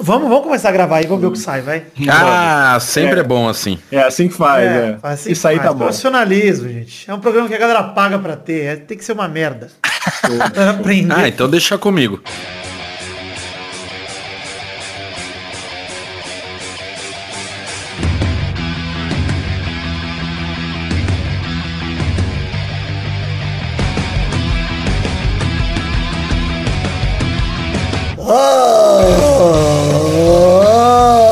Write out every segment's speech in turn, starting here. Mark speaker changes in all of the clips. Speaker 1: vamos, vamos começar a gravar aí, vamos ver o que sai, vai.
Speaker 2: Ah, sempre é, bom assim.
Speaker 3: É assim que faz, é.
Speaker 1: assim
Speaker 3: Isso aí
Speaker 1: faz.
Speaker 3: tá bom.
Speaker 1: Profissionalismo, gente. É um programa que a galera paga pra ter. é- tem que ser uma merda. Pra aprender.
Speaker 2: Ah, então deixa comigo.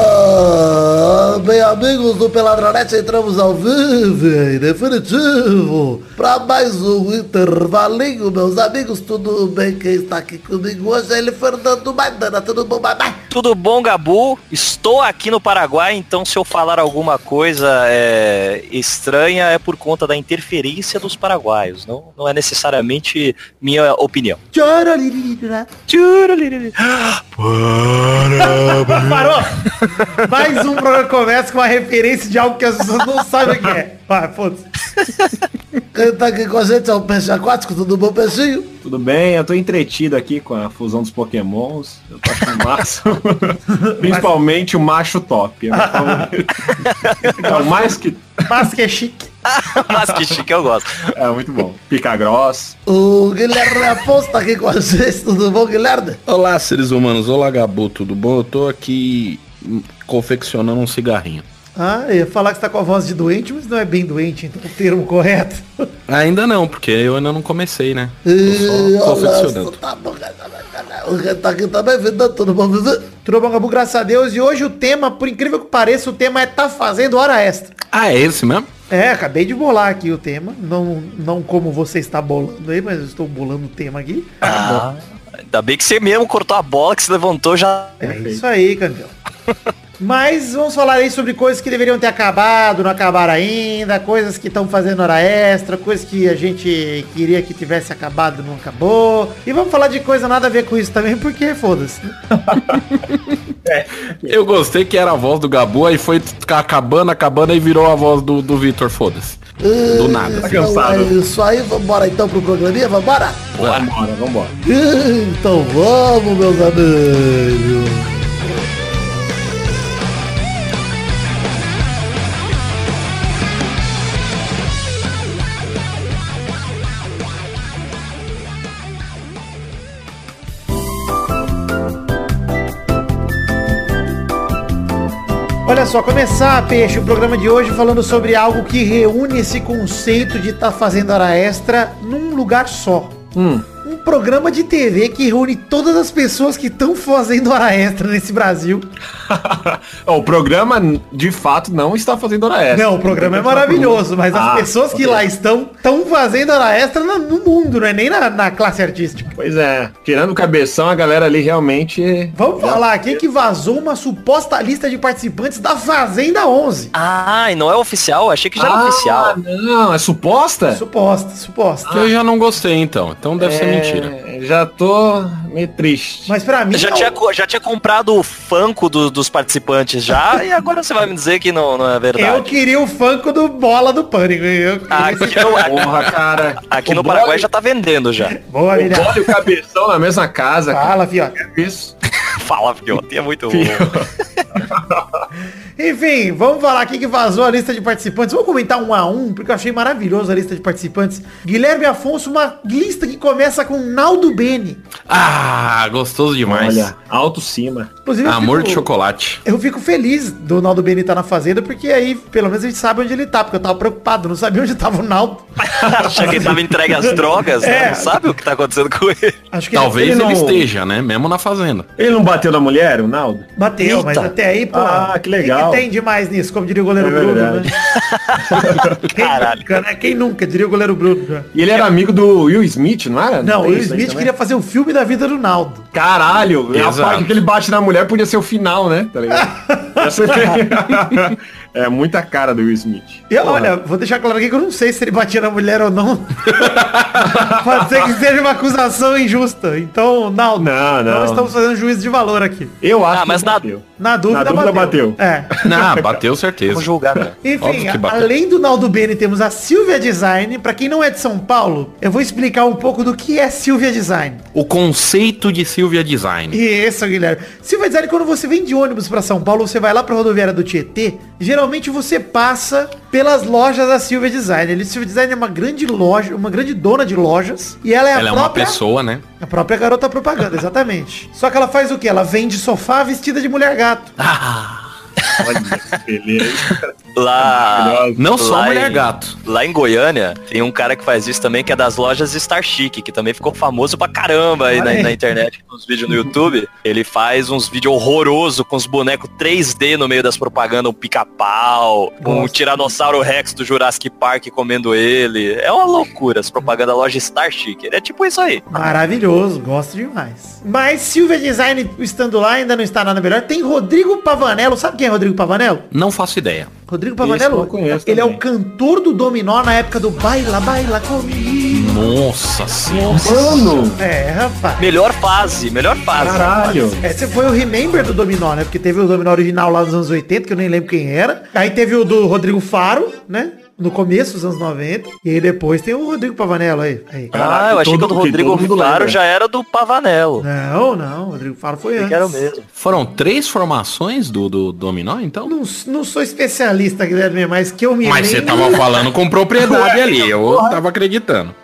Speaker 4: Ah, Bem, amigos do Peladronete, entramos ao vivo e definitivo para mais um intervalinho, meus amigos. Tudo bem? Quem está aqui comigo hoje é ele, Fernando Maidana. Tudo bom, babá?
Speaker 5: Tudo bom, Gabu? Estou aqui no Paraguai, então se eu falar alguma coisa é, estranha é por conta da interferência dos paraguaios, não, não é necessariamente minha opinião.
Speaker 1: Parou! Mais um programa que começa com uma referência de algo que as pessoas não sabem o que é. Vai, foda-se.
Speaker 4: Quem está aqui com a gente é o Peixe Aquático. Tudo bom, peixinho?
Speaker 3: Tudo bem, eu tô entretido aqui com a fusão dos pokémons. Eu tô achando massa. Principalmente o macho top. É, meu favorito. é o mais que.
Speaker 1: Mas que é chique.
Speaker 5: Mas que chique eu gosto.
Speaker 3: É muito bom. Pica grossa.
Speaker 4: O Guilherme Afonso está aqui com a gente. Tudo bom, Guilherme?
Speaker 2: Olá, seres humanos. Olá, Gabu, tudo bom? Eu tô aqui hum, confeccionando um cigarrinho.
Speaker 1: Ah, eu ia falar que você tá com a voz de doente, mas não é bem doente, então o termo correto.
Speaker 2: Ainda não, porque eu ainda não comecei, né? Tô
Speaker 4: E
Speaker 2: só
Speaker 4: olha, só
Speaker 2: confeccionando.
Speaker 4: tá bom, cara, cara, cara. o Renan tá aqui também, Vidão, tudo bom, Vidão?
Speaker 1: Tudo bom, Gabu? Graças a Deus. E hoje o tema, por incrível que pareça, o tema é tá fazendo hora extra.
Speaker 2: Ah, é esse mesmo?
Speaker 1: É, acabei de bolar aqui o tema. Não, não como você está bolando aí, mas eu estou bolando o tema aqui.
Speaker 5: Ah, ainda bem que você mesmo cortou a bola, que se levantou já.
Speaker 1: É isso aí, campeão. Mas vamos falar aí sobre coisas que deveriam ter acabado, não acabaram ainda, coisas que estão fazendo hora extra, coisas que a gente queria que tivesse acabado, não acabou. E vamos falar de coisa nada a ver com isso também, porque foda-se. né?
Speaker 2: Eu gostei que era a voz do Gabu, aí foi t- acabando, acabando, aí virou a voz do, do Vitor, foda-se. Do nada.
Speaker 3: Tá
Speaker 2: assim.
Speaker 4: Então é
Speaker 3: cansado.
Speaker 4: isso aí, vambora então pro programinha, vambora?
Speaker 3: Vambora, vambora.
Speaker 4: Então vamos, meus amigos.
Speaker 1: Olha só, começar, Peixe, o programa de hoje falando sobre algo que reúne esse conceito de estar fazendo hora extra num lugar só.
Speaker 3: Hum.
Speaker 1: Um programa de TV que reúne todas as pessoas que estão fazendo hora extra nesse Brasil.
Speaker 3: Ó, o programa, de fato, não está fazendo hora extra.
Speaker 1: Não, o programa é maravilhoso, mas
Speaker 3: Ah,
Speaker 1: as pessoas que
Speaker 3: ok.
Speaker 1: lá estão estão fazendo hora extra na- no mundo, não é nem na, na classe artística.
Speaker 3: Pois é. Tirando o cabeção, a galera ali realmente.
Speaker 1: Vamos falar aqui que vazou uma suposta lista de participantes da Fazenda 11.
Speaker 5: Ah, e não é oficial? Achei que já
Speaker 3: Ah,
Speaker 5: era oficial.
Speaker 3: Não, é Ah. suposta?
Speaker 1: Suposta, suposta.
Speaker 2: Eu já não gostei, então. Então deve ser
Speaker 3: É,
Speaker 2: mentira.
Speaker 3: Já tô meio triste.
Speaker 1: Mas pra mim é
Speaker 5: Já
Speaker 1: não.
Speaker 5: tinha, co- já tinha comprado o fanco do- dos participantes já, e agora você vai me dizer que não, não é
Speaker 1: eu
Speaker 5: verdade.
Speaker 1: queria o fanco do Bola do Pânico. Eu
Speaker 5: Ah,
Speaker 1: queria
Speaker 5: aqui no,
Speaker 3: Porra, cara.
Speaker 5: aqui
Speaker 3: O
Speaker 5: no
Speaker 3: Bola-
Speaker 5: Paraguai já tá vendendo já.
Speaker 1: Boa,
Speaker 3: O
Speaker 1: Lilian.
Speaker 3: Bola e o Cabeção na mesma casa. cara.
Speaker 1: Fala, fiota.
Speaker 3: Isso.
Speaker 5: Fala, Fiote, é muito bom.
Speaker 1: Enfim, vamos falar aqui que vazou a lista de participantes. Vamos comentar um a um, porque eu achei maravilhoso a lista de participantes. Guilherme Afonso, uma lista que começa com Naldo Bene.
Speaker 2: Ah, gostoso demais.
Speaker 3: Olha, alto cima.
Speaker 1: Inclusive, eu
Speaker 2: Ah, Amor
Speaker 1: fico-
Speaker 2: de chocolate.
Speaker 1: Eu fico feliz do Naldo Bene estar na fazenda, porque aí pelo menos a gente sabe onde ele tá, porque eu tava preocupado, não sabia onde tava o Naldo.
Speaker 5: Achei que ele tava entregue às drogas, né?
Speaker 1: É.
Speaker 5: Não sabe o que tá acontecendo com ele.
Speaker 1: Acho que
Speaker 2: Talvez
Speaker 3: ele
Speaker 2: ele,
Speaker 3: não-
Speaker 2: esteja, né? Mesmo na fazenda.
Speaker 3: Ele não bateu na mulher, o Naldo?
Speaker 1: ele bateu, mas
Speaker 5: Eita.
Speaker 1: até aí, pô.
Speaker 3: Ah, que legal.
Speaker 1: O que tem demais nisso, como diria o goleiro
Speaker 3: É
Speaker 1: Bruno, né?
Speaker 3: verdade.
Speaker 1: Quem
Speaker 5: Caralho.
Speaker 1: nunca, né? Quem nunca, diria o goleiro Bruno. né?
Speaker 3: E ele era amigo do Will Smith, não era?
Speaker 1: Não, o
Speaker 3: tem
Speaker 1: Will
Speaker 3: isso aí
Speaker 1: Smith
Speaker 3: também?
Speaker 1: queria fazer um filme da vida do Naldo.
Speaker 3: Caralho, a
Speaker 2: Exato.
Speaker 3: parte que ele bate na mulher podia ser o final, né? Tá ligado? Ia ser- É muita cara do Will Smith.
Speaker 1: Eu,
Speaker 3: Porra.
Speaker 1: olha, vou deixar claro aqui que eu não sei se ele batia na mulher ou não. Pode ser que seja uma acusação injusta. Então, não,
Speaker 3: Não, não.
Speaker 1: estamos fazendo juízo de valor aqui.
Speaker 3: Eu acho
Speaker 5: Ah, mas na-
Speaker 3: bateu.
Speaker 1: Na dúvida,
Speaker 3: Na dúvida, bateu.
Speaker 1: É.
Speaker 2: Não, bateu certeza.
Speaker 5: Vamos julgar, né?
Speaker 1: Enfim,
Speaker 2: Óbvio que bateu.
Speaker 1: além do Naldo Bene, temos a Silvia Design. Pra quem não é de São Paulo, eu vou explicar um pouco do que é Silvia Design.
Speaker 2: O conceito de Silvia Design.
Speaker 1: Isso, Guilherme. Silvia Design, quando você vem de ônibus pra São Paulo, você vai lá pra rodoviária do Tietê, geralmente você passa pelas lojas da Silvia Design. Ele, Silvia Design é uma grande loja, uma grande dona de lojas, e ela é a
Speaker 2: Ela é uma
Speaker 1: própria...
Speaker 2: pessoa, né?
Speaker 1: A própria garota propaganda, exatamente. Só que ela faz o quê? Ela vende sofá vestida de mulher gato.
Speaker 3: Olha, que beleza.
Speaker 5: Lá,
Speaker 3: Maravilhosa.
Speaker 2: Não só
Speaker 5: Lá
Speaker 2: mulher
Speaker 5: em-
Speaker 2: gato.
Speaker 5: lá em Goiânia, tem um cara que faz isso também, que é das lojas Star Chic, que também ficou famoso pra caramba aí
Speaker 1: Olha
Speaker 5: na,
Speaker 1: aí.
Speaker 5: na internet, nos vídeos no YouTube. Ele faz uns vídeos horrorosos com os bonecos 3D no meio das propagandas, um pica-pau, um
Speaker 1: Nossa.
Speaker 5: tiranossauro Rex do Jurassic Park comendo ele. É uma loucura as propagandas da loja Star Chic. É tipo isso aí.
Speaker 1: Maravilhoso, gosto demais. Mas Silvia Design estando lá ainda não está nada melhor. Tem Rodrigo Pavanello. Sabe quem é Rodrigo Pavanello?
Speaker 2: Não faço ideia.
Speaker 1: Rodrigo
Speaker 3: eu
Speaker 1: Pavanello, ele
Speaker 3: conheço
Speaker 1: é
Speaker 3: também.
Speaker 1: o cantor do Dominó na época do Baila, Baila Comigo.
Speaker 2: Nossa senhora.
Speaker 3: Mano,
Speaker 1: É, rapaz.
Speaker 5: Melhor fase, melhor fase.
Speaker 3: caralho.
Speaker 1: Esse foi o Remember do Dominó, né? Porque teve o Dominó original lá nos anos 80, que eu nem lembro quem era. Aí teve o do Rodrigo Faro, né? No começo dos anos 90. E aí depois tem o Rodrigo Pavanello aí. aí.
Speaker 5: Ah, eu achei que o
Speaker 3: Todo-
Speaker 5: do
Speaker 3: que
Speaker 5: Rodrigo
Speaker 3: todo mundo
Speaker 5: Faro
Speaker 3: lembra.
Speaker 5: já era do Pavanello.
Speaker 1: Não, não, o Rodrigo Faro foi
Speaker 5: Eu
Speaker 1: antes.
Speaker 5: quero mesmo.
Speaker 2: Foram três formações do, do Dominó, então?
Speaker 1: Não, não sou especialista, Guilherme, mas que eu me
Speaker 2: Mas você tava falando com propriedade ali, eu tava acreditando.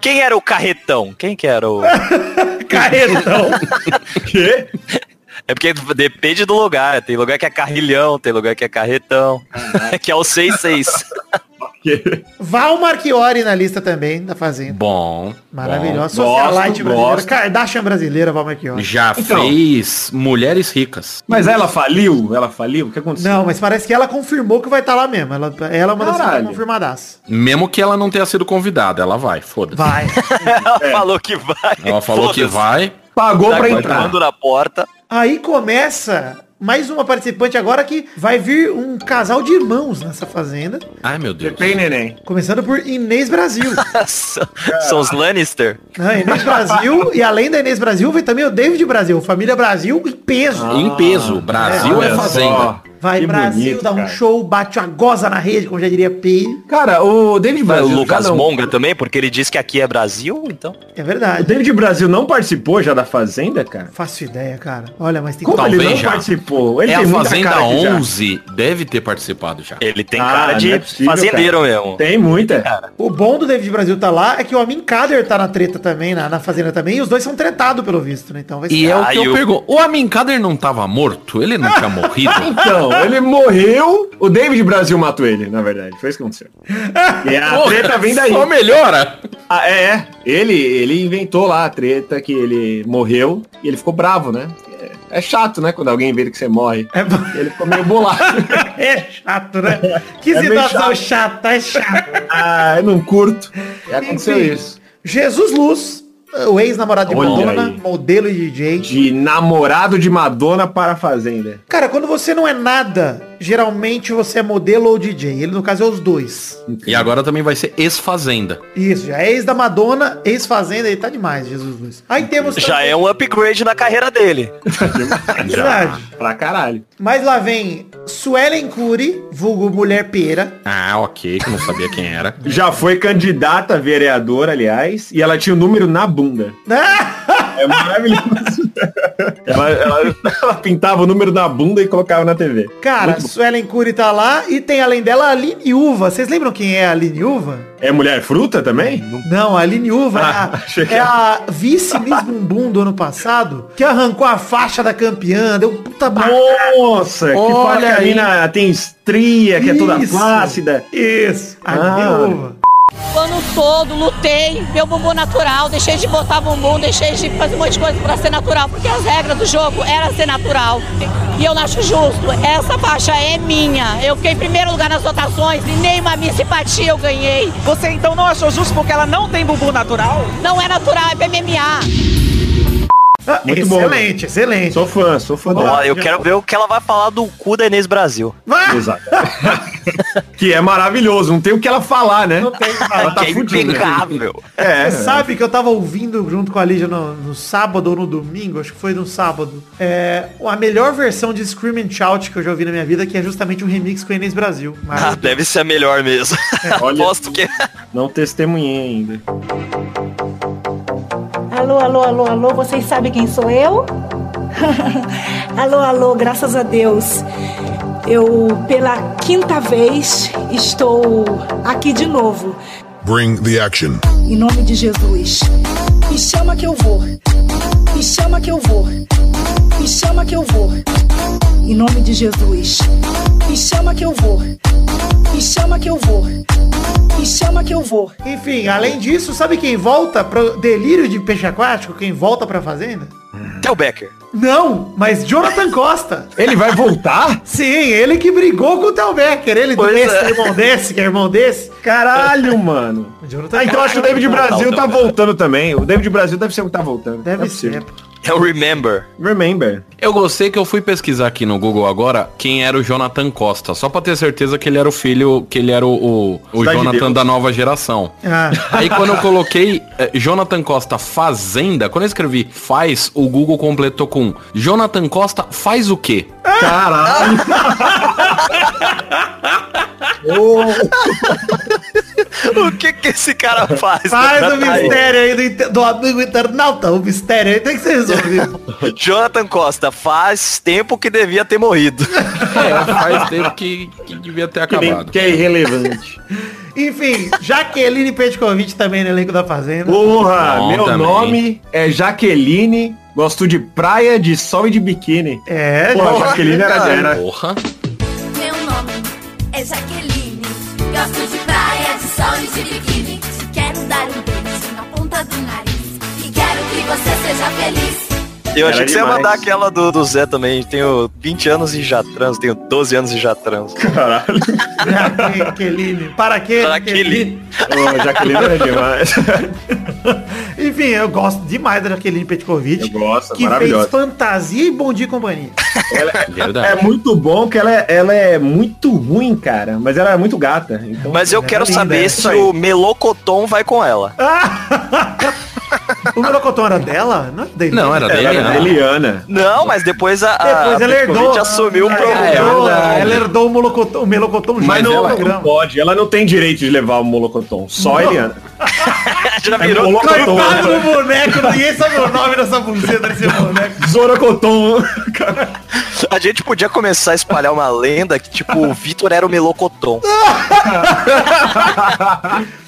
Speaker 5: Quem era o carretão? Quem que era o.
Speaker 3: Então.
Speaker 1: Carretão.
Speaker 3: Quê?
Speaker 5: É porque depende do lugar. Tem lugar que é carrilhão, tem lugar que é carretão. que é o 66.
Speaker 3: Quê?
Speaker 1: Val Marchiori na lista também, da Fazenda.
Speaker 2: Bom.
Speaker 1: Maravilhosa.
Speaker 3: Bom, gosto,
Speaker 1: Socialite brasileira.
Speaker 3: gosto.
Speaker 1: Kardashian é brasileira, Val
Speaker 2: bom.
Speaker 1: Marchiori.
Speaker 2: Já
Speaker 3: Então.
Speaker 2: fez mulheres ricas.
Speaker 3: Mas ela faliu? Ela faliu? O que aconteceu?
Speaker 1: Não, mas parece que ela confirmou que vai estar lá mesmo. Ela, ela é uma das que tá
Speaker 3: Caralho.
Speaker 1: confirmadas.
Speaker 2: Mesmo que ela não tenha sido convidada, ela vai, foda-se.
Speaker 1: Vai.
Speaker 5: Ela
Speaker 3: É.
Speaker 5: falou que vai.
Speaker 2: Ela falou que
Speaker 5: Foda-se.
Speaker 2: vai.
Speaker 3: Pagou
Speaker 5: Tá
Speaker 3: pra entrar.
Speaker 5: entrando na porta.
Speaker 1: Aí começa mais uma participante agora que vai vir um casal de irmãos nessa Fazenda.
Speaker 2: Ai, meu Deus.
Speaker 3: Pepe e neném.
Speaker 1: Começando por Inês Brasil.
Speaker 5: São são os Lannister.
Speaker 1: Né, Inês Brasil, e além da Inês Brasil, vem também o David Brasil. Família Brasil em peso.
Speaker 2: Em peso, Brasil é,
Speaker 3: Olha
Speaker 2: fazenda.
Speaker 3: só.
Speaker 1: Vai,
Speaker 3: Ah, Que
Speaker 1: Brasil,
Speaker 3: bonito,
Speaker 1: dá um
Speaker 3: cara.
Speaker 1: show, bate uma goza na rede, como já diria Pei.
Speaker 3: Cara, o David
Speaker 5: O
Speaker 3: Brasil.
Speaker 5: Lucas
Speaker 3: já não-
Speaker 5: Monga também, porque ele diz que aqui é Brasil, então.
Speaker 1: É
Speaker 3: O
Speaker 1: verdade.
Speaker 3: David Brasil não participou já da Fazenda, cara?
Speaker 1: Faço ideia, cara. Olha, mas tem
Speaker 3: Como
Speaker 1: tanta-
Speaker 2: Talvez
Speaker 3: ele não
Speaker 2: já.
Speaker 3: participou? Ele
Speaker 1: Tá
Speaker 2: É a
Speaker 3: muita
Speaker 2: Fazenda
Speaker 3: cara que já-
Speaker 2: 11 deve ter participado já.
Speaker 5: Ele tem
Speaker 3: Ah,
Speaker 5: cara de
Speaker 3: não é possível,
Speaker 5: fazendeiro
Speaker 3: cara.
Speaker 5: mesmo.
Speaker 3: Tem muita.
Speaker 1: O bom do David Brasil tá lá é que o Amin Kader tá na treta também, na, na fazenda também, e os dois são tretados, pelo visto, né? Então vai
Speaker 2: E é o
Speaker 5: Ah,
Speaker 2: que eu,
Speaker 5: eu-
Speaker 2: pergunto. O Amin Kader não tava morto? Ele não tinha morrido?
Speaker 3: Então, ele morreu. O David Brasil matou ele, na verdade. Foi isso que aconteceu. E a
Speaker 2: Porra,
Speaker 3: treta vem daí.
Speaker 2: Só melhora.
Speaker 3: Ah, é, é. Ele, ele inventou lá a treta que ele morreu e ele ficou bravo, né? É, é chato, né? Quando alguém vê que você morre.
Speaker 1: É bom.
Speaker 3: Ele ficou meio bolado.
Speaker 1: É chato, né? Que
Speaker 3: É meio
Speaker 1: situação chata, é chato.
Speaker 3: ah, eu não curto. E aconteceu
Speaker 1: Enfim.
Speaker 3: isso.
Speaker 1: Jesus Luz, eh, o ex-namorado de
Speaker 3: Olha
Speaker 1: Madonna,
Speaker 3: aí.
Speaker 1: modelo e DJ.
Speaker 3: De namorado de Madonna para a Fazenda.
Speaker 1: Cara, quando você não é nada, geralmente você é modelo ou DJ. Ele, no caso, é os dois.
Speaker 2: E agora também vai ser ex-fazenda.
Speaker 1: Isso, já é ex da Madonna, ex-fazenda, ele tá demais, Jesus Luz. Aí temos...
Speaker 5: Já é um upgrade na carreira dele.
Speaker 1: Verdade.
Speaker 3: Pra caralho.
Speaker 1: Mas lá vem Suelen Cury, vulgo Mulher Pera.
Speaker 2: Ah, ok, que eu não sabia quem era.
Speaker 3: Já foi candidata a vereadora, aliás, e ela tinha o número na bunda. É maravilhoso. ela, ela- ela pintava o número na bunda e colocava na TV.
Speaker 1: Cara,
Speaker 3: Muito bom.
Speaker 1: Suelen Cury tá lá e tem além dela a Aline Uva. Vocês lembram quem é a Aline Uva?
Speaker 3: É mulher fruta também?
Speaker 1: Não, a Aline Uva é
Speaker 3: Ah,
Speaker 1: a-
Speaker 3: achei que
Speaker 1: é
Speaker 3: era.
Speaker 1: a, vice Miss Bumbum do ano passado, que arrancou a faixa da campeã, deu um
Speaker 3: Ah,
Speaker 1: puta ba-
Speaker 3: Nossa, que fala que
Speaker 2: Olha
Speaker 3: a
Speaker 2: aí.
Speaker 3: mina tem estria, que é toda
Speaker 1: Isso.
Speaker 3: flácida.
Speaker 1: Isso, a Aline
Speaker 3: Ah.
Speaker 1: Uva.
Speaker 6: O ano todo lutei, meu bumbum natural, deixei de botar bumbum, deixei de fazer um monte de coisa pra ser natural, porque as regras do jogo era ser natural. E eu não acho justo, essa faixa é minha. Eu fiquei em primeiro lugar nas votações e nenhuma minha simpatia eu ganhei.
Speaker 7: Você então
Speaker 6: é
Speaker 7: não achou justo porque ela não tem bumbum natural?
Speaker 6: Não é natural, é MMA.
Speaker 1: Ah,
Speaker 3: Muito bom.
Speaker 1: excelente, excelente.
Speaker 3: Sou fã, sou fã
Speaker 5: Ó,
Speaker 3: dela.
Speaker 5: eu quero ver o que ela vai falar do cu da Inês Brasil.
Speaker 1: Ah,
Speaker 3: Exato. que é maravilhoso, não tem o que ela falar, né?
Speaker 1: não tem o que falar.
Speaker 3: Ela tá
Speaker 5: que é
Speaker 3: fudida.
Speaker 5: impecável.
Speaker 3: É,
Speaker 1: Você sabe que eu tava ouvindo junto com a Lígia no, no sábado ou no domingo, acho que foi no sábado, é, a melhor versão de Scream and Shout que eu já ouvi na minha vida, que é justamente um remix com a Inês Brasil. Mas-
Speaker 5: Ah, deve ser a melhor mesmo.
Speaker 3: olha-
Speaker 5: Aposto que.
Speaker 3: não testemunhei ainda.
Speaker 7: Alô, alô, alô, alô, vocês sabem quem sou eu? alô, alô, graças a Deus. Eu, pela quinta vez, estou aqui de novo,
Speaker 8: Bring the action.
Speaker 7: em nome de Jesus. Me chama que eu vou. Me chama que eu vou. Me chama que eu vou. Em nome de Jesus. Me chama que eu vou. Me chama que eu vou. Me chama que eu vou.
Speaker 1: Enfim, além disso, sabe quem volta pro delírio de peixe aquático? Quem volta pra fazenda?
Speaker 5: Até o Becker.
Speaker 1: Não, mas Jonathan Costa.
Speaker 3: Ele vai voltar?
Speaker 1: Sim, ele que brigou com o Tel Becker. Ele
Speaker 5: Pois
Speaker 1: do desse,
Speaker 5: é.
Speaker 1: que é irmão desse, que é irmão desse.
Speaker 3: Caralho, mano.
Speaker 1: Jonathan
Speaker 3: Ah, então acho que o David Brasil
Speaker 5: não,
Speaker 3: tá
Speaker 5: não.
Speaker 3: voltando também. O David Brasil deve ser o que tá voltando. Não
Speaker 1: Deve
Speaker 3: é
Speaker 1: ser.
Speaker 3: possível.
Speaker 5: É o Remember.
Speaker 3: Remember.
Speaker 2: Eu gostei que eu fui pesquisar aqui no Google agora quem era o Jonathan Costa, só pra ter certeza que ele era o filho, que ele era o, o, o
Speaker 3: Cidade de
Speaker 2: Jonathan
Speaker 3: Deus.
Speaker 2: da nova geração.
Speaker 3: É
Speaker 1: Ah,
Speaker 2: Aí quando eu coloquei eh, Jonathan Costa Fazenda, quando eu escrevi faz, o Google completou com Jonathan Costa faz o quê?
Speaker 3: Ah! Caralho.
Speaker 5: O que que esse cara faz?
Speaker 1: faz um o mistério aí do, inter- do amigo internauta. O mistério aí tem que ser resolvido.
Speaker 5: Jonathan Costa, faz tempo que devia ter morrido.
Speaker 2: É, faz tempo que, que devia ter
Speaker 3: Que, nem-
Speaker 2: acabado.
Speaker 3: que é irrelevante.
Speaker 1: Enfim, Jaqueline Petkovic também no elenco da fazenda.
Speaker 3: Porra,
Speaker 2: Bom
Speaker 3: meu
Speaker 2: também.
Speaker 3: nome é Jaqueline. Gosto de praia, de sol e de biquíni.
Speaker 1: É,
Speaker 3: Porra,
Speaker 1: Jaqueline.
Speaker 3: Jaqueline era, era
Speaker 2: Porra.
Speaker 9: Meu nome é Jaqueline. Gosto de praia, de sol e de biquíni. Te quero dar um beijo na ponta do nariz. E quero que você seja feliz.
Speaker 5: Eu
Speaker 3: Era
Speaker 5: achei que você ia
Speaker 3: demais.
Speaker 5: mandar aquela do, do Zé também. Tenho 20 anos e já trans, tenho 12 anos e já trans.
Speaker 3: caralho.
Speaker 1: Jaqueline. Para que?
Speaker 5: Jaqueline.
Speaker 3: Ô, Jaqueline era demais.
Speaker 1: Enfim, eu gosto demais da Jaqueline Petkovic.
Speaker 3: Eu gosto, é
Speaker 1: que fez
Speaker 3: maravilhosa.
Speaker 1: fantasia e bom dia e companhia.
Speaker 2: Verdade.
Speaker 3: É muito bom que ela é, ela é muito ruim, cara. Mas ela é muito gata. Então,
Speaker 5: Mas eu quero
Speaker 1: linda,
Speaker 5: saber
Speaker 1: isso
Speaker 5: se o Melocoton vai com ela.
Speaker 1: O melocotão era dela? Não, é dele.
Speaker 2: Não, era
Speaker 3: ela
Speaker 2: dele.
Speaker 3: é
Speaker 2: né?
Speaker 3: Eliana.
Speaker 5: Não, mas depois a, a
Speaker 1: Depois ela herdou. Ah,
Speaker 5: Petkovic assumiu o
Speaker 1: Ela
Speaker 5: programa.
Speaker 1: herdou-
Speaker 2: verdade.
Speaker 1: Ela herdou o melocotão, o melocotão
Speaker 3: Um Mas é
Speaker 1: junto
Speaker 3: não,
Speaker 1: com o
Speaker 3: ela não pode, ela não tem direito de levar o Molocoton, só a Eliana. é
Speaker 5: já virou
Speaker 3: Molocoton,
Speaker 1: Coitado do boneco, ninguém sabe o nome dessa buceta desse boneco.
Speaker 3: Zorocoton.
Speaker 5: A gente podia começar a espalhar uma lenda que, tipo, o Vitor era o Melocoton.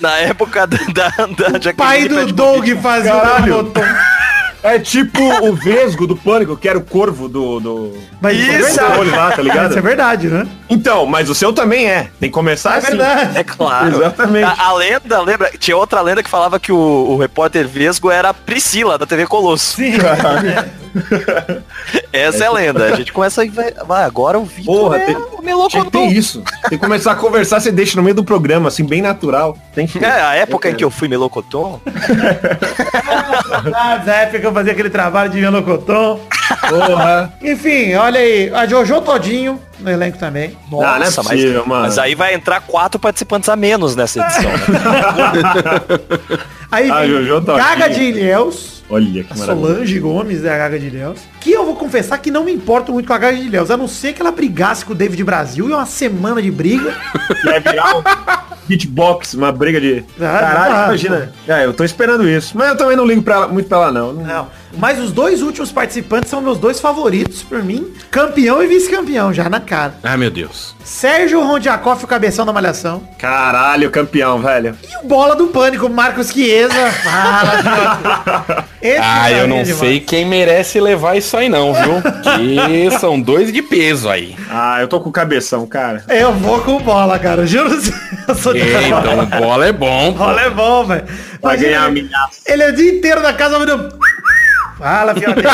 Speaker 5: Na época da, da, da Jaqueline
Speaker 1: Pai do
Speaker 5: Petkovic.
Speaker 1: Doug fazia o
Speaker 3: Caralho.
Speaker 1: melocotão.
Speaker 3: É tipo o Vesgo do Pânico, que era o corvo do... do...
Speaker 1: Mas isso,
Speaker 5: Isso.
Speaker 1: é
Speaker 3: do
Speaker 1: verdade.
Speaker 3: olho lá, tá ligado?
Speaker 1: Isso é verdade, né?
Speaker 3: Então, mas o seu também é. Tem que começar
Speaker 1: É
Speaker 3: assim.
Speaker 1: verdade.
Speaker 5: É claro.
Speaker 3: Exatamente.
Speaker 5: A, a lenda, lembra? Tinha outra lenda que falava que o, o repórter Vesgo era a Priscila, da TV Colosso. Essa é a lenda. A gente começa e vai. vai, agora o Vitor
Speaker 3: Porra,
Speaker 5: é
Speaker 3: tem-
Speaker 5: o
Speaker 3: Tinha que ter
Speaker 5: Melocoton.
Speaker 3: isso. Tem que começar a conversar, você deixa no meio do programa, assim, bem natural. Tem que...
Speaker 5: É, a época em que eu fui Melocoton,
Speaker 1: Ah, da época que eu fazia aquele trabalho de melocotão.
Speaker 3: Porra.
Speaker 1: Enfim, olha aí. A Jojo Todinho no elenco também.
Speaker 3: Não, não é
Speaker 5: Nossa,
Speaker 3: possível,
Speaker 5: mas,
Speaker 3: mano.
Speaker 5: mas aí vai entrar quatro participantes a menos nessa edição. né?
Speaker 1: Aí
Speaker 3: Ah,
Speaker 1: vem
Speaker 3: Jojo Todinho.
Speaker 1: Gaga de Ilhéus.
Speaker 3: Olha que
Speaker 1: A
Speaker 3: maravilha.
Speaker 1: Solange Gomes é a Gaga de Ilhéus. Que eu vou confessar que não me importo muito com a Gaga de Ilhéus. A não ser que ela brigasse com o David Brasil e uma semana de briga.
Speaker 3: Vai virar um beatbox, uma briga de... Caralho,
Speaker 1: ah,
Speaker 3: imagina. É, eu tô esperando isso. Mas eu também não ligo pra ela, muito pra ela, não. Não-
Speaker 1: Não. Mas os dois últimos participantes são meus dois favoritos por mim. Campeão e vice-campeão, já na cara.
Speaker 3: É,
Speaker 2: Ai, meu Deus.
Speaker 1: Sérgio Rondiakoff, o cabeção da malhação.
Speaker 3: Caralho, campeão, velho.
Speaker 1: E o bola do pânico, Marcos Chiesa. Fala, Fiote. Esse
Speaker 2: Ah,
Speaker 1: cara
Speaker 2: eu
Speaker 1: é
Speaker 2: não
Speaker 1: demais.
Speaker 2: sei quem merece levar isso aí não, viu? Que são dois de peso aí.
Speaker 3: Ah, eu tô com o cabeção, cara.
Speaker 1: Eu vou com o bola, cara. Juro. Eu sou de
Speaker 2: É,
Speaker 1: bola.
Speaker 2: então o bola é bom. pô.
Speaker 1: Bola é bom, velho.
Speaker 3: Vai
Speaker 1: Imagina,
Speaker 3: ganhar a milhaça.
Speaker 1: Ele é o dia inteiro na casa ouvindo. Fala, Fiote.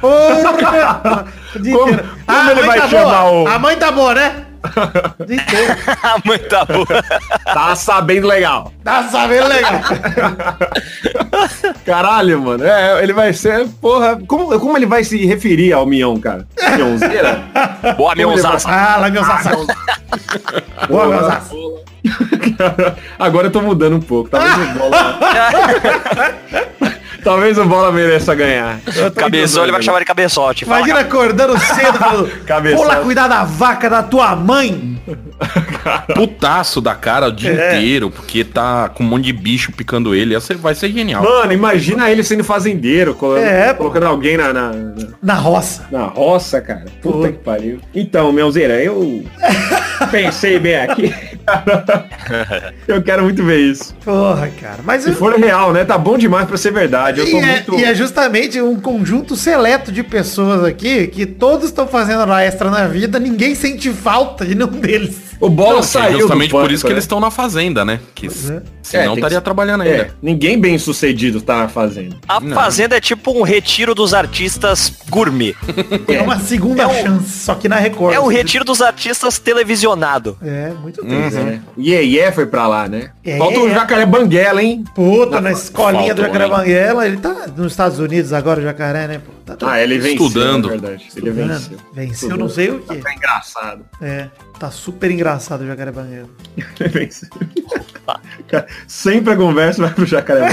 Speaker 1: Porra. O dia
Speaker 3: Como-
Speaker 1: inteiro.
Speaker 3: como
Speaker 1: a
Speaker 3: ele
Speaker 1: mãe
Speaker 3: vai
Speaker 1: tá
Speaker 3: chamar
Speaker 1: boa.
Speaker 3: o-
Speaker 1: A mãe tá boa, né?
Speaker 5: Ah, Muita boa.
Speaker 3: Tá sabendo legal.
Speaker 1: Tá sabendo legal.
Speaker 3: Caralho, mano. É, ele vai ser, porra. Como, como ele vai se referir ao Mion, cara? Mionzeira?
Speaker 5: Boa, meu Zaza.
Speaker 1: Fala,
Speaker 3: Ah,
Speaker 1: meus assassinos. Boa, meus assassinos.
Speaker 3: Agora eu tô mudando um pouco. Talvez o bola. Talvez o bola mereça ganhar. Eu tô
Speaker 5: Cabeção, ele vai
Speaker 3: mudando.
Speaker 5: chamar de tipo, cabeçote. Fala,
Speaker 1: Imagina acordando cedo falando,
Speaker 3: Cabeçada.
Speaker 1: vou lá cuidar da vaca da tua mãe.
Speaker 2: Putaço da cara o dia
Speaker 3: É.
Speaker 2: inteiro, porque tá com um monte de bicho picando ele. Essa vai ser genial.
Speaker 3: Mano, imagina ele sendo fazendeiro, colocando,
Speaker 1: É, pô.
Speaker 3: colocando alguém na, na, na-
Speaker 1: Na roça.
Speaker 3: na roça, cara. Puta
Speaker 1: Pô.
Speaker 3: que pariu. Então, Mionzeira, eu pensei bem aqui. eu quero muito ver isso.
Speaker 1: Porra, cara. Mas
Speaker 3: Se
Speaker 1: eu-
Speaker 3: for real, né? Tá bom demais pra ser verdade. Eu
Speaker 1: e,
Speaker 3: tô
Speaker 1: é,
Speaker 3: muito...
Speaker 1: e é justamente um conjunto seleto de pessoas aqui que todos estão fazendo hora extra na vida, ninguém sente falta de nenhum deles.
Speaker 3: O bola
Speaker 2: Não, que é
Speaker 3: saiu
Speaker 2: justamente
Speaker 3: do
Speaker 2: por
Speaker 3: pânico,
Speaker 2: isso que
Speaker 3: né?
Speaker 2: eles estão na fazenda, né? Que
Speaker 1: é.
Speaker 3: É,
Speaker 2: senão
Speaker 3: tem
Speaker 2: estaria
Speaker 3: que-
Speaker 2: trabalhando ainda.
Speaker 3: É, ninguém bem sucedido tá fazendo.
Speaker 5: A Fazenda é tipo um retiro dos artistas gourmet.
Speaker 1: É, uma segunda
Speaker 5: É um-
Speaker 1: chance, só que na Record.
Speaker 5: É um retiro dos artistas televisionado.
Speaker 1: É, muito triste. né?
Speaker 3: O Iê Iê é, foi pra lá, né?
Speaker 1: É,
Speaker 3: Falta o
Speaker 1: é.
Speaker 3: jacaré banguela, hein?
Speaker 1: Puta, na escolinha
Speaker 2: falta
Speaker 1: do
Speaker 2: um,
Speaker 1: Jacaré
Speaker 2: hein?
Speaker 1: Banguela, ele tá nos Estados Unidos agora, o Jacaré, né? pô? Tá né?
Speaker 3: Ah, ele venceu,
Speaker 2: Estudando.
Speaker 3: na verdade. Ele venceu.
Speaker 1: Venceu, não sei o quê.
Speaker 3: Tá engraçado.
Speaker 1: É, tá super engraçado o Jacaré Banguela.
Speaker 3: Ele venceu. Cara, Sempre a conversa vai pro jacaré né?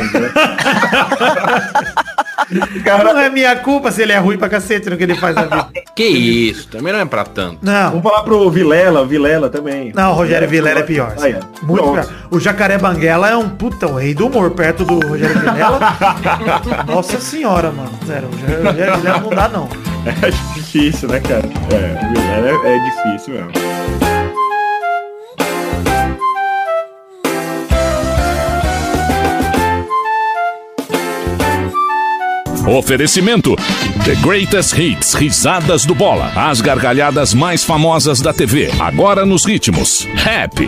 Speaker 3: banguela.
Speaker 1: Não é minha culpa se ele é ruim pra cacete no que ele faz na vida.
Speaker 2: Que isso, também não é pra tanto.
Speaker 1: Não,
Speaker 3: Vamos falar pro Vilela, o Vilela também.
Speaker 1: não, o Rogério Vilela é pior.
Speaker 3: Aí, ó.
Speaker 1: Muito
Speaker 3: Pronto.
Speaker 1: pior. O Jacaré Banguela é um puta, o rei do humor perto do Rogério Vilela. Nossa senhora, mano. Sério, o Rogério Rogério Vilela não dá, não.
Speaker 3: É difícil, né, cara? É, o Vilela é, é difícil mesmo.
Speaker 10: Oferecimento: The Greatest Hits, risadas do bola, as gargalhadas mais famosas da TV. Agora nos ritmos: rap,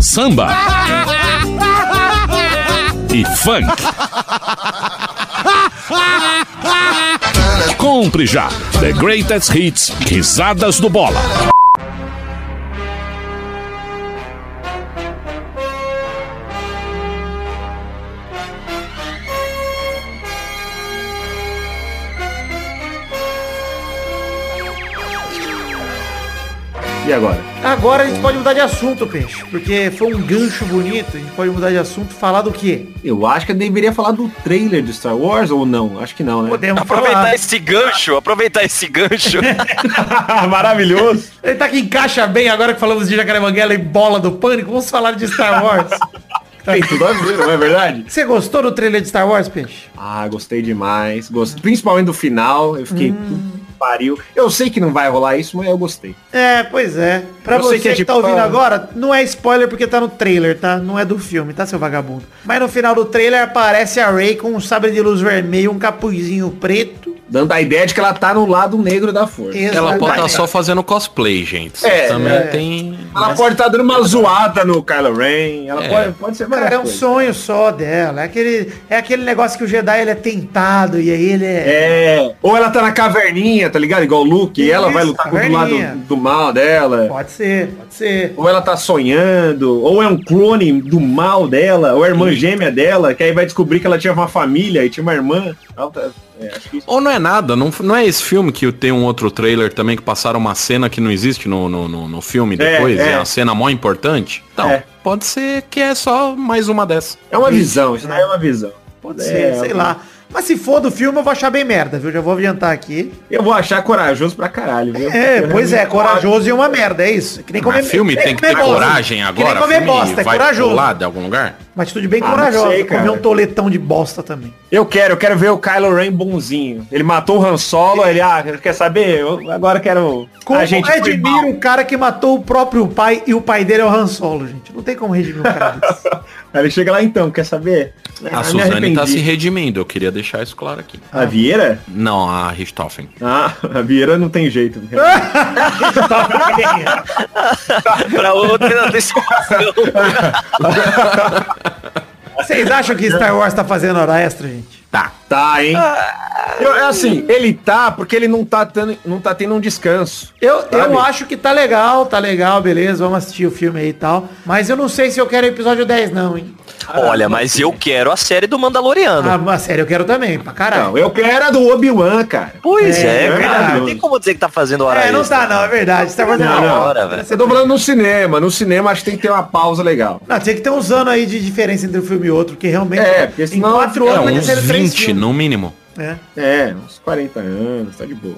Speaker 10: samba e funk. Compre já The Greatest Hits, risadas do bola.
Speaker 3: E agora?
Speaker 1: Agora a gente pode mudar de assunto, peixe. Porque foi um gancho bonito, a gente pode mudar de assunto e falar do quê?
Speaker 3: Eu acho que eu deveria falar do trailer de Star Wars ou não? Acho que não, né?
Speaker 1: Podemos
Speaker 5: Aproveitar
Speaker 1: falar.
Speaker 5: esse gancho, aproveitar esse gancho.
Speaker 3: Maravilhoso.
Speaker 1: Ele tá que encaixa bem agora que falamos de Jacaré Banguela e Bola do Pânico. Vamos falar de Star Wars. Tá.
Speaker 3: Tem tudo a ver, não é verdade?
Speaker 1: Você gostou do trailer de Star Wars, peixe?
Speaker 3: Ah, gostei demais. Gost... Principalmente do final. Eu fiquei.
Speaker 1: Hum.
Speaker 3: "Puta que Pariu. Eu sei que não vai rolar isso, mas eu gostei.
Speaker 1: É, pois é. Pra
Speaker 3: Eu
Speaker 1: você
Speaker 3: sei
Speaker 1: que,
Speaker 3: que é
Speaker 1: tá
Speaker 3: tipo-
Speaker 1: ouvindo agora, não é spoiler porque tá no trailer, tá? Não é do filme, tá, seu vagabundo? Mas no final do trailer aparece a Rey com um sabre de luz vermelho, um capuzinho preto.
Speaker 3: Dando a ideia de que ela tá no lado negro da força.
Speaker 2: Ela pode estar
Speaker 1: Exatamente.
Speaker 2: só fazendo cosplay, gente. Isso
Speaker 3: É,
Speaker 2: também
Speaker 1: é.
Speaker 2: tem.
Speaker 3: Ela pode estar dando uma zoada no Kylo Ren. Ela
Speaker 2: É.
Speaker 3: pode, pode ser várias
Speaker 1: Cara, é um
Speaker 3: coisas.
Speaker 1: sonho só dela. É aquele, é aquele negócio que o Jedi ele é tentado e aí ele é...
Speaker 3: É. Ou ela tá na caverninha, tá ligado? Igual o Luke. e ela
Speaker 1: Isso,
Speaker 3: vai lutar contra o
Speaker 1: caverninha.
Speaker 3: lado do mal dela.
Speaker 1: Pode ser, pode ser.
Speaker 3: Ou ela tá sonhando, ou é um clone do mal dela, ou é a irmã gêmea dela, que aí vai descobrir que ela tinha uma família e tinha uma irmã. Ela tá- é, acho que isso-
Speaker 2: Ou não é nada, não, não é esse filme que tem um outro trailer também que passaram uma cena que não existe no, no, no, no filme
Speaker 3: É,
Speaker 2: depois, é,
Speaker 3: é.
Speaker 2: uma cena mó importante? Então,
Speaker 3: É.
Speaker 2: pode ser que é só mais uma dessa.
Speaker 3: É uma visão, isso daí é uma visão.
Speaker 1: Pode
Speaker 3: É,
Speaker 1: ser, sei lá. Mas se for do filme, eu vou achar bem merda, viu? Já vou adiantar aqui.
Speaker 3: Eu vou achar corajoso pra caralho, viu?
Speaker 1: É,
Speaker 3: Eu
Speaker 1: pois é,
Speaker 3: realmente-
Speaker 1: corajoso e uma merda, é isso. É Que nem
Speaker 2: Mas
Speaker 1: comer
Speaker 2: filme
Speaker 1: é
Speaker 2: tem que
Speaker 1: comer
Speaker 2: ter
Speaker 1: bosta.
Speaker 2: coragem
Speaker 1: Que nem
Speaker 2: agora.
Speaker 1: comer
Speaker 2: filme
Speaker 1: bosta, é
Speaker 2: vai
Speaker 1: corajoso.
Speaker 2: pular de algum lugar?
Speaker 1: Uma atitude bem
Speaker 3: Ah, não
Speaker 1: corajosa.
Speaker 3: sei,
Speaker 1: comer
Speaker 3: cara.
Speaker 1: um toletão de bosta também.
Speaker 3: Eu quero, eu quero ver o Kylo Ren bonzinho. Ele matou o Han Solo, ele, ah, quer saber? Eu agora quero...
Speaker 1: Como
Speaker 3: a gente foi
Speaker 1: redimir
Speaker 3: mal.
Speaker 1: um cara que matou o próprio pai e o pai dele é o Han Solo, gente? Não tem como redimir um cara desse.
Speaker 3: Aí ele chega lá então, quer saber?
Speaker 1: Ah,
Speaker 2: A
Speaker 3: me
Speaker 2: Suzane tá
Speaker 3: arrependi.
Speaker 2: se redimindo, eu queria deixar isso claro aqui.
Speaker 3: A Vieira?
Speaker 2: Não, a Richthofen.
Speaker 3: Ah, a Vieira não tem jeito.
Speaker 5: pra outra descrição.
Speaker 1: Vocês acham que Star Wars tá fazendo hora extra, gente?
Speaker 3: Tá. Tá, hein?
Speaker 2: Ah.
Speaker 3: Eu- é assim, ele tá porque ele não tá, tendo, não tá tendo um descanso.
Speaker 1: Eu,
Speaker 3: Sabe?
Speaker 1: eu acho que tá legal, tá legal, beleza, vamos assistir o filme aí e tal. Mas eu não sei se eu quero o episódio 10 não, hein?
Speaker 5: Olha, mas eu quero a série do Mandaloriano.
Speaker 1: Ah, mas sério, eu quero também, pra caralho.
Speaker 3: Tá Não, eu quero a do Obi-Wan, cara.
Speaker 5: pois é,
Speaker 1: é
Speaker 5: cara.
Speaker 1: verdade.
Speaker 5: Não tem como dizer que tá fazendo hora
Speaker 1: é, não
Speaker 5: extra.
Speaker 1: tá não, é verdade. Você tá fazendo
Speaker 5: Não,
Speaker 1: uma
Speaker 5: não.
Speaker 1: hora.
Speaker 5: velho.
Speaker 3: Eu tô falando no cinema. No cinema acho que tem que ter uma pausa legal.
Speaker 1: Não, tinha que ter uns anos aí de diferença entre um filme e outro, que realmente
Speaker 3: É, porque
Speaker 1: em
Speaker 3: senão-
Speaker 1: quatro
Speaker 3: é,
Speaker 1: anos
Speaker 2: É,
Speaker 1: vai ter
Speaker 2: uns
Speaker 1: saído três
Speaker 2: 20
Speaker 1: filmes.
Speaker 2: no mínimo.
Speaker 1: É.
Speaker 3: É, uns 40 anos, tá de boa.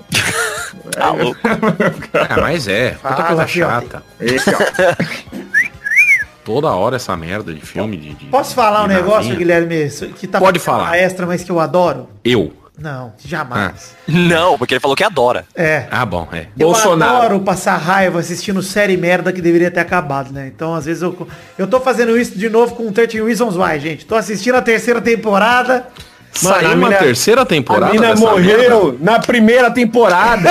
Speaker 5: Tá louco.
Speaker 2: Ah, mas é. Puta
Speaker 1: Fala,
Speaker 2: coisa
Speaker 1: Fiote.
Speaker 2: chata.
Speaker 3: Esse, É ó.
Speaker 2: Toda hora essa merda de filme. De, de-
Speaker 1: Posso falar um
Speaker 2: de
Speaker 1: negócio,
Speaker 2: navinha.
Speaker 1: Guilherme, isso- que tá
Speaker 2: Pode
Speaker 1: ficando
Speaker 2: falar.
Speaker 1: uma extra, mas que eu adoro?
Speaker 2: Eu.
Speaker 1: Não, jamais.
Speaker 5: Não, porque ele falou que adora.
Speaker 1: É.
Speaker 2: Ah, bom, é.
Speaker 1: Eu
Speaker 3: Bolsonaro.
Speaker 1: adoro passar raiva assistindo série merda que deveria ter acabado, né? Então, às vezes, eu, eu tô fazendo isso de novo com 13 Reasons Why, gente. Tô assistindo a terceira temporada.
Speaker 2: Saiu
Speaker 3: a
Speaker 2: uma
Speaker 3: mina-
Speaker 2: terceira
Speaker 3: A
Speaker 2: temporada
Speaker 3: mina
Speaker 2: dessa merda?
Speaker 3: morreu na primeira temporada.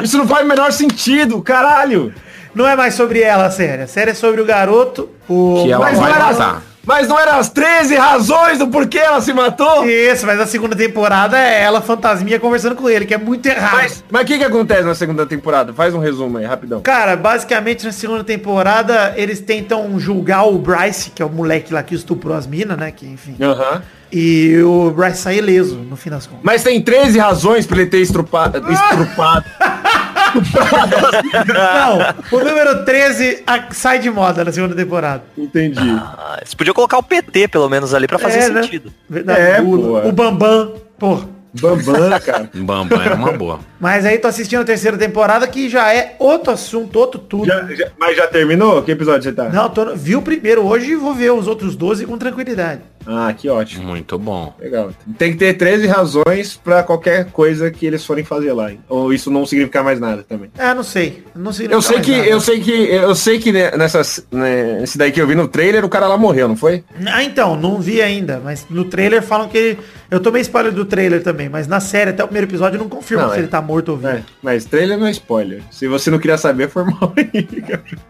Speaker 3: Isso não faz o menor sentido, caralho.
Speaker 1: Não é mais sobre ela, a série. A série é sobre o garoto. O...
Speaker 2: Que ela
Speaker 3: Mas não,
Speaker 2: vai
Speaker 3: era
Speaker 2: matar.
Speaker 3: as, mas não era as 13 razões do porquê ela se matou?
Speaker 1: Isso, mas a segunda temporada é ela, fantasminha, conversando com ele, que é muito errado.
Speaker 3: Mas mas o que, que acontece na segunda temporada? Faz um resumo aí, rapidão.
Speaker 1: Cara, basicamente na segunda temporada eles tentam julgar o Bryce, que é o moleque lá que estuprou as minas, né? Que enfim. E o Bryce sai ileso, no fim das contas.
Speaker 3: Mas tem 13 razões pra ele ter estrupado. estrupado.
Speaker 1: Não, o número 13 a- sai de moda na segunda temporada.
Speaker 3: Entendi.
Speaker 5: Ah, você podia colocar o PT, pelo menos, ali pra fazer
Speaker 1: É, né?
Speaker 5: sentido.
Speaker 1: Verdade.
Speaker 3: É,
Speaker 1: o,
Speaker 3: pô.
Speaker 1: o Bambam, porra.
Speaker 3: Bambam, cara.
Speaker 2: Bambam era é uma boa.
Speaker 1: Mas aí tô assistindo a terceira temporada que já é outro assunto, outro tudo.
Speaker 3: Já- já- mas já terminou? Que episódio você tá?
Speaker 1: Não, tô, no- vi o primeiro hoje e vou ver os outros 12 com tranquilidade.
Speaker 3: Ah, que ótimo.
Speaker 2: Muito bom.
Speaker 3: Legal. Tem que ter 13 razões pra qualquer coisa que eles forem fazer lá. hein? Ou isso não significa mais nada também.
Speaker 1: É, não sei. Não sei
Speaker 3: Eu sei que, eu sei que, eu sei que ne- nessas, né, esse daí que eu vi no trailer, o cara lá morreu, não foi?
Speaker 1: Ah, então, não vi ainda, mas no trailer falam que ele... Eu tomei spoiler do trailer também, mas na série, até o primeiro episódio, não confirma
Speaker 3: Não,
Speaker 1: se
Speaker 3: é.
Speaker 1: ele tá morto ou vivo.
Speaker 3: É, mas trailer não é spoiler. Se você não queria saber, foi mal aí.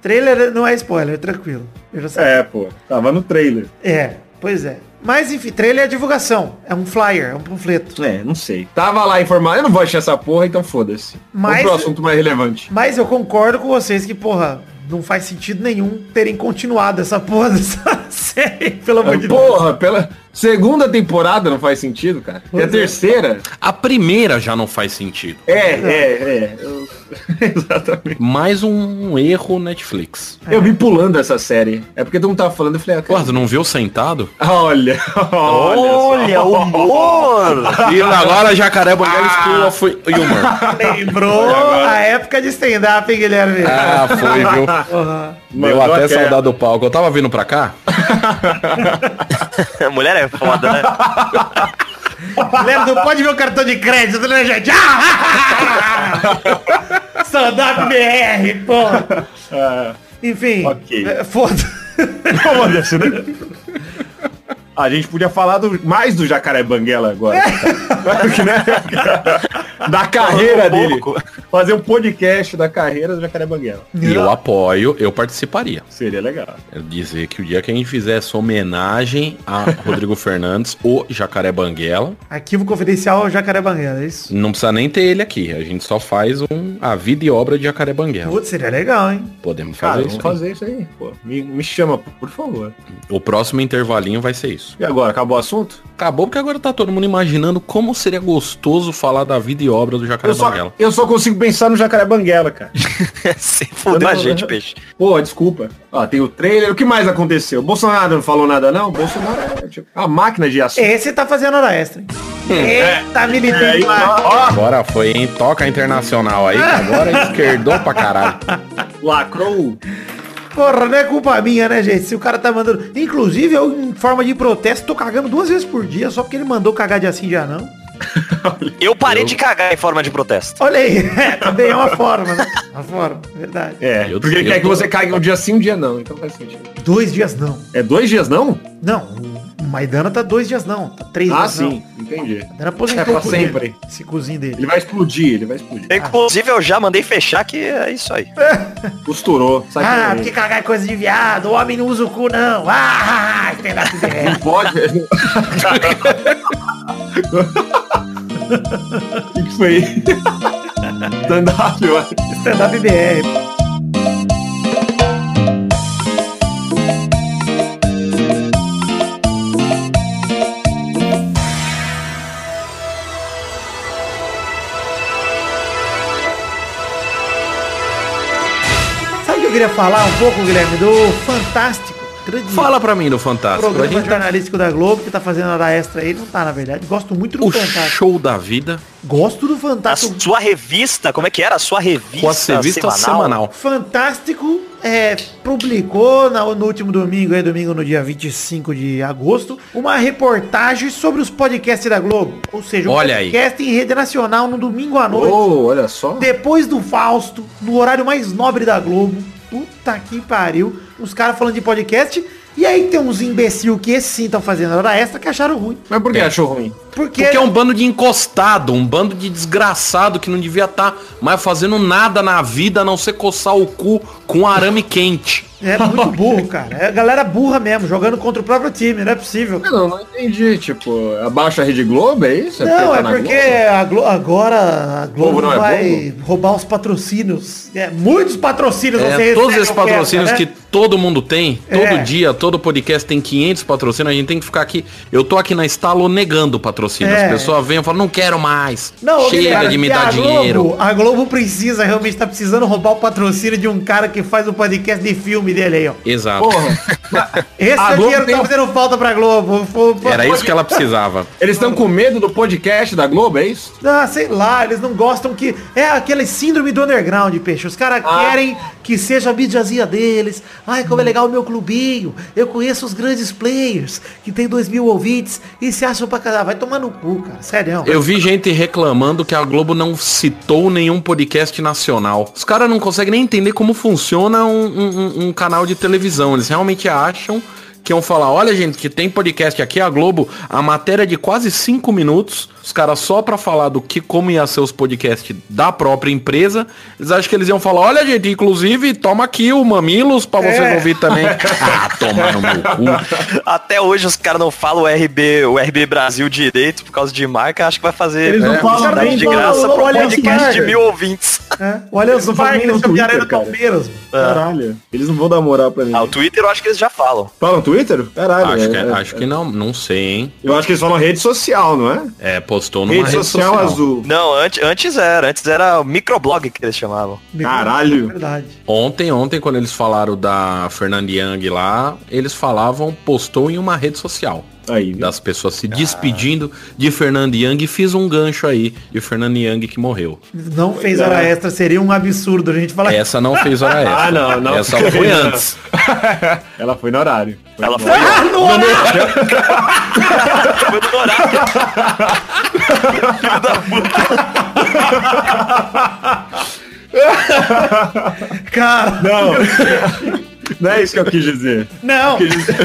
Speaker 1: Trailer não é spoiler, tranquilo. Eu já sei.
Speaker 3: É, pô. Tava no trailer.
Speaker 1: É. pois é. Mas enfim, trailer é divulgação. É um flyer, é um panfleto.
Speaker 3: É, não sei. Tava lá informado. Eu não vou achar essa porra, então foda-se.
Speaker 1: Mas-
Speaker 3: Vamos pro assunto mais relevante.
Speaker 1: Mas eu concordo com vocês que, porra, não faz sentido nenhum terem continuado essa porra dessa série, pelo amor de Deus.
Speaker 3: Ah, Porra, pela segunda temporada não faz sentido, cara. E
Speaker 1: é.
Speaker 3: a terceira?
Speaker 2: A primeira já não faz sentido.
Speaker 3: É, é, é. Eu- Exatamente.
Speaker 2: Mais um erro Netflix.
Speaker 1: É.
Speaker 3: Eu vi pulando essa série. É porque tu não tava falando, eu falei, ah,
Speaker 2: Porra,
Speaker 3: cara,
Speaker 2: tu não viu sentado?
Speaker 3: olha, olha,
Speaker 5: Olha,
Speaker 3: só.
Speaker 5: o humor!
Speaker 2: E agora Jacaré Banguela
Speaker 3: Ah.
Speaker 2: School of Humor.
Speaker 1: Lembrou a época de stand-up, hein, Guilherme?
Speaker 2: Ah, foi, viu? Deu
Speaker 3: Mandou
Speaker 2: até
Speaker 3: aquela.
Speaker 2: saudade do palco. Eu tava vindo pra cá,
Speaker 5: A mulher é foda, né?
Speaker 1: Galera, não pode ver o cartão de crédito, né, gente? Ah! Stand-up BR, pô. É. Enfim,
Speaker 3: Ok.
Speaker 1: é, foda.
Speaker 3: Foda-se, né? A gente podia falar do- mais do Jacaré Banguela agora.
Speaker 1: É.
Speaker 3: Porque, né? da carreira
Speaker 5: Falando um
Speaker 3: dele. Fazer um podcast da carreira do Jacaré Banguela.
Speaker 2: e eu apoio, eu participaria.
Speaker 3: Seria legal.
Speaker 2: Quero dizer que o dia que a gente fizer essa homenagem a Rodrigo Fernandes, o Jacaré Banguela,
Speaker 1: Arquivo confidencial Jacaré Banguela, é isso?
Speaker 2: não precisa nem ter ele aqui. A gente só faz um a vida e obra de Jacaré Banguela.
Speaker 1: Putz, seria legal, hein?
Speaker 2: Podemos fazer
Speaker 3: Cara, vamos
Speaker 2: isso. aí.
Speaker 3: fazer isso aí. pô. Me, me chama, por favor.
Speaker 2: O próximo intervalinho vai ser isso.
Speaker 3: E agora, acabou o assunto?
Speaker 2: Acabou porque agora tá todo mundo imaginando como seria gostoso falar da vida e obra do Jacaré
Speaker 3: Eu só,
Speaker 2: Banguela.
Speaker 3: eu só consigo pensar no Jacaré Banguela, cara.
Speaker 5: Você fudeu a gente, peixe.
Speaker 3: Pô, desculpa. Ó, tem o trailer. O que mais aconteceu? Bolsonaro não falou nada, não? Bolsonaro é tipo, a máquina de assunto.
Speaker 1: Esse tá fazendo hora extra. hein? tá Eita,
Speaker 3: Hum. É, aí,
Speaker 1: militante lá.
Speaker 3: ó,
Speaker 2: Agora foi, hein? Toca a internacional aí, que agora esquerdou pra caralho.
Speaker 3: ó, lacrou.
Speaker 1: Porra, não é culpa minha, né, gente? Se o cara tá mandando... Inclusive, eu, em forma de protesto, tô cagando duas vezes por dia, só porque ele mandou cagar de assim já não.
Speaker 5: Eu parei de cagar em forma de protesto.
Speaker 1: Olha aí, é, também é uma forma, né? Uma forma, verdade.
Speaker 3: É,
Speaker 2: Eu-
Speaker 3: porque ele
Speaker 2: eu
Speaker 3: quer que
Speaker 2: tô-
Speaker 3: você caia um dia sim, um dia não. Então faz sentido.
Speaker 1: Dois dias não.
Speaker 3: É dois dias não?
Speaker 1: Não, O Maidana tá dois dias não, tá três
Speaker 3: Ah,
Speaker 1: dias não.
Speaker 3: sim, entendi.
Speaker 1: Maidana aposentou
Speaker 3: É pra
Speaker 1: o cozinho,
Speaker 3: sempre.
Speaker 1: Esse cozinho dele.
Speaker 3: Ele vai explodir, ele vai explodir.
Speaker 5: Inclusive, eu já mandei fechar que é isso aí.
Speaker 3: Costurou. Sai
Speaker 1: ah,
Speaker 3: daí.
Speaker 1: porque cagar é coisa de viado, o homem não usa o cu não. Ah, esse pedaço de merda.
Speaker 3: Não pode. O que, que foi? Stand-up, eu acho.
Speaker 1: Stand-up BR. Sabe o que eu queria falar um pouco, Guilherme, do Fantástico. Grande
Speaker 2: Fala pra mim do Fantástico. A
Speaker 1: programa
Speaker 2: gente-
Speaker 1: jornalístico da Globo, que tá fazendo hora extra aí. Não tá, na verdade. Gosto muito do
Speaker 2: O
Speaker 1: Fantástico.
Speaker 2: show da vida
Speaker 1: Gosto do
Speaker 3: Tá
Speaker 5: A
Speaker 1: Fantástico.
Speaker 5: sua revista, como é que era? A sua revista,
Speaker 2: com a revista semanal.
Speaker 1: Fantástico é, publicou na- no último domingo, aí, domingo no dia 25 de agosto, uma reportagem sobre os podcasts da Globo. Ou seja, um
Speaker 2: Olha aí.
Speaker 1: podcast em rede nacional no domingo à noite.
Speaker 3: Oh, olha só.
Speaker 1: Depois do Fausto, no horário mais nobre da Globo. Puta que pariu. Os caras falando de podcast. E aí tem uns imbecil que esses sim estão fazendo hora extra que acharam ruim.
Speaker 3: Mas por que achou ruim?
Speaker 1: Porque,
Speaker 2: Porque é um bando de encostado, um bando de desgraçado que não devia estar mais fazendo nada na vida a não ser coçar o cu com arame quente.
Speaker 1: é muito burro, cara. É galera burra mesmo, jogando contra o próprio time. Não é possível.
Speaker 3: Eu não, não entendi. Tipo, abaixa a Rede Globo, é isso?
Speaker 1: Não,
Speaker 3: tá
Speaker 1: é
Speaker 3: na
Speaker 1: porque
Speaker 3: Globo?
Speaker 1: a Glo- agora a Globo
Speaker 3: Globo não é
Speaker 1: vai roubar os patrocínios. É, muitos patrocínios
Speaker 2: É,
Speaker 1: vocês
Speaker 2: todos
Speaker 1: pegam
Speaker 2: esses patrocínios
Speaker 1: peça,
Speaker 2: que
Speaker 1: né?
Speaker 2: todo mundo tem, todo
Speaker 1: É.
Speaker 2: dia, todo podcast tem 500 patrocínios, a gente tem que ficar aqui. Eu tô aqui na estalo negando patrocínio.
Speaker 1: É.
Speaker 2: As pessoas vêm e falam, não quero mais.
Speaker 1: Não,
Speaker 2: Chega
Speaker 1: Guilherme,
Speaker 2: de me
Speaker 1: que
Speaker 2: dar
Speaker 1: a Globo-
Speaker 2: dinheiro.
Speaker 1: A Globo precisa, realmente tá precisando roubar o patrocínio de um cara que faz o podcast de filme dele aí, ó.
Speaker 2: Exato.
Speaker 3: Porra,
Speaker 1: Esse
Speaker 3: A
Speaker 1: é o
Speaker 3: Globo
Speaker 1: dinheiro que
Speaker 3: tem
Speaker 1: tá
Speaker 3: um-
Speaker 1: fazendo falta pra Globo. Fo- fo-
Speaker 2: Era isso que ela precisava.
Speaker 3: eles estão com medo do podcast da Globo, é isso?
Speaker 1: Ah, sei lá, eles não gostam que. É aquele síndrome do underground, peixe. Os
Speaker 3: Ah.
Speaker 1: caras querem que seja a mídiazinha deles. Ai,
Speaker 3: Hum.
Speaker 1: como é legal o meu clubinho. Eu conheço os grandes players que tem dois mil ouvintes e se acham pra casar. Vai tomar no cu, cara. Sério. é um-
Speaker 2: Eu vi gente reclamando que a Globo não citou nenhum podcast nacional. Os caras não conseguem nem entender como funciona um, um- um- um canal de televisão. Eles realmente acham que vão falar, olha gente, que tem podcast aqui, a Globo, a matéria é de quase cinco minutos, os caras só pra falar do que, como ia ser os podcasts da própria empresa, eles acham que eles iam falar, olha gente, inclusive, toma aqui o Mamilos pra vocês
Speaker 1: É.
Speaker 2: ouvir também. ah, toma no meu cu.
Speaker 5: Até hoje os caras não falam o RB, o RB Brasil direito por causa de marca, acho que vai fazer
Speaker 3: Eles não
Speaker 5: é,
Speaker 3: falam
Speaker 5: publicidade
Speaker 3: nem
Speaker 5: de
Speaker 3: do-
Speaker 5: graça para um
Speaker 1: olha,
Speaker 5: podcast
Speaker 1: cara.
Speaker 5: de mil ouvintes.
Speaker 1: É. O Allianz
Speaker 3: não falam
Speaker 1: Parque,
Speaker 3: nem no
Speaker 1: eles campearam no
Speaker 3: Twitter, cara. Ah,
Speaker 1: Palmeiras.
Speaker 3: Caralho. Eles não vão dar moral pra mim.
Speaker 5: Ah, o Twitter eu acho que eles já falam.
Speaker 3: Falam Twitter? Caralho.
Speaker 2: Acho que,
Speaker 3: é-
Speaker 2: acho que não, não sei, hein.
Speaker 3: Eu acho que eles falam rede social, não é?
Speaker 2: É, postou numa
Speaker 3: Rede, social, azul.
Speaker 5: Não, antes, antes era, antes era o microblog que eles chamavam.
Speaker 3: Caralho.
Speaker 1: é Verdade.
Speaker 2: Ontem, ontem, quando eles falaram da Fernanda Young lá, eles falavam, postou em uma rede social.
Speaker 3: Aí, viu?
Speaker 2: Das pessoas se despedindo de Fernanda Young e fiz um gancho aí de Fernanda Young que morreu.
Speaker 1: Não fez hora
Speaker 3: é.
Speaker 1: extra, seria um absurdo a gente falar.
Speaker 2: Essa não fez hora extra.
Speaker 3: Ah, não, não.
Speaker 2: Essa foi antes.
Speaker 3: Ela foi no horário. Foi
Speaker 5: Ela
Speaker 3: no
Speaker 5: foi,
Speaker 1: Ah, no horário!
Speaker 5: foi no horário.
Speaker 1: Cara,
Speaker 3: Não. Não é isso que eu quis dizer.
Speaker 1: não,
Speaker 3: Eu quis dizer.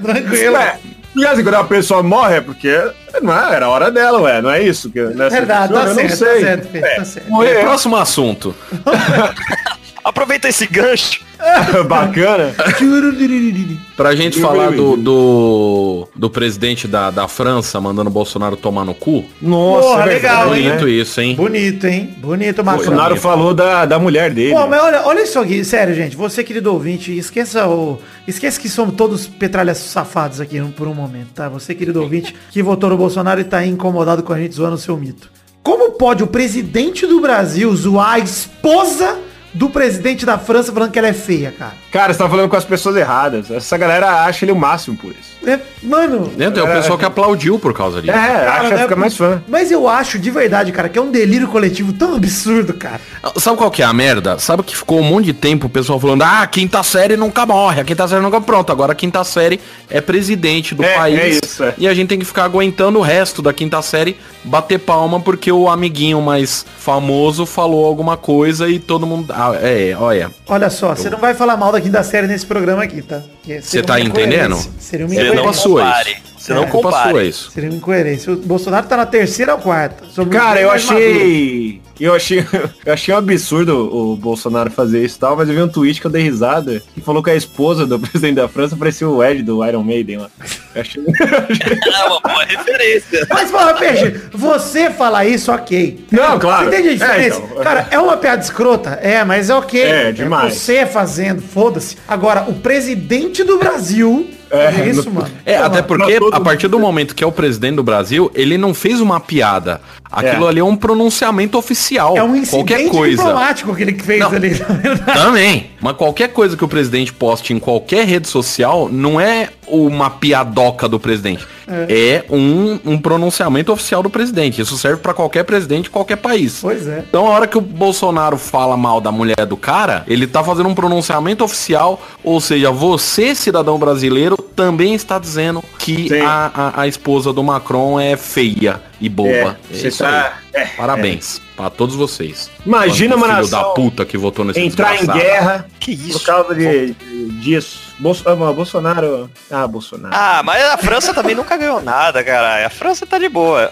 Speaker 1: tranquilo.
Speaker 3: Ué, e assim, quando a pessoa morre é porque não é, era a hora dela, ué. Não é isso? Que, não é assim que
Speaker 1: Verdade, tá
Speaker 3: funciona? eu
Speaker 1: certo,
Speaker 3: não
Speaker 1: tá
Speaker 3: sei.
Speaker 1: certo, Fê,
Speaker 3: É,
Speaker 1: tá certo.
Speaker 3: morrer.
Speaker 2: Próximo assunto.
Speaker 5: Aproveita esse gancho.
Speaker 3: Bacana.
Speaker 2: Pra gente
Speaker 3: Eu
Speaker 2: falar
Speaker 3: vi,
Speaker 2: do,
Speaker 3: eu vi.
Speaker 2: do, do presidente da, da França mandando o Bolsonaro tomar no cu.
Speaker 3: Nossa,
Speaker 1: Porra, legal, hein?
Speaker 3: né?
Speaker 2: Bonito isso, hein?
Speaker 1: Bonito, hein? Bonito,
Speaker 3: O
Speaker 1: Macron.
Speaker 3: Bolsonaro falou da, da mulher dele.
Speaker 1: Pô, mas olha, olha isso aqui, sério, gente. Você, querido ouvinte, esqueça o. Esqueça que somos todos petralhas safados aqui um- por um momento, tá? Você, querido ouvinte, que votou no Bolsonaro e tá aí incomodado com a gente zoando o seu mito. Como pode o presidente do Brasil zoar a esposa do presidente da França falando que ela é feia, cara?
Speaker 3: Cara, você tá falando com as pessoas erradas. Essa galera acha ele o máximo por isso.
Speaker 1: É, mano.
Speaker 2: Né, Tem o pessoal que aplaudiu por causa
Speaker 3: É,
Speaker 2: disso.
Speaker 1: cara,
Speaker 3: acha
Speaker 1: né?
Speaker 3: fica mais fã.
Speaker 1: Mas eu acho de verdade, cara, que é um delírio coletivo tão absurdo, cara.
Speaker 2: Sabe qual que é a merda? Sabe que ficou um monte de tempo o pessoal falando, ah, a quinta série nunca morre, a quinta série nunca... Pronto, agora a quinta série é presidente do
Speaker 3: É,
Speaker 2: país
Speaker 3: é isso, é.
Speaker 2: e a gente tem que ficar aguentando o resto da quinta série bater palma porque o amiguinho mais famoso falou alguma coisa e todo mundo, ah, é, olha.
Speaker 1: Olha só, você não vai falar mal da quinta série nesse programa aqui, tá? Porque seria
Speaker 2: Você tá
Speaker 1: uma
Speaker 2: entendendo?
Speaker 1: incoerência. Seria uma
Speaker 2: Você não
Speaker 1: incoerência.
Speaker 2: passou
Speaker 5: compare.
Speaker 2: é isso.
Speaker 5: Você não
Speaker 2: É, culpa
Speaker 5: compare.
Speaker 2: sua isso.
Speaker 1: Seria uma incoerência. O Bolsonaro tá na terceira ou quarta. Sobre o
Speaker 3: Cara, eu
Speaker 1: mais maduro.
Speaker 3: achei. Eu achei, eu achei um absurdo o Bolsonaro fazer isso e tal, mas eu vi um tweet que eu dei risada que falou que a esposa do presidente da França parecia o Ed do Iron Maiden lá. Eu achei...
Speaker 5: É uma boa referência.
Speaker 1: Mas, porra, Peixe, você falar isso, ok.
Speaker 3: Não, claro.
Speaker 1: Você entende a
Speaker 3: É,
Speaker 1: diferença?
Speaker 3: então.
Speaker 1: Cara, é uma piada escrota? É, mas é ok.
Speaker 3: É, demais.
Speaker 1: você fazendo, foda-se. Agora, o presidente do Brasil...
Speaker 3: É,
Speaker 1: É, isso,
Speaker 3: no-
Speaker 1: mano.
Speaker 2: É, até porque
Speaker 3: todo
Speaker 2: a partir do momento que é o presidente do Brasil, ele não fez uma piada. Aquilo
Speaker 3: É.
Speaker 2: ali é um pronunciamento oficial.
Speaker 1: É um incidente
Speaker 2: qualquer coisa.
Speaker 1: diplomático que ele fez
Speaker 2: Não.
Speaker 1: ali. na verdade.
Speaker 2: Também. Mas qualquer coisa que o presidente poste em qualquer rede social não é uma piadoca do presidente. É, um, um pronunciamento oficial do presidente. Isso serve pra qualquer presidente de qualquer país.
Speaker 1: Pois é.
Speaker 2: Então a hora que o Bolsonaro fala mal da mulher do cara, ele tá fazendo um pronunciamento oficial, ou seja, você, cidadão brasileiro, também está dizendo que
Speaker 3: Sim.
Speaker 2: a, a- a esposa do Macron é feia e boba. É,
Speaker 3: É, você
Speaker 2: isso
Speaker 3: tá-
Speaker 2: aí.
Speaker 3: é,
Speaker 2: Parabéns pra todos vocês.
Speaker 3: Imagina
Speaker 2: Quanto
Speaker 3: uma
Speaker 2: filho da
Speaker 3: nação
Speaker 2: puta que votou nesse
Speaker 3: Entrar em
Speaker 2: desgraçado.
Speaker 3: guerra
Speaker 5: Que
Speaker 3: por
Speaker 5: isso?
Speaker 3: causa de, disso. Bolso- ah, Bolsonaro. Ah, Bolsonaro.
Speaker 5: Ah, mas a França também nunca ganhou nada, caralho. A França tá de boa.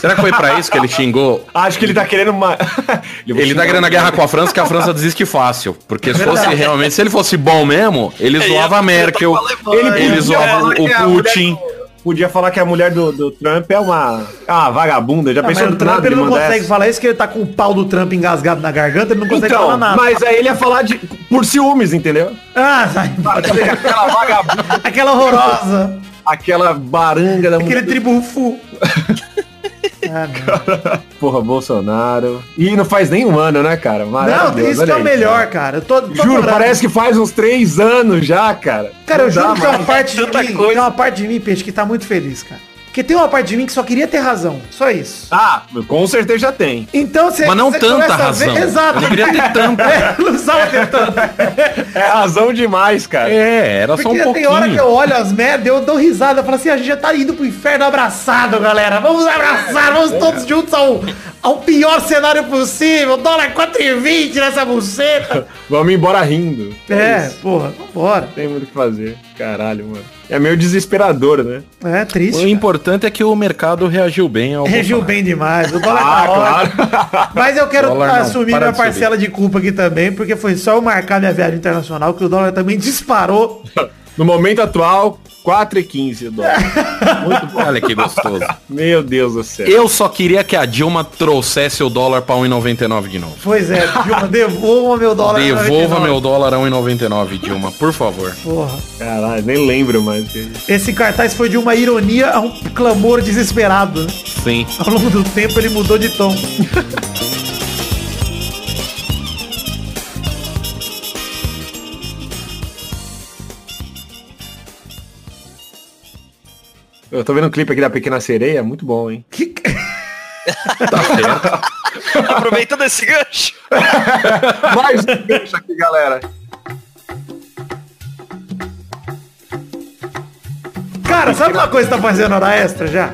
Speaker 2: Será que foi pra isso que ele xingou?
Speaker 3: Acho que ele tá querendo uma.
Speaker 2: Ele tá querendo a guerra com a França, que a França desiste fácil. Porque
Speaker 1: É
Speaker 2: se fosse realmente, se ele fosse bom mesmo, ele
Speaker 5: Ele
Speaker 2: zoava
Speaker 5: ia-
Speaker 2: a Merkel,
Speaker 3: Ele
Speaker 2: ele,
Speaker 3: podia
Speaker 2: zoava
Speaker 3: falar
Speaker 2: o-
Speaker 3: que a
Speaker 2: o Putin.
Speaker 3: mulher do- Podia falar que a mulher do, do Trump é uma. Ah, vagabunda. Já
Speaker 1: Não, mas
Speaker 3: pensou
Speaker 1: o
Speaker 3: no
Speaker 1: Trump
Speaker 3: Trump?
Speaker 1: ele não
Speaker 3: mandar
Speaker 1: consegue
Speaker 3: essa?
Speaker 1: falar isso, que ele tá com o pau do Trump engasgado na garganta, ele não consegue falar
Speaker 3: Então,
Speaker 1: nada.
Speaker 3: mas aí ele ia falar de, por ciúmes, entendeu?
Speaker 1: Ah, vai embora.
Speaker 3: Aquela vagabunda,
Speaker 1: Aquela horrorosa.
Speaker 3: aquela baranga da
Speaker 1: Aquele
Speaker 3: mulher.
Speaker 1: tribufu. Ah, não.
Speaker 3: Porra, Bolsonaro. E não faz nem um ano, né, cara?
Speaker 1: não,
Speaker 3: Maravilhoso,
Speaker 1: isso que
Speaker 3: olha
Speaker 1: é o
Speaker 3: aí,
Speaker 1: melhor,
Speaker 3: cara.
Speaker 1: cara. Eu tô, tô
Speaker 3: Juro,
Speaker 1: adorando.
Speaker 3: parece que faz uns três anos já, cara.
Speaker 1: Cara, eu
Speaker 3: Não dá
Speaker 1: juro que tem
Speaker 3: mais.
Speaker 1: uma parte de
Speaker 5: tanta
Speaker 1: mim.
Speaker 5: coisa.
Speaker 1: Tem uma parte de mim, Peixe, que tá muito feliz, cara. Porque tem uma parte de mim que só queria ter razão. Só isso.
Speaker 3: Ah, com certeza já tem.
Speaker 1: Então você.
Speaker 2: Mas não
Speaker 1: você
Speaker 2: tanta
Speaker 1: começa a ver-
Speaker 2: razão.
Speaker 1: Exato.
Speaker 2: Eu não queria ter tanta.
Speaker 1: É, não precisava ter tanta.
Speaker 3: É razão demais, cara.
Speaker 2: É, era só um
Speaker 1: Porque
Speaker 2: pouquinho.
Speaker 1: tem hora que eu olho as merdas, eu dou risada, eu falo assim, a gente já tá indo pro inferno abraçado, galera. Vamos abraçar, vamos
Speaker 2: É.
Speaker 1: todos juntos ao, ao pior cenário possível. Dólar 4,20 nessa buceta.
Speaker 3: Vamos embora rindo.
Speaker 1: É,
Speaker 3: isso.
Speaker 1: porra, vambora.
Speaker 3: Não tem muito o que fazer. Caralho, mano. É meio desesperador, né?
Speaker 1: É triste.
Speaker 2: O
Speaker 1: cara.
Speaker 2: importante é que o mercado reagiu bem ao
Speaker 1: Regiu
Speaker 2: Bolsonaro.
Speaker 1: bem demais. O dólar
Speaker 3: Ah,
Speaker 1: tá ótimo.
Speaker 3: claro.
Speaker 1: Mas eu quero
Speaker 2: Dólar não,
Speaker 1: assumir
Speaker 2: para
Speaker 1: minha
Speaker 2: de
Speaker 1: parcela de culpa aqui também, porque foi só eu marcar minha viagem internacional que o dólar também disparou.
Speaker 3: no momento atual, 4,15 o dólar. Muito bom.
Speaker 2: Olha que gostoso.
Speaker 3: Meu Deus do céu.
Speaker 2: Eu só queria que a Dilma trouxesse o dólar pra 1,99 de novo.
Speaker 1: Pois é, Dilma, devolva meu dólar.
Speaker 2: Devolva
Speaker 1: 99.
Speaker 2: meu dólar a 1,99, Dilma, por favor.
Speaker 1: Porra.
Speaker 3: Caralho, nem lembro mais.
Speaker 1: Esse cartaz foi de uma ironia a um clamor desesperado. né?
Speaker 2: Sim.
Speaker 1: Ao longo do tempo ele mudou de tom.
Speaker 3: Eu tô vendo um clipe aqui da Pequena Sereia, muito bom, hein?
Speaker 1: Que-
Speaker 2: Tá certo.
Speaker 5: Aproveitando esse gancho.
Speaker 3: Mais um gancho aqui, galera.
Speaker 1: Cara, sabe uma coisa que tá fazendo hora extra já?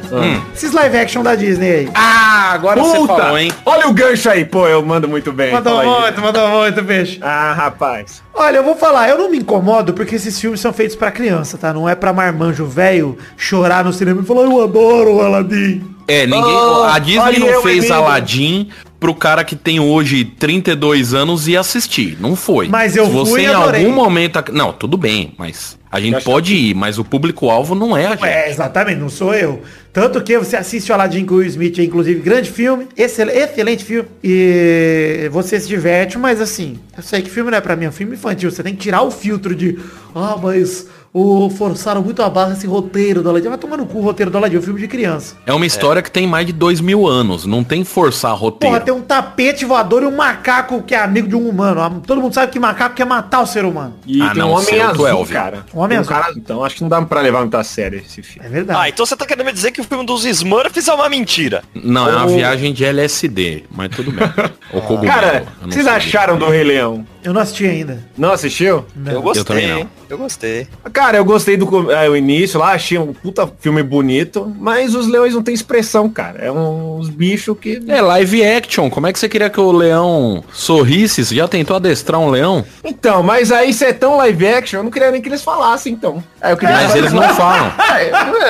Speaker 1: Esses live action da Disney aí.
Speaker 2: Ah, agora você
Speaker 3: Puta!
Speaker 2: falou, hein?
Speaker 3: Olha o gancho aí, pô, eu mando muito bem.
Speaker 1: Mandou
Speaker 3: Fala aí.
Speaker 1: muito, mandou muito, peixe.
Speaker 3: Ah, rapaz.
Speaker 1: Olha, eu vou falar, eu não me incomodo porque esses filmes são feitos pra criança, tá? Não é pra marmanjo velho chorar no cinema e falar, eu adoro o Aladdin.
Speaker 2: É, ninguém.
Speaker 3: Oh,
Speaker 2: a Disney
Speaker 3: olha
Speaker 2: não
Speaker 3: eu,
Speaker 2: fez
Speaker 3: Emílio.
Speaker 2: Aladdin pro cara que tem hoje 32 anos e assistir. Não foi.
Speaker 1: Mas eu
Speaker 2: Se você
Speaker 1: fui e
Speaker 2: em
Speaker 1: adorei.
Speaker 2: algum momento. ac- Não, tudo bem, mas a gente
Speaker 3: acho-
Speaker 2: pode ir, mas o público-alvo não é a gente.
Speaker 1: É, exatamente, não sou eu. Tanto que você assiste o Aladdin com o Will Smith, é, inclusive, grande filme, excel- excelente filme. E você se diverte, mas assim, eu sei que filme não é pra mim, é um filme infantil. Você tem que tirar o filtro de, ah, mas o, forçaram muito a barra esse roteiro do Aladdin. Vai tomar no cu o roteiro do Aladdin, é um filme de criança.
Speaker 2: É uma história que tem mais de dois mil anos. Não tem forçar roteiro.
Speaker 1: Porra, tem um tapete voador e um macaco que é amigo de um humano. Ah, Todo mundo sabe que macaco quer matar o ser humano.
Speaker 3: E
Speaker 2: Ah,
Speaker 3: tem
Speaker 2: não,
Speaker 3: um homem
Speaker 2: seu, tu
Speaker 3: azul,
Speaker 2: é óbvio.
Speaker 3: cara.
Speaker 1: Um homem
Speaker 3: Tem
Speaker 1: azul.
Speaker 3: cara- então, acho que não dá pra levar muito a sério esse filme.
Speaker 1: É verdade.
Speaker 5: Ah, então você tá querendo me dizer que o filme dos Smurfs é uma mentira.
Speaker 2: Não, é uma
Speaker 3: Ou-
Speaker 2: viagem de LSD, mas tudo bem. Ou cogumelo.
Speaker 3: Cara,
Speaker 2: eu não
Speaker 3: vocês
Speaker 2: sei.
Speaker 3: acharam do Rei Leão?
Speaker 1: Eu não assisti ainda.
Speaker 3: Não assistiu?
Speaker 5: Eu gostei. Eu,
Speaker 2: também não.
Speaker 5: gostei.
Speaker 3: Cara, eu gostei do co- é, o início lá, achei um puta filme bonito, mas os leões não têm expressão, cara. É uns bichos que.
Speaker 2: É live action. Como é que você queria que o leão sorrisse? Você já tentou adestrar um leão?
Speaker 3: Então, mas aí se é tão live action, eu não queria nem que eles falassem, então. Aí eu queria.
Speaker 2: Mas eles não falam.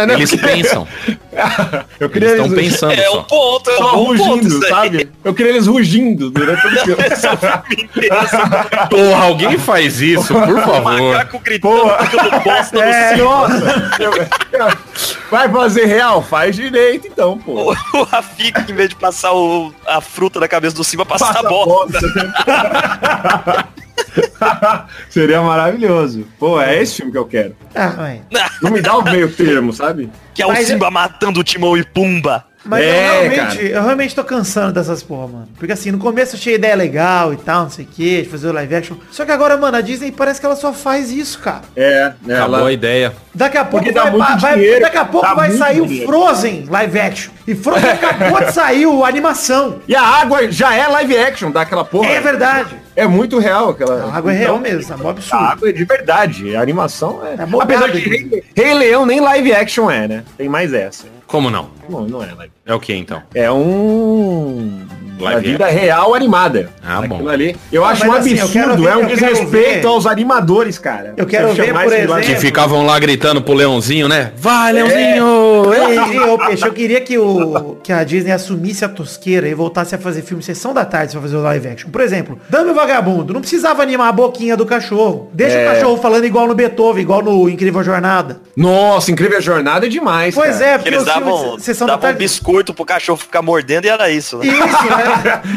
Speaker 3: É, né?
Speaker 2: Eles pensam.
Speaker 3: eu
Speaker 2: Eles
Speaker 3: queria
Speaker 2: estão pensando
Speaker 5: É um
Speaker 2: só.
Speaker 5: ponto, é
Speaker 3: Só
Speaker 5: um bom ponto
Speaker 3: rugindo,
Speaker 5: isso aí.
Speaker 3: sabe? Eu queria eles rugindo né? durante todo o filme.
Speaker 2: Porra, alguém faz isso, por favor.
Speaker 5: Macaco gritando tudo bosta
Speaker 2: assim,
Speaker 5: no
Speaker 3: É,
Speaker 5: céu.
Speaker 3: nossa. Vai fazer real? Faz direito então, pô.
Speaker 5: O Rafik, em vez de passar o- a fruta na cabeça do Simba, passa, a bola.
Speaker 3: bosta. Seria maravilhoso. Pô, é esse filme que eu quero.
Speaker 1: Ah, mas...
Speaker 3: Não me dá o meio termo, sabe?
Speaker 5: Que é o
Speaker 1: Mas-
Speaker 5: Simba matando o Timão e Pumba.
Speaker 1: Mas
Speaker 3: É,
Speaker 1: eu, realmente,
Speaker 3: cara.
Speaker 1: eu realmente tô cansando dessas porra, mano. Porque assim, no começo eu achei ideia legal e tal, não sei o que, de fazer o live action. Só que agora, mano, a Disney parece que ela só faz isso, cara.
Speaker 3: É, né?
Speaker 2: Acabou a ideia.
Speaker 1: Daqui a pouco
Speaker 3: Porque dá
Speaker 1: vai,
Speaker 3: muito
Speaker 1: pa- vai-
Speaker 3: dinheiro,
Speaker 1: daqui a pouco
Speaker 3: dá
Speaker 1: vai
Speaker 3: muito
Speaker 1: sair o
Speaker 3: dinheiro.
Speaker 1: Frozen live action. E Frozen acabou de sair o- a animação.
Speaker 3: E a água já é live action daquela porra.
Speaker 1: É verdade.
Speaker 3: É muito real aquela.
Speaker 1: A água é real mesmo, é mó
Speaker 3: A
Speaker 1: absurdo.
Speaker 3: água é de verdade. A animação é.
Speaker 1: É bobagem.
Speaker 3: Apesar de Rei, Rei Leão nem live action é, né? Tem mais essa.
Speaker 2: Como não?
Speaker 3: Não, não é live.
Speaker 2: É o que então?
Speaker 3: É um.
Speaker 2: Live
Speaker 3: a vida real animada.
Speaker 2: Ah, bom.
Speaker 3: Aquilo ali. Eu
Speaker 1: Ah,
Speaker 3: acho
Speaker 1: mas
Speaker 3: um
Speaker 1: assim, eu quero
Speaker 3: absurdo.
Speaker 1: ver-
Speaker 3: é
Speaker 1: eu
Speaker 3: um
Speaker 1: quero ver-
Speaker 3: desrespeito aos animadores, cara.
Speaker 1: Eu quero
Speaker 3: Você
Speaker 1: ver,
Speaker 3: chamar
Speaker 1: por
Speaker 3: esse de live
Speaker 1: exemplo,
Speaker 2: Que
Speaker 1: É,
Speaker 2: ficavam lá gritando pro leãozinho, né? Vai, leãozinho!
Speaker 1: Eu
Speaker 2: ei!
Speaker 1: queria, ô, Peixe, eu queria que, o, que a Disney assumisse a tosqueira e voltasse a fazer filme Sessão da Tarde pra fazer o live action. Por exemplo, Dame o Vagabundo. Não precisava animar a boquinha do cachorro. Deixa
Speaker 3: É.
Speaker 1: o cachorro falando igual no Beethoven, igual no Incrível Jornada.
Speaker 3: Nossa, incrível jornada é demais.
Speaker 1: Pois
Speaker 3: cara.
Speaker 1: é, porque
Speaker 5: Eles
Speaker 1: os filmes
Speaker 5: davam,
Speaker 1: de Sessão da
Speaker 5: davam um
Speaker 1: Tarde...
Speaker 5: biscoito pro cachorro ficar mordendo e era isso, né?
Speaker 1: Isso, né?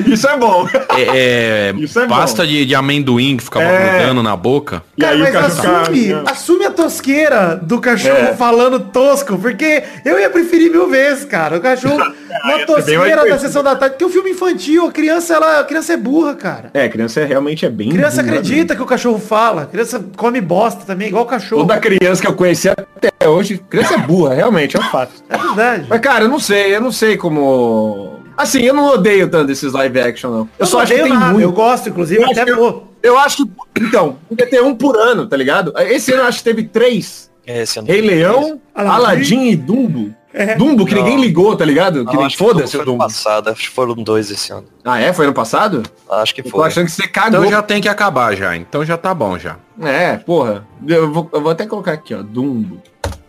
Speaker 3: Isso é bom.
Speaker 2: É, é,
Speaker 3: Isso é bom.
Speaker 2: pasta de, de amendoim que ficava
Speaker 3: É.
Speaker 2: grudando na boca.
Speaker 3: E
Speaker 1: Cara,
Speaker 3: aí o
Speaker 1: mas
Speaker 3: cachorro-
Speaker 1: assume,
Speaker 3: cara, né?
Speaker 1: assume a tosqueira do cachorro
Speaker 3: É.
Speaker 1: falando tosco, porque eu ia preferir mil vezes, cara. O cachorro na
Speaker 3: ia ser bem mais
Speaker 1: tosqueira da
Speaker 3: divertido.
Speaker 1: Sessão da Tarde, porque o filme infantil, a criança, ela, a criança é burra, cara.
Speaker 3: É, criança é- realmente é bem.
Speaker 1: Criança
Speaker 3: dura, né?
Speaker 1: acredita que o cachorro fala. Criança come bosta também, igual o cachorro.
Speaker 3: Toda criança que eu conheci até hoje, criança é burra, realmente, é um fato.
Speaker 1: É verdade.
Speaker 3: Mas, cara, eu não sei, eu não sei como. Assim, eu não odeio tanto esses live action, não. Eu, só
Speaker 1: não
Speaker 3: acho que
Speaker 1: odeio
Speaker 3: tem
Speaker 1: nada,
Speaker 3: muito.
Speaker 1: Eu gosto, inclusive,
Speaker 3: Eu acho
Speaker 1: até
Speaker 3: que-
Speaker 1: vou.
Speaker 3: Eu acho que. Então, podia ter um por ano, tá ligado? Esse ano eu acho que teve três.
Speaker 5: É, esse eu não-
Speaker 3: Rei Leão,
Speaker 1: Aladdin. É.
Speaker 3: Aladdin, e Dumbo. Dumbo, que ninguém ligou, tá ligado? Que
Speaker 5: Não,
Speaker 3: nem
Speaker 5: acho que foi-
Speaker 3: foda-se
Speaker 5: foi
Speaker 3: o
Speaker 5: ano
Speaker 3: Dumbo.
Speaker 5: passado, acho que foram dois esse ano.
Speaker 3: Ah, é? Foi ano passado?
Speaker 5: Acho que
Speaker 3: Eu tô
Speaker 5: foi.
Speaker 3: achando que você cagou.
Speaker 2: Então já tem que acabar já. Então já tá bom já.
Speaker 3: É, porra. Eu vou, eu vou até colocar aqui, ó. Dumbo.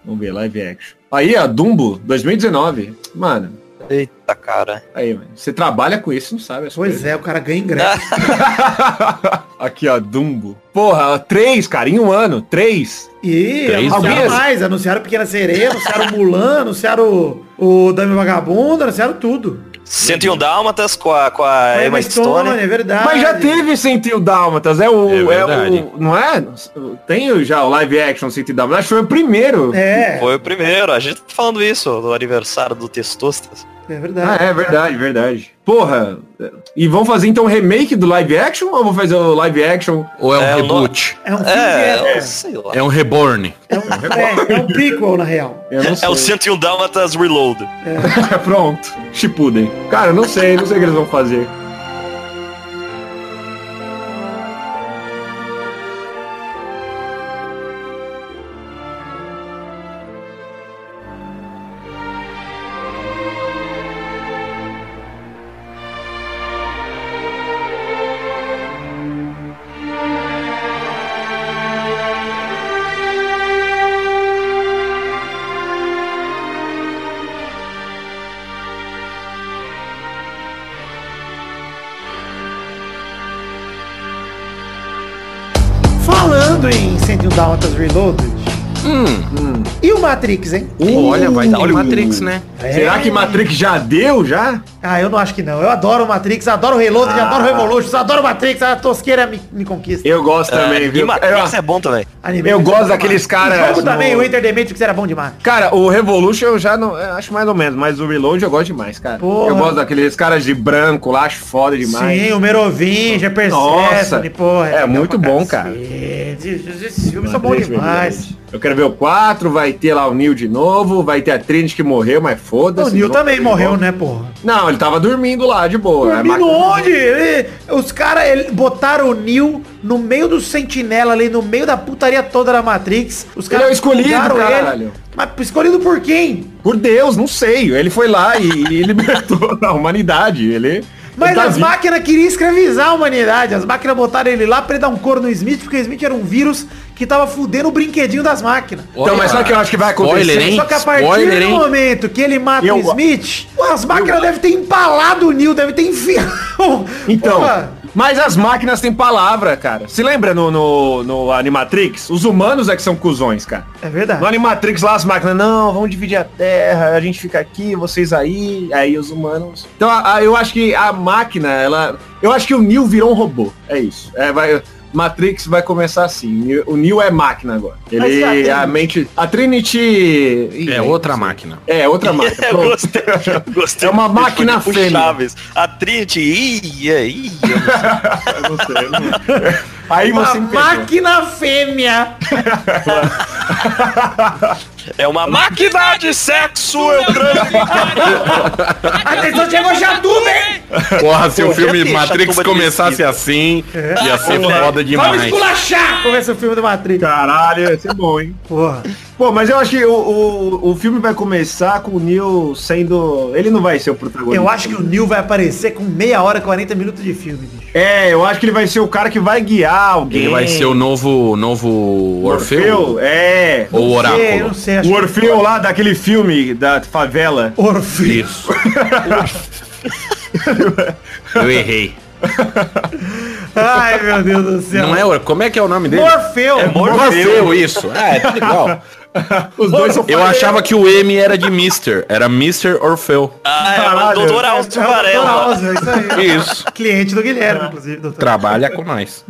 Speaker 3: Vamos ver, live action. Aí, ó, Dumbo, 2019. Mano,
Speaker 5: Eita, cara.
Speaker 3: aí, mano. Você trabalha com isso, não sabe as
Speaker 1: Pois é, o cara ganha ingresso.
Speaker 3: Aqui, ó, Dumbo. Porra, ó, três, cara, em um ano. Três.
Speaker 1: E
Speaker 3: É
Speaker 2: Três
Speaker 1: anunciaram
Speaker 3: vezes.
Speaker 1: mais. Anunciaram Pequena Sereia, anunciaram Mulan, anunciaram o, o Dame Vagabundo, anunciaram tudo.
Speaker 5: 101 Dálmatas com a, com a
Speaker 1: Foi
Speaker 5: Emma Stone.
Speaker 1: é verdade.
Speaker 3: Mas já teve 101 Dálmatas, é o...
Speaker 2: É
Speaker 3: É
Speaker 2: verdade.
Speaker 3: o não é? Tem o- já o live action 101 Dálmatas, acho que foi o primeiro.
Speaker 1: É,
Speaker 5: Foi o primeiro, a gente tá falando isso, do aniversário do Testostas.
Speaker 1: é
Speaker 3: Ah,
Speaker 1: verdade.
Speaker 3: é verdade, verdade. Porra, e vão fazer então um remake do live action ou vão fazer o live action?
Speaker 2: Ou é um
Speaker 5: É, eu não-
Speaker 2: reboot?
Speaker 1: É, um filme de
Speaker 5: É,
Speaker 1: época.
Speaker 5: eu sei lá.
Speaker 2: É um reborn.
Speaker 1: É um, é, é um prequel, na real.
Speaker 3: Eu não
Speaker 5: É o 101 Dálmatas Reload.
Speaker 3: Pronto, Chipuden. Cara, eu não sei, não sei o que eles vão fazer.
Speaker 1: Falando em 101 Dálmatas Reloaded. Hum. E o Matrix, hein?
Speaker 2: Olha, vai dar o Matrix, né?
Speaker 1: É.
Speaker 3: Será que Matrix já deu, já?
Speaker 1: Ah, eu não acho que não. Eu adoro o Matrix, adoro o Reloaded, adoro o Revolutions, adoro o Matrix, a tosqueira me, me conquista.
Speaker 3: Ah. Eu gosto também,
Speaker 5: É, e
Speaker 3: viu?
Speaker 5: Matrix é
Speaker 3: Eu,
Speaker 5: bom também.
Speaker 1: Anime
Speaker 3: eu
Speaker 1: muito
Speaker 3: gosto
Speaker 1: bom,
Speaker 3: daqueles
Speaker 1: mano.
Speaker 3: caras...
Speaker 1: O jogo também,
Speaker 3: no-
Speaker 1: o Inter the Matrix era bom demais.
Speaker 3: Cara, o Revolution eu já não eu acho mais ou menos, mas o Reload eu gosto demais, cara.
Speaker 1: Porra.
Speaker 3: Eu gosto daqueles caras de branco lá, acho foda demais.
Speaker 1: Sim, o Merovingia, Persephone,
Speaker 3: Nossa,
Speaker 1: porra.
Speaker 3: é muito
Speaker 1: pra
Speaker 3: bom,
Speaker 1: cacete.
Speaker 3: cara.
Speaker 1: Esses esses filmes são bons
Speaker 3: Matrix,
Speaker 1: demais.
Speaker 3: verdade. Eu quero ver o 4, vai ter lá o Neil de novo, vai ter a Trinity que morreu, mas
Speaker 1: O
Speaker 3: foda-se.
Speaker 1: Neil
Speaker 3: não-
Speaker 1: também morreu, né, porra?
Speaker 3: Não, ele tava dormindo lá, de boa. né?
Speaker 1: Dormindo
Speaker 3: Mas-
Speaker 1: onde? Ele- os caras botaram o Neil no meio do sentinela ali, no meio da putaria toda da Matrix. Os
Speaker 3: Ele é o escolhido,
Speaker 1: jogaram
Speaker 3: caralho.
Speaker 1: Mas escolhido por quem?
Speaker 3: Por Deus, não sei. Ele foi lá e, e libertou a humanidade. Ele.
Speaker 1: Mas
Speaker 3: ele tá
Speaker 1: as
Speaker 3: vivo.
Speaker 1: máquinas queriam escravizar a humanidade. As máquinas botaram ele lá pra ele dar um couro no Smith, porque o Smith era um vírus que tava fudendo o brinquedinho das máquinas.
Speaker 3: Então, mas sabe o que eu acho que vai acontecer?
Speaker 2: Spoiler, hein?
Speaker 1: Só que a partir
Speaker 2: Spoiler,
Speaker 1: do
Speaker 2: hein?
Speaker 1: momento que ele mata
Speaker 3: Eu-
Speaker 1: o Smith, as máquinas devem ter empalado o Neil, devem ter enfiado.
Speaker 3: Então,
Speaker 1: Porra.
Speaker 3: mas as máquinas têm palavra, cara. Se lembra no, no, no Animatrix? Os humanos é que são cuzões, cara.
Speaker 1: É verdade.
Speaker 3: No Animatrix lá as máquinas, não, vamos dividir a terra, a gente fica aqui, vocês aí, aí os humanos. Então a- a- eu acho que a máquina, ela. Eu acho que o Neo virou um robô. É isso. É, vai- Matrix vai começar assim. Neo- O Neo é máquina agora.
Speaker 1: Mas tá, é. e a
Speaker 3: Ele
Speaker 1: Trinity?
Speaker 3: a, mente. A Trinity. Ih,
Speaker 2: É outra máquina.
Speaker 3: É, outra máquina.
Speaker 5: Eu
Speaker 3: Pronto.
Speaker 5: gostei, eu gostei.
Speaker 3: É uma
Speaker 5: do
Speaker 3: máquina
Speaker 5: telefone
Speaker 3: fêmea.
Speaker 5: Chaves. A Trinity, é, ia, ia.
Speaker 3: Eu não sei, eu não- Aí
Speaker 1: Uma
Speaker 3: você me pegou.
Speaker 1: máquina fêmea.
Speaker 5: É uma máquina de sexo é entrando.
Speaker 1: Atenção, chegou Jatuba, hein?
Speaker 2: Porra, se o
Speaker 5: Pô,
Speaker 2: filme
Speaker 5: já deixa a
Speaker 2: Matrix
Speaker 5: turma de
Speaker 2: começasse
Speaker 5: esquina.
Speaker 2: assim, ia ser
Speaker 5: Ô,
Speaker 2: foda
Speaker 1: Vamos
Speaker 2: demais.
Speaker 1: esculachar! Começa o filme do Matrix.
Speaker 3: Tá. Caralho, ia ser bom, hein?
Speaker 1: Porra.
Speaker 3: Pô, mas eu acho que o, o, o filme vai começar com o Neil sendo. Ele não vai ser o protagonista.
Speaker 1: Eu acho que o Neil vai aparecer com meia hora e 40 minutos de filme, bicho.
Speaker 3: É, eu acho que ele vai ser o cara que vai guiar alguém.
Speaker 2: Ele vai ser o novo, novo Orfeu?
Speaker 3: É.
Speaker 2: Ou
Speaker 1: Não sei, eu
Speaker 2: Oráculo?
Speaker 1: não sei. acho
Speaker 3: O
Speaker 1: que-
Speaker 3: Orfeu lá daquele filme da favela.
Speaker 1: Orfeu.
Speaker 2: Isso. Eu errei.
Speaker 1: Ai, meu Deus do céu.
Speaker 2: Não é Orfeu. Como é que é o nome dele?
Speaker 1: Morfeu.
Speaker 2: Morfeu, isso. Ah, é tudo igual.
Speaker 3: Os dois são
Speaker 2: Eu achava que o M era de Mr. Era Mr. Orfeu.
Speaker 5: Ah, é uma
Speaker 3: Caralho.
Speaker 5: doutora Alto Varela.
Speaker 1: Nossa, é isso aí.
Speaker 2: Isso.
Speaker 1: Cliente do Guilherme,
Speaker 2: Tá.
Speaker 1: inclusive, doutor.
Speaker 2: Trabalha com nós.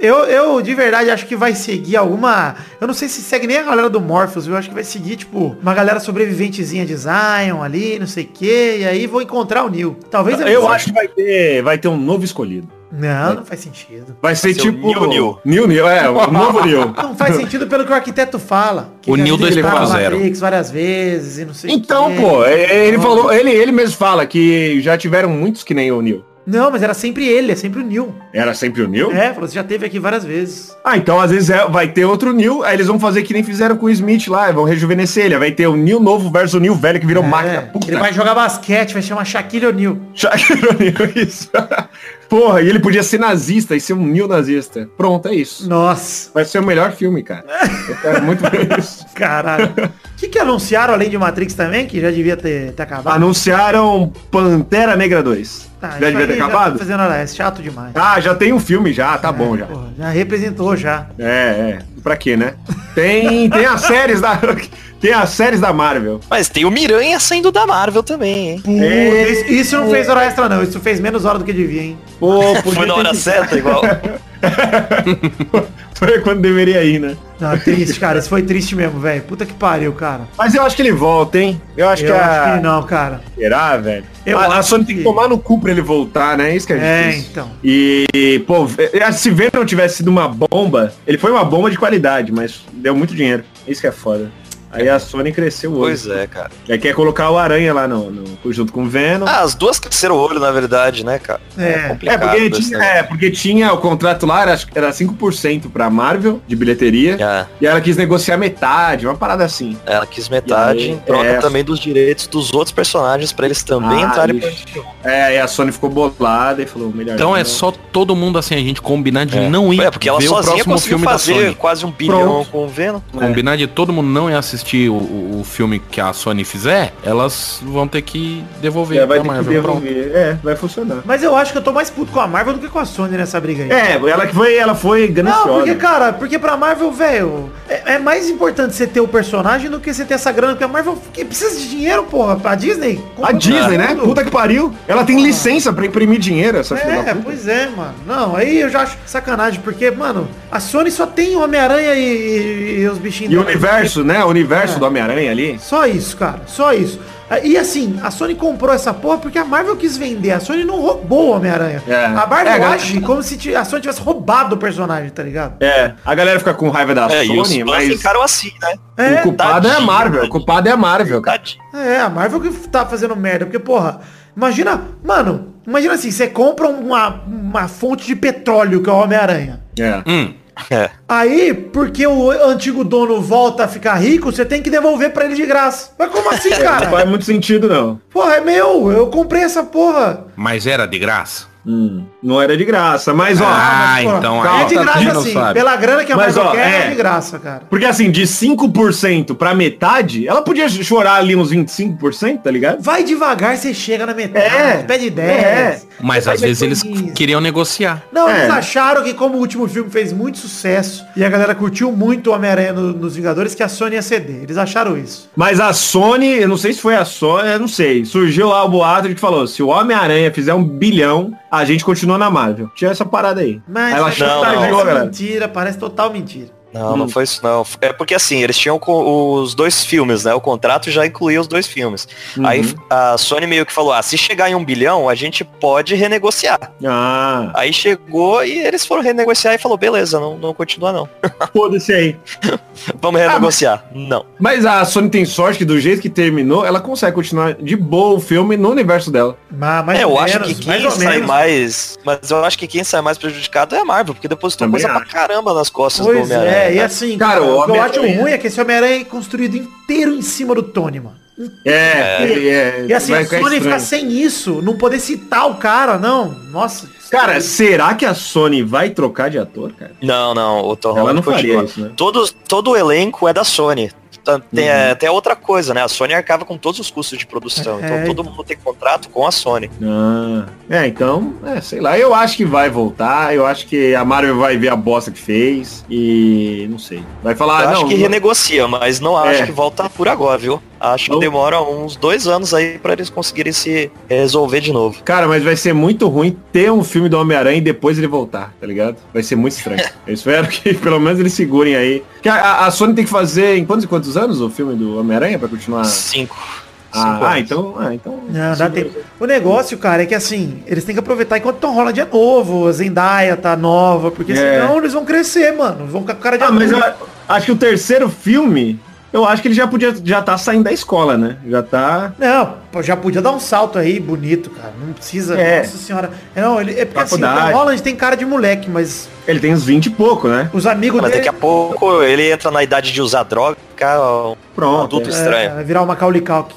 Speaker 1: Eu, eu, de verdade, acho que vai seguir alguma... Eu não sei se segue nem a galera do Morpheus, eu acho que vai seguir, tipo, uma galera sobreviventezinha de Zion ali, não sei o quê, e aí vou encontrar o Neil. Talvez ele
Speaker 3: Eu
Speaker 1: volte.
Speaker 3: acho que vai ter, vai ter um novo escolhido.
Speaker 1: Não, não faz sentido.
Speaker 3: Vai ser
Speaker 5: Vai ser o
Speaker 3: tipo.
Speaker 5: Neil Neil.
Speaker 3: Neil Neil, é, o novo Neil.
Speaker 1: Não faz sentido pelo que o arquiteto fala. Que
Speaker 2: O
Speaker 1: já
Speaker 2: Neo
Speaker 1: visitaram
Speaker 2: 2.0.
Speaker 1: Matrix várias vezes e não sei o
Speaker 3: Então,
Speaker 1: quê.
Speaker 3: pô, é- ele falou, ele, ele mesmo fala que já tiveram muitos que nem o Neil.
Speaker 1: Não, mas era sempre ele, é sempre o Neil.
Speaker 3: Era sempre o Neil?
Speaker 1: É, falou, você já teve aqui várias vezes.
Speaker 3: Ah, então às vezes é- vai ter outro Neil, aí eles vão fazer que nem fizeram com o Smith lá, vão rejuvenescer ele. Vai ter o Neil novo versus o Neil velho que virou máquina.
Speaker 1: É,
Speaker 3: Puta
Speaker 1: ele vai jogar basquete, vai chamar Shaquille O'Neal.
Speaker 3: Shaquille O'Neal, isso. Porra, e ele podia ser nazista e ser um Neil nazista. Pronto, é isso.
Speaker 1: Nossa,
Speaker 3: Vai ser o melhor filme, cara. Eu quero muito ver isso.
Speaker 1: caralho. O que que anunciaram além de Matrix também, que já devia ter, ter acabado?
Speaker 3: Anunciaram Pantera Negra 2.
Speaker 1: Tá,
Speaker 3: já
Speaker 1: isso
Speaker 3: devia
Speaker 1: aí
Speaker 3: ter
Speaker 1: já
Speaker 3: acabado?
Speaker 1: tá fazendo É, hora, é chato demais.
Speaker 3: Ah, já tem um filme já, tá bom já.
Speaker 1: Porra, já representou já.
Speaker 3: É, é. Pra quê, né? Tem, tem as séries da. Tem as séries da Marvel.
Speaker 5: Mas tem o Miranha saindo da Marvel também, hein?
Speaker 1: Puta,
Speaker 3: É.
Speaker 1: isso, isso não fez hora extra não, isso fez menos hora do que devia, hein?
Speaker 3: Pô, podia
Speaker 5: Foi na
Speaker 3: ter
Speaker 5: hora
Speaker 3: que-
Speaker 5: certa, igual.
Speaker 3: Foi quando deveria ir, né?
Speaker 1: Não, é triste, cara, isso foi triste mesmo, velho. Puta que pariu, cara.
Speaker 3: Mas eu acho que ele volta, hein? Eu acho que é
Speaker 1: Eu
Speaker 3: a...
Speaker 1: acho que não, cara.
Speaker 3: Será, velho?
Speaker 1: Eu
Speaker 3: a, a
Speaker 1: acho
Speaker 3: Sony tem
Speaker 1: que-
Speaker 3: que tomar no cu pra ele voltar, né? É isso que é
Speaker 1: É,
Speaker 3: difícil.
Speaker 1: então.
Speaker 3: E, pô, é, se Venom tivesse sido uma bomba, ele foi uma bomba de qualidade, mas deu muito dinheiro. Isso que é foda. Aí a Sony cresceu hoje.
Speaker 5: Pois é, cara.
Speaker 3: Aí quer colocar o Aranha lá no, no- junto com o Venom.
Speaker 5: Ah, as duas cresceram o olho, na verdade, né, cara?
Speaker 1: É.
Speaker 3: É
Speaker 5: complicado
Speaker 3: porque,
Speaker 5: esse
Speaker 3: tinha,
Speaker 5: negócio.
Speaker 3: é, porque tinha o contrato lá, era, era 5% pra Marvel de bilheteria.
Speaker 5: Ah,
Speaker 3: E ela quis negociar metade, uma parada assim.
Speaker 5: ela quis metade
Speaker 3: E aí,
Speaker 5: em troca
Speaker 3: é.
Speaker 5: também dos direitos dos outros personagens pra eles também
Speaker 3: Ah,
Speaker 5: entrarem Então pra
Speaker 3: ixi. É, aí a Sony ficou bolada e falou, melhor.
Speaker 2: Então é
Speaker 3: não.
Speaker 2: só todo mundo assim, a gente combinar de
Speaker 5: É.
Speaker 2: não ir
Speaker 5: É, porque ela
Speaker 2: ver o
Speaker 5: sozinha
Speaker 2: próximo
Speaker 5: conseguiu
Speaker 2: filme da
Speaker 5: fazer
Speaker 2: Sony.
Speaker 5: quase um bilhão
Speaker 3: Pronto.
Speaker 5: com o Venom.
Speaker 2: Combinar de todo mundo não ir assistir o- o, o filme que a Sony fizer, elas vão ter que devolver
Speaker 3: É,
Speaker 2: pra
Speaker 3: vai ter que
Speaker 2: Marvel. Pronto.
Speaker 3: devolver. É, vai funcionar.
Speaker 1: Mas eu acho que eu tô mais puto com a Marvel do que com a Sony nessa briga aí.
Speaker 3: É, ela que foi, ela foi
Speaker 1: Não,
Speaker 3: gananciosa.
Speaker 1: porque, cara, porque pra Marvel, velho, é, é mais importante você ter o personagem do que você ter essa grana, porque a Marvel que precisa de dinheiro, porra, pra Disney.
Speaker 3: A
Speaker 1: Compra
Speaker 3: Disney, né?
Speaker 1: tudo.
Speaker 3: Puta que pariu. Ela tem licença pra imprimir dinheiro, essa filha da
Speaker 1: É,
Speaker 3: puta.
Speaker 1: pois é, mano. Não, aí eu já acho sacanagem, porque, mano, a Sony só tem Homem-Aranha e, e- e os bichinhos
Speaker 3: E o
Speaker 1: dela.
Speaker 3: universo, né? O universo do Homem-Aranha ali.
Speaker 1: Só isso, cara, só isso. E assim, a Sony comprou essa porra porque a Marvel quis vender. A Sony não roubou o Homem-Aranha.
Speaker 3: É.
Speaker 1: A Marvel
Speaker 3: É, galera.
Speaker 1: age como se ti- a Sony tivesse roubado o personagem, tá ligado?
Speaker 3: É, a galera fica com raiva da
Speaker 5: É, e os
Speaker 3: Sony,
Speaker 5: fãs
Speaker 3: mas
Speaker 5: ficaram assim, né?
Speaker 3: o culpado é a Marvel. O culpado é a Marvel, cara.
Speaker 5: Tadinho.
Speaker 1: É, a Marvel que tá fazendo merda, porque, porra, imagina, mano, imagina assim, você compra uma, uma fonte de petróleo, que é o Homem-Aranha.
Speaker 3: É.
Speaker 2: Hum.
Speaker 5: É.
Speaker 1: Aí, porque o antigo dono volta a ficar rico, você tem que devolver pra ele de graça. Mas como assim,
Speaker 3: É. Não faz
Speaker 1: cara?
Speaker 3: muito sentido, não.
Speaker 1: Porra, é meu, eu comprei essa porra.
Speaker 2: Mas era de graça?
Speaker 3: Hum, Não era de graça, mas ó.
Speaker 2: Ah,
Speaker 1: Porra,
Speaker 2: então
Speaker 1: é.
Speaker 2: aí
Speaker 1: de
Speaker 2: tá-
Speaker 1: graça
Speaker 2: não
Speaker 1: sim,
Speaker 2: sabe.
Speaker 1: pela grana que a
Speaker 3: Mas,
Speaker 1: Marvel
Speaker 3: ó,
Speaker 1: quer, é.
Speaker 3: é.
Speaker 1: de graça, cara.
Speaker 3: Porque assim, de 5% pra metade, ela podia chorar ali uns 25%, tá ligado?
Speaker 1: Vai devagar, você chega na metade,
Speaker 3: É.
Speaker 1: pede 10.
Speaker 2: Mas
Speaker 1: Aí
Speaker 2: às
Speaker 1: vai
Speaker 2: vezes
Speaker 1: ter
Speaker 2: eles
Speaker 1: isso.
Speaker 2: queriam negociar.
Speaker 1: Não, eles
Speaker 3: É.
Speaker 1: acharam que como o último filme fez muito sucesso e a galera curtiu muito o Homem-Aranha no- nos Vingadores, que a Sony ia ceder. Eles acharam isso.
Speaker 3: Mas a Sony, eu não sei se foi a Sony, eu não sei. Surgiu lá o boato de que falou, se o Homem-Aranha fizer um bilhão, a gente continua na Marvel. Tinha essa parada aí.
Speaker 1: Mas
Speaker 3: aí ela achou
Speaker 5: não,
Speaker 3: que tá
Speaker 5: não.
Speaker 3: de boa,
Speaker 1: parece
Speaker 3: galera.
Speaker 1: mentira, parece total mentira.
Speaker 5: Não,
Speaker 3: Hum.
Speaker 5: não foi isso não. É porque assim, eles tinham co- os dois filmes, né? O contrato já incluía os dois filmes. Uhum.
Speaker 3: Uhum.
Speaker 5: Aí a Sony meio que falou, ah, se chegar em um bilhão, a gente pode renegociar.
Speaker 3: Ah,
Speaker 5: Aí chegou e eles foram renegociar e falou, beleza, não, não continua não.
Speaker 3: foda-se aí.
Speaker 5: Vamos
Speaker 3: Ah,
Speaker 5: renegociar. Não.
Speaker 3: Mas a Sony tem sorte que do jeito que terminou, ela consegue continuar de boa o filme no universo dela.
Speaker 1: Mas, mais
Speaker 5: É, eu
Speaker 1: ou
Speaker 5: acho que
Speaker 1: menos,
Speaker 5: quem
Speaker 1: mais ou
Speaker 5: sai
Speaker 1: menos.
Speaker 5: mais. Mas eu acho que quem sai mais prejudicado é a Marvel, porque depositou
Speaker 3: Também
Speaker 5: coisa pra
Speaker 3: acho.
Speaker 5: caramba nas costas do
Speaker 1: Pois
Speaker 5: Homem-Aranha. né?
Speaker 1: é, e assim,
Speaker 3: Cara, o
Speaker 1: o que eu
Speaker 3: Homem-Aranha-
Speaker 1: acho ruim é que esse Homem-Aranha é construído inteiro em cima do Tony, mano.
Speaker 3: É, ele é.
Speaker 1: E assim,
Speaker 3: vai
Speaker 1: a
Speaker 3: ficar
Speaker 1: Sony
Speaker 3: estranho.
Speaker 1: ficar sem isso, não poder citar o cara, não. Nossa. é
Speaker 3: Cara, será que a Sony vai trocar de ator, cara?
Speaker 5: Não, não, o Tom
Speaker 3: Ela
Speaker 5: Holland
Speaker 3: não faria
Speaker 5: continua.
Speaker 3: isso, né?
Speaker 5: Todos, todo o elenco é da Sony. Tá- Tem é,
Speaker 3: Uhum.
Speaker 5: até outra coisa, né? A Sony arcava com todos os custos de produção.
Speaker 1: É,
Speaker 5: então todo mundo tem contrato com a Sony.
Speaker 3: Ah, é, então, é, sei lá, eu acho que vai voltar, eu acho que a Marvel vai ver a bosta que fez e não sei. Vai falar,
Speaker 5: eu
Speaker 3: Ah, não,
Speaker 5: acho que
Speaker 3: não-
Speaker 5: renegocia, mas não acho
Speaker 3: É.
Speaker 5: que volta por agora, viu? Acho
Speaker 3: Não.
Speaker 5: que demora uns dois anos aí pra eles conseguirem se resolver de novo.
Speaker 3: Cara, mas vai ser muito ruim ter um filme do Homem-Aranha e depois ele voltar, tá ligado? Vai ser muito estranho. Eu espero que pelo menos eles segurem aí. Que a- a, a Sony tem que fazer em quantos e quantos anos o filme do Homem-Aranha pra continuar?
Speaker 5: Cinco.
Speaker 3: Ah,
Speaker 5: Cinco
Speaker 3: ah,
Speaker 5: anos.
Speaker 3: então, ah, então.
Speaker 1: Não, dá tempo. O negócio, cara, é que assim, eles têm que aproveitar enquanto Tom Holland é novo, a Zendaya tá nova, porque
Speaker 3: É.
Speaker 1: senão eles vão crescer, mano. Vão ficar com cara de
Speaker 3: Ah, mas eu
Speaker 1: adulto.
Speaker 3: acho que o terceiro filme, eu acho que ele já podia já tá saindo da escola, né? Já tá.
Speaker 1: Não, pô, já podia dar um salto aí bonito, cara. Não precisa.
Speaker 3: É.
Speaker 1: Nossa senhora. Não, ele, é porque assim, o
Speaker 3: Faculdade.
Speaker 1: Tom Holland tem cara de moleque, mas
Speaker 3: Ele tem uns 20 e pouco, né?
Speaker 1: os amigos
Speaker 5: Ah, Mas daqui
Speaker 1: dele.
Speaker 5: a pouco ele entra na idade de usar droga, ficar um
Speaker 3: Pronto.
Speaker 5: adulto
Speaker 1: É,
Speaker 5: estranho.
Speaker 1: vai virar uma caulicalque.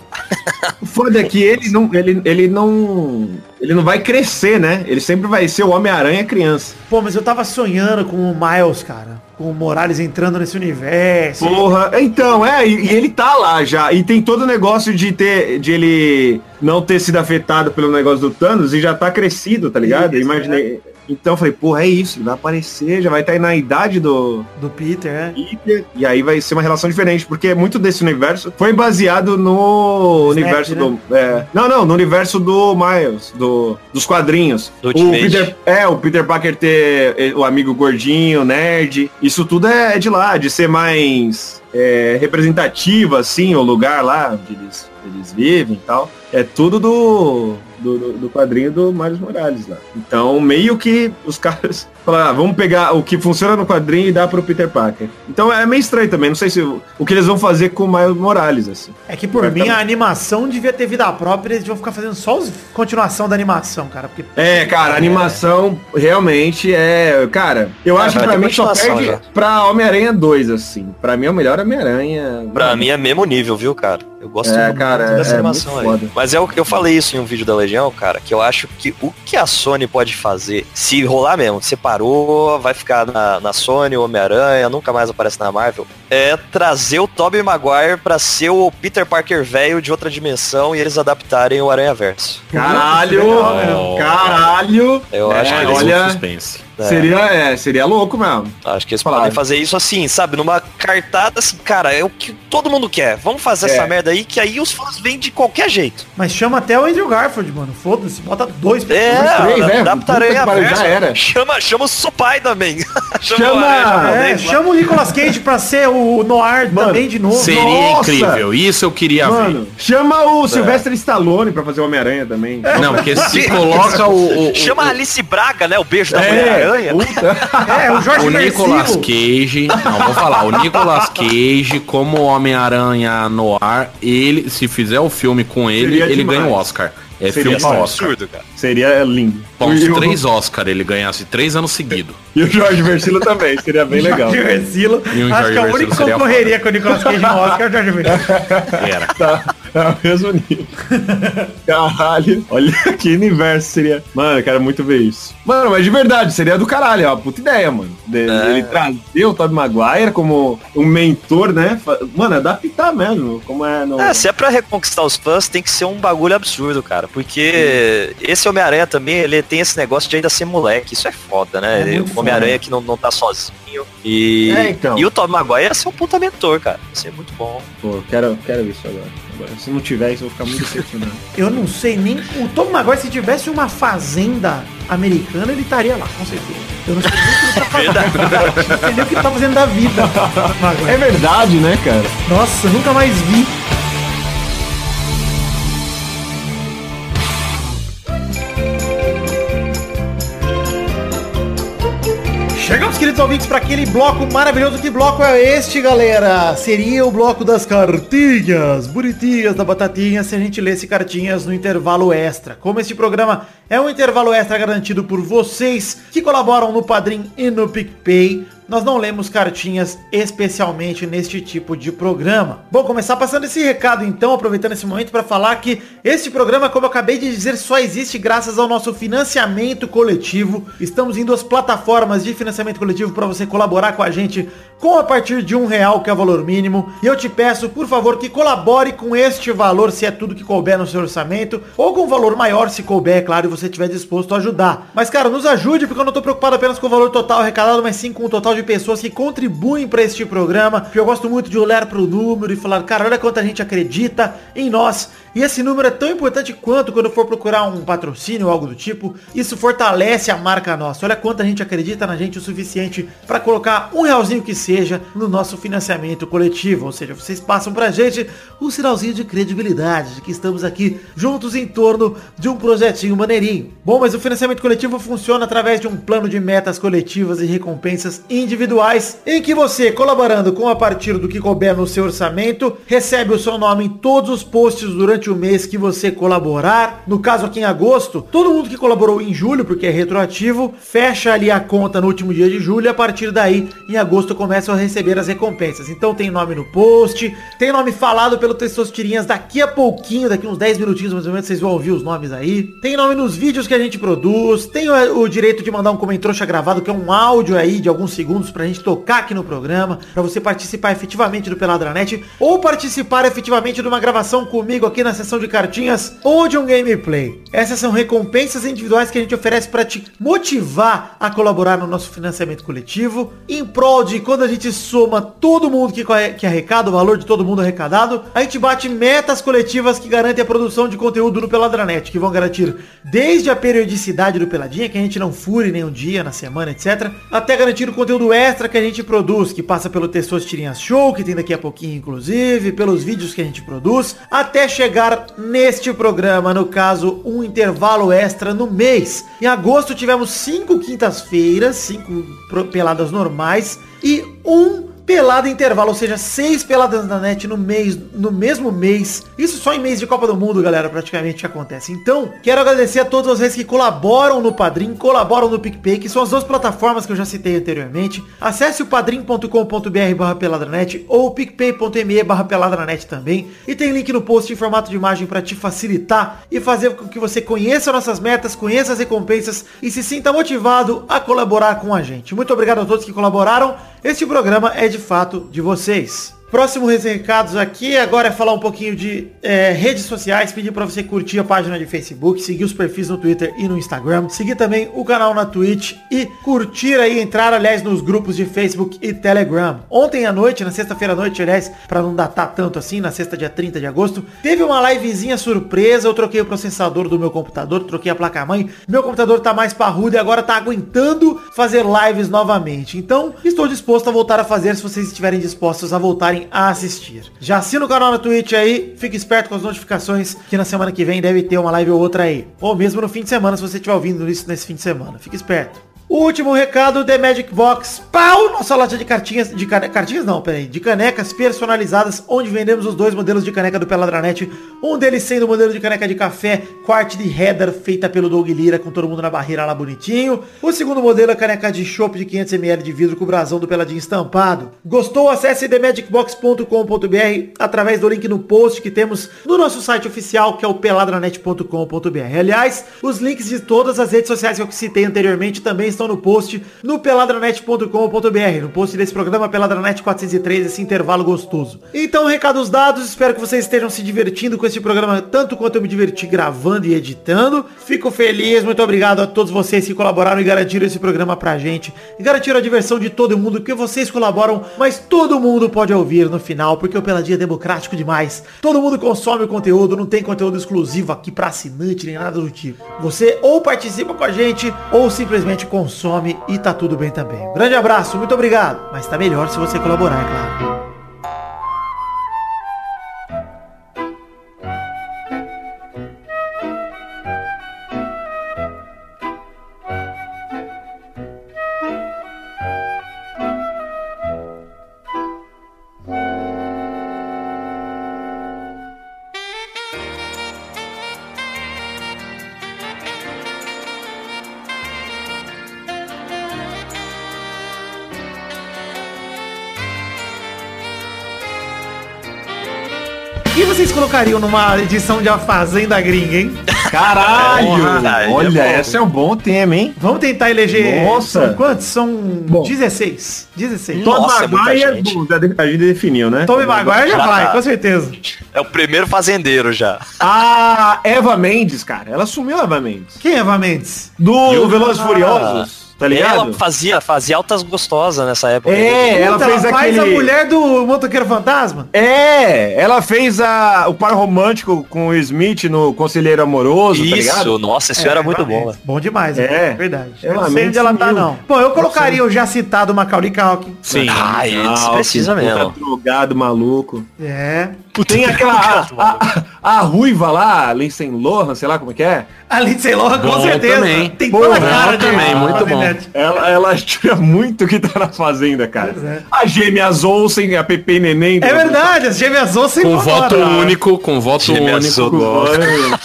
Speaker 3: O foda é que ele não, ele, ele não. Ele não vai crescer, né? Ele sempre vai ser o Homem-Aranha criança.
Speaker 1: Pô, mas eu tava sonhando com o Miles, cara. Com o Morales entrando nesse universo.
Speaker 3: Porra. Então, é, e, e ele tá lá já. E tem todo o negócio de ter. de ele não ter sido afetado pelo negócio do Thanos e já tá crescido, tá ligado? Eu
Speaker 1: Isso, é.
Speaker 3: imaginei. Então eu falei, porra, é isso, ele vai aparecer, já vai estar aí na idade do
Speaker 1: Do Peter, né?
Speaker 3: Peter, e aí vai ser uma relação diferente, porque muito desse universo foi baseado no
Speaker 1: Snap,
Speaker 3: universo
Speaker 1: né?
Speaker 3: do. é, não, não, no universo do Miles, do, dos quadrinhos. o
Speaker 5: Do Ultimate.
Speaker 3: Peter, é, o Peter Parker ter é, o amigo gordinho, nerd. Isso tudo é, é de lá, de ser mais é, representativo, assim, o lugar lá onde eles, eles vivem e tal. É tudo do, do, do- do quadrinho do Miles Morales lá. Então, meio que os caras falaram, ah, vamos pegar o que funciona no quadrinho e dar pro Peter Parker. Então é meio estranho também, não sei se o, o que eles vão fazer com o Miles Morales, assim.
Speaker 1: É que
Speaker 2: Então,
Speaker 1: por
Speaker 3: Vai
Speaker 1: mim
Speaker 2: tá
Speaker 3: ficar-
Speaker 1: a animação devia ter vida própria, eles vão ficar fazendo só os continuação da animação, cara. Porque
Speaker 3: É, cara, a animação realmente é. Cara, eu
Speaker 5: É,
Speaker 3: acho que
Speaker 5: vai
Speaker 3: pra
Speaker 5: ter
Speaker 3: mim só
Speaker 5: continuação
Speaker 3: perde
Speaker 5: já.
Speaker 3: pra Homem-Aranha 2, assim. Pra mim é o melhor Homem-Aranha.
Speaker 5: Pra mim é mesmo nível, viu, cara? Eu gosto
Speaker 3: É,
Speaker 5: muito
Speaker 3: cara, é-
Speaker 5: dessa
Speaker 3: é
Speaker 5: animação
Speaker 3: muito
Speaker 5: aí.
Speaker 3: foda.
Speaker 5: Mas é o que eu falei isso em um vídeo da Legião, cara, que eu acho que o que a Sony pode fazer, se rolar mesmo, separou, vai ficar na, na Sony, o Homem-Aranha, nunca mais aparece na Marvel, é trazer o Tobey Maguire pra ser o Peter Parker velho de outra dimensão e eles adaptarem o Aranha Verso.
Speaker 3: Caralho!
Speaker 2: Nossa, que legal, né?
Speaker 3: Caralho!
Speaker 5: é
Speaker 3: É,
Speaker 5: Eu acho que eles
Speaker 2: É, Olha...
Speaker 3: olha,
Speaker 2: Suspense.
Speaker 3: Seria, é, seria louco mesmo.
Speaker 5: Acho que eles podem fazer isso assim, sabe? Numa cartada assim, cara, é o que todo mundo quer. Vamos fazer
Speaker 3: É.
Speaker 5: essa merda aí, que aí os fãs vêm de qualquer jeito.
Speaker 1: Mas chama até o Andrew Garfield, mano. Foda-se, bota dois
Speaker 5: É,
Speaker 1: dois, três.
Speaker 3: velho.
Speaker 5: adapta a aranha
Speaker 3: né? Puta que pariu,
Speaker 5: versa.
Speaker 3: já era.
Speaker 5: né? Chama, chama o Supai também.
Speaker 3: Chama-
Speaker 1: É,
Speaker 5: É,
Speaker 1: chama o Nicolas Cage pra ser o Noir também de novo.
Speaker 2: Seria
Speaker 3: Nossa!
Speaker 2: incrível. Isso eu queria
Speaker 3: Mano, chama
Speaker 5: É.
Speaker 3: o Sylvester Stallone pra fazer o Homem-Aranha também.
Speaker 2: ver. É, Não, porque se coloca o. o- o-
Speaker 5: Chama a Alice Braga, né? O beijo da
Speaker 3: É.
Speaker 5: Mulher-Aranha.
Speaker 1: É, o Jorge
Speaker 2: O Nicolas
Speaker 1: Versilo.
Speaker 2: Cage, não, vou falar, o Nicolas Cage como Homem-Aranha no ar, ele, se fizer o filme com ele,
Speaker 3: Seria
Speaker 2: ele
Speaker 3: demais.
Speaker 2: ganha o Oscar. É
Speaker 3: Seria
Speaker 2: filme pra Oscar.
Speaker 5: absurdo, cara.
Speaker 3: Seria lindo.
Speaker 2: Pra uns
Speaker 3: E o-
Speaker 2: três Oscar ele ganhasse, três anos seguidos.
Speaker 3: E o Jorge Versilo também, seria bem legal.
Speaker 1: Jorge Versilo.
Speaker 2: E o
Speaker 1: Acho
Speaker 2: Jorge
Speaker 1: que é a única
Speaker 2: Versilo seria
Speaker 1: concorreria com o Nicolas Cage no Oscar é o Jorge Versilo.
Speaker 2: Era.
Speaker 3: Tá, é o mesmo nível. Caralho, olha que universo seria. Mano, eu quero muito ver isso. Mano, mas de verdade, seria do caralho, ó. Puta ideia, mano. De- Ele trazer o Tobey Maguire como um mentor, né? Fa- Mano, adaptar mesmo, como é no...
Speaker 5: É, se é pra reconquistar os fãs, tem que ser um bagulho absurdo, cara. Porque esse Homem-Aranha também, ele tem esse negócio de ainda ser moleque. Isso é foda, né? o Homem-Aranha que não, não tá sozinho. E,
Speaker 3: É, então.
Speaker 5: e o Tom Maguire ia ser um puta mentor, cara. Isso é muito bom.
Speaker 3: Pô, quero, quero isso agora. Agora, Se não tiver isso, eu vou ficar muito decepcionado.
Speaker 1: Eu não sei nem... O Tom Maguire, se tivesse uma fazenda americana, ele estaria lá, com certeza. Eu não sei nem o que ele tá
Speaker 2: É
Speaker 1: fazendo. Eu não sei nem o que ele tá fazendo da vida. Maguire.
Speaker 3: é verdade, né, cara?
Speaker 1: Nossa, nunca mais vi. Chegamos, queridos ouvintes, para aquele bloco maravilhoso. Que bloco é este, galera? Seria o bloco das cartinhas bonitinhas da batatinha se a gente lesse cartinhas no intervalo extra. Como este programa é um intervalo extra garantido por vocês que colaboram no Padrim e no PicPay, nós não lemos cartinhas especialmente neste tipo de programa. Bom, começar passando esse recado então, aproveitando esse momento para falar que este programa, como eu acabei de dizer, só existe graças ao nosso financiamento coletivo. Estamos em duas plataformas de financiamento coletivo para você colaborar com a gente com a partir de um real, que é o valor mínimo. E eu te peço, por favor, que colabore com este valor, se é tudo que couber no seu orçamento, ou com um valor maior, se couber, é claro, e você estiver disposto a ajudar. Mas, cara, nos ajude, porque eu não tô preocupado apenas com o valor total arrecadado, mas sim com o total de pessoas que contribuem para este programa. Porque eu gosto muito de olhar para o número e falar, cara, olha quanta gente acredita em nós. E esse número é tão importante quanto quando for procurar um patrocínio ou algo do tipo. Isso fortalece a marca nossa. Olha quanta gente acredita na gente o suficiente para colocar um realzinho que seja no nosso financiamento coletivo. Ou seja, vocês passam pra gente um sinalzinho de credibilidade, de que estamos aqui juntos em torno de um projetinho maneirinho. Bom, mas o financiamento coletivo funciona através de um plano de metas coletivas e recompensas individuais, em que você, colaborando com a partir do que couber no seu orçamento, recebe o seu nome em todos os posts durante o mês que você colaborar. No caso aqui em agosto, todo mundo que colaborou em julho, porque é retroativo, fecha ali a conta no último dia de julho e a partir daí, em agosto, começam a receber as recompensas. Então tem nome no post, tem nome falado pelo Textos Tirinhas daqui a pouquinho, daqui uns 10 minutinhos mais ou menos, vocês vão ouvir os nomes aí. Tem nome nos vídeos que a gente produz, tem o, o direito de mandar um comentrouxa gravado, que é um áudio aí de alguns segundos pra gente tocar aqui no programa, pra você participar efetivamente do Peladranet, ou participar efetivamente de uma gravação comigo aqui na sessão de cartinhas, ou de um gameplay. Essas são recompensas individuais que a gente oferece pra te motivar a colaborar no nosso financiamento coletivo, em prol de quando a gente soma todo mundo que, corre- que arrecada, o valor de todo mundo arrecadado, a gente bate metas coletivas que garantem a produção de conteúdo no Peladranet, que vão garantir desde a periodicidade do Peladinha, que a gente não fure nenhum dia na semana, etc, até garantir o conteúdo extra que a gente produz, que passa pelo Textos Tirinhas Show, que tem daqui a pouquinho, inclusive, pelos vídeos que a gente produz, até chegar neste programa, no caso, um intervalo extra no mês. Em agosto tivemos cinco quintas-feiras, cinco pro- peladas normais e um pelada intervalo, ou seja, seis peladas na net no mês, no mesmo mês. Isso só em mês de Copa do Mundo, galera, praticamente que acontece. Então, quero agradecer a todos vocês que colaboram no Padrim, colaboram no PicPay, que são as duas plataformas que eu já citei anteriormente. Acesse o padrim.com.br barra peladranet ou picpay.me barra peladranet também. E tem link no post em formato de imagem para te facilitar e fazer com que você conheça nossas metas, conheça as recompensas e se sinta motivado a colaborar com a gente. Muito obrigado a todos que colaboraram. Este programa é de fato de vocês. Próximo recados aqui, agora é falar um pouquinho de é, redes sociais, pedir para você curtir a página de Facebook, seguir os perfis no Twitter e no Instagram, seguir também o canal na Twitch e curtir aí, entrar, aliás, nos grupos de Facebook e Telegram. Ontem à noite, na sexta-feira à noite, aliás, para não datar tanto assim, na sexta, dia 30 de agosto, teve uma livezinha surpresa, eu troquei o processador do meu computador, troquei a placa-mãe, meu computador tá mais parrudo e agora tá aguentando fazer lives novamente. Então, estou disposto a voltar a fazer se vocês estiverem dispostos a voltarem a assistir. Já assina o canal na Twitch aí, fique esperto com as notificações, que na semana que vem deve ter uma live ou outra aí. Ou mesmo no fim de semana, se você estiver ouvindo isso nesse fim de semana. Fique esperto. O último recado, The Magic Box. Pau! Nossa loja de cartinhas. De cane... cartinhas não, peraí. De canecas personalizadas, onde vendemos os dois modelos de caneca do Peladranet. Um deles sendo o modelo de caneca de café, quarte de header, feita pelo Doug Lira, com todo mundo na barreira lá bonitinho. O segundo modelo é caneca de chopp de 500ml de vidro com o brasão do Peladinho estampado. Gostou? Acesse themagicbox.com.br através do link no post que temos no nosso site oficial, que é o peladranet.com.br. Aliás, os links de todas as redes sociais que eu citei anteriormente também estão no post no peladranet.com.br, no post desse programa Peladranet 403, esse intervalo gostoso. Então, recados dados, espero que vocês estejam se divertindo com este programa tanto quanto eu me diverti gravando e editando. Fico feliz, muito obrigado a todos vocês que colaboraram e garantiram esse programa pra gente. E garantiram a diversão de todo mundo, que vocês colaboram, mas todo mundo pode ouvir no final, porque o Peladinha é democrático demais. Todo mundo consome o conteúdo, não tem conteúdo exclusivo aqui pra assinante nem nada do tipo. Você ou participa com a gente, ou simplesmente consome e tá tudo bem também. Grande abraço, muito obrigado. Mas tá melhor se você colaborar, é claro. E vocês colocariam numa edição de A Fazenda Gringa, hein?
Speaker 3: Caralho!
Speaker 5: Porra,
Speaker 3: olha,
Speaker 5: é bom.
Speaker 3: esse é um bom tema, hein?
Speaker 1: Vamos tentar eleger.
Speaker 3: Nossa.
Speaker 1: São quantos? São
Speaker 3: Bom. hum.
Speaker 1: 16. 16.
Speaker 5: Nossa,
Speaker 3: Tom
Speaker 5: é muita
Speaker 3: Maguire,
Speaker 5: gente.
Speaker 3: bom, já de- a gente definiu, né?
Speaker 1: Tommy Maguire já
Speaker 5: Já
Speaker 1: vai,
Speaker 5: tá.
Speaker 1: com certeza.
Speaker 5: É o primeiro fazendeiro já.
Speaker 3: A Ah, Eva Mendes, cara, ela sumiu a Eva Mendes.
Speaker 1: Quem é Eva Mendes?
Speaker 3: Do Velozes e Furiosos, tá ligado?
Speaker 5: Ela fazia, fazia altas gostosas nessa época.
Speaker 3: É, ela
Speaker 1: Puta,
Speaker 3: fez
Speaker 1: faz
Speaker 3: aquele...
Speaker 1: a mulher do Motoqueiro Fantasma?
Speaker 3: É, ela fez a, o par romântico com o Smith no Conselheiro Amoroso, tá ligado?
Speaker 5: Isso, nossa, isso
Speaker 2: é
Speaker 5: era muito bom. né?
Speaker 1: Bom demais,
Speaker 3: É.
Speaker 1: verdade. Eu
Speaker 3: Ela
Speaker 1: não sei onde
Speaker 3: mesmo
Speaker 1: ela tá,
Speaker 3: sumiu.
Speaker 1: não. Bom, eu colocaria o já citado Macaulay Culkin.
Speaker 2: Sim.
Speaker 5: Ah, isso
Speaker 3: Ah,
Speaker 5: precisa
Speaker 3: que puta
Speaker 5: mesmo.
Speaker 3: drogado, maluco.
Speaker 1: É.
Speaker 3: Tem aquela... A, a- a ruiva lá, Lindsay Lohan, sei lá como é que é.
Speaker 1: A Lindsay Lohan, com
Speaker 2: Bom
Speaker 1: certeza.
Speaker 2: também.
Speaker 1: Tem toda a
Speaker 2: Bom
Speaker 1: cara de-
Speaker 2: também, muito
Speaker 1: Fazenda
Speaker 2: bom.
Speaker 1: Net.
Speaker 3: Ela, ela tira muito o que tá na Fazenda, cara.
Speaker 1: Pois é.
Speaker 3: A Gêmeas Olsen, a Pepe Neném.
Speaker 1: É verdade, as gêmeas vão sem
Speaker 2: Com voto único, com voto
Speaker 5: Time
Speaker 2: único.
Speaker 5: azul.
Speaker 2: gosto.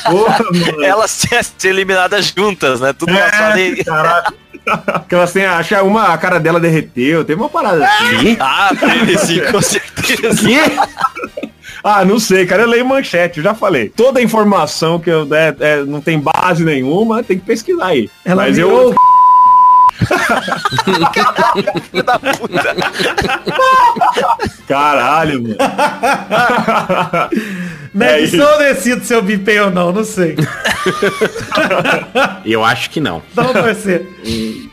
Speaker 3: Porra, mano.
Speaker 5: Elas tinham sido eliminadas juntas, né? Tudo na sala
Speaker 3: É,
Speaker 5: de-
Speaker 3: caralho. Que elas têm, acho que é uma, a cara dela derreteu, teve uma parada assim.
Speaker 5: Ah, teve sim, com certeza.
Speaker 3: Ah, não sei, cara, eu leio manchete, eu já falei. Toda informação que eu der é, não tem base nenhuma, tem que pesquisar aí.
Speaker 1: Ela
Speaker 3: Mas
Speaker 1: virou
Speaker 3: eu...
Speaker 2: É
Speaker 5: Filho da puta.
Speaker 3: Caralho, mano.
Speaker 1: Na
Speaker 3: É
Speaker 1: edição eu decido se eu bipei ou não, não sei.
Speaker 2: Eu acho que não.
Speaker 1: Vamos torcer.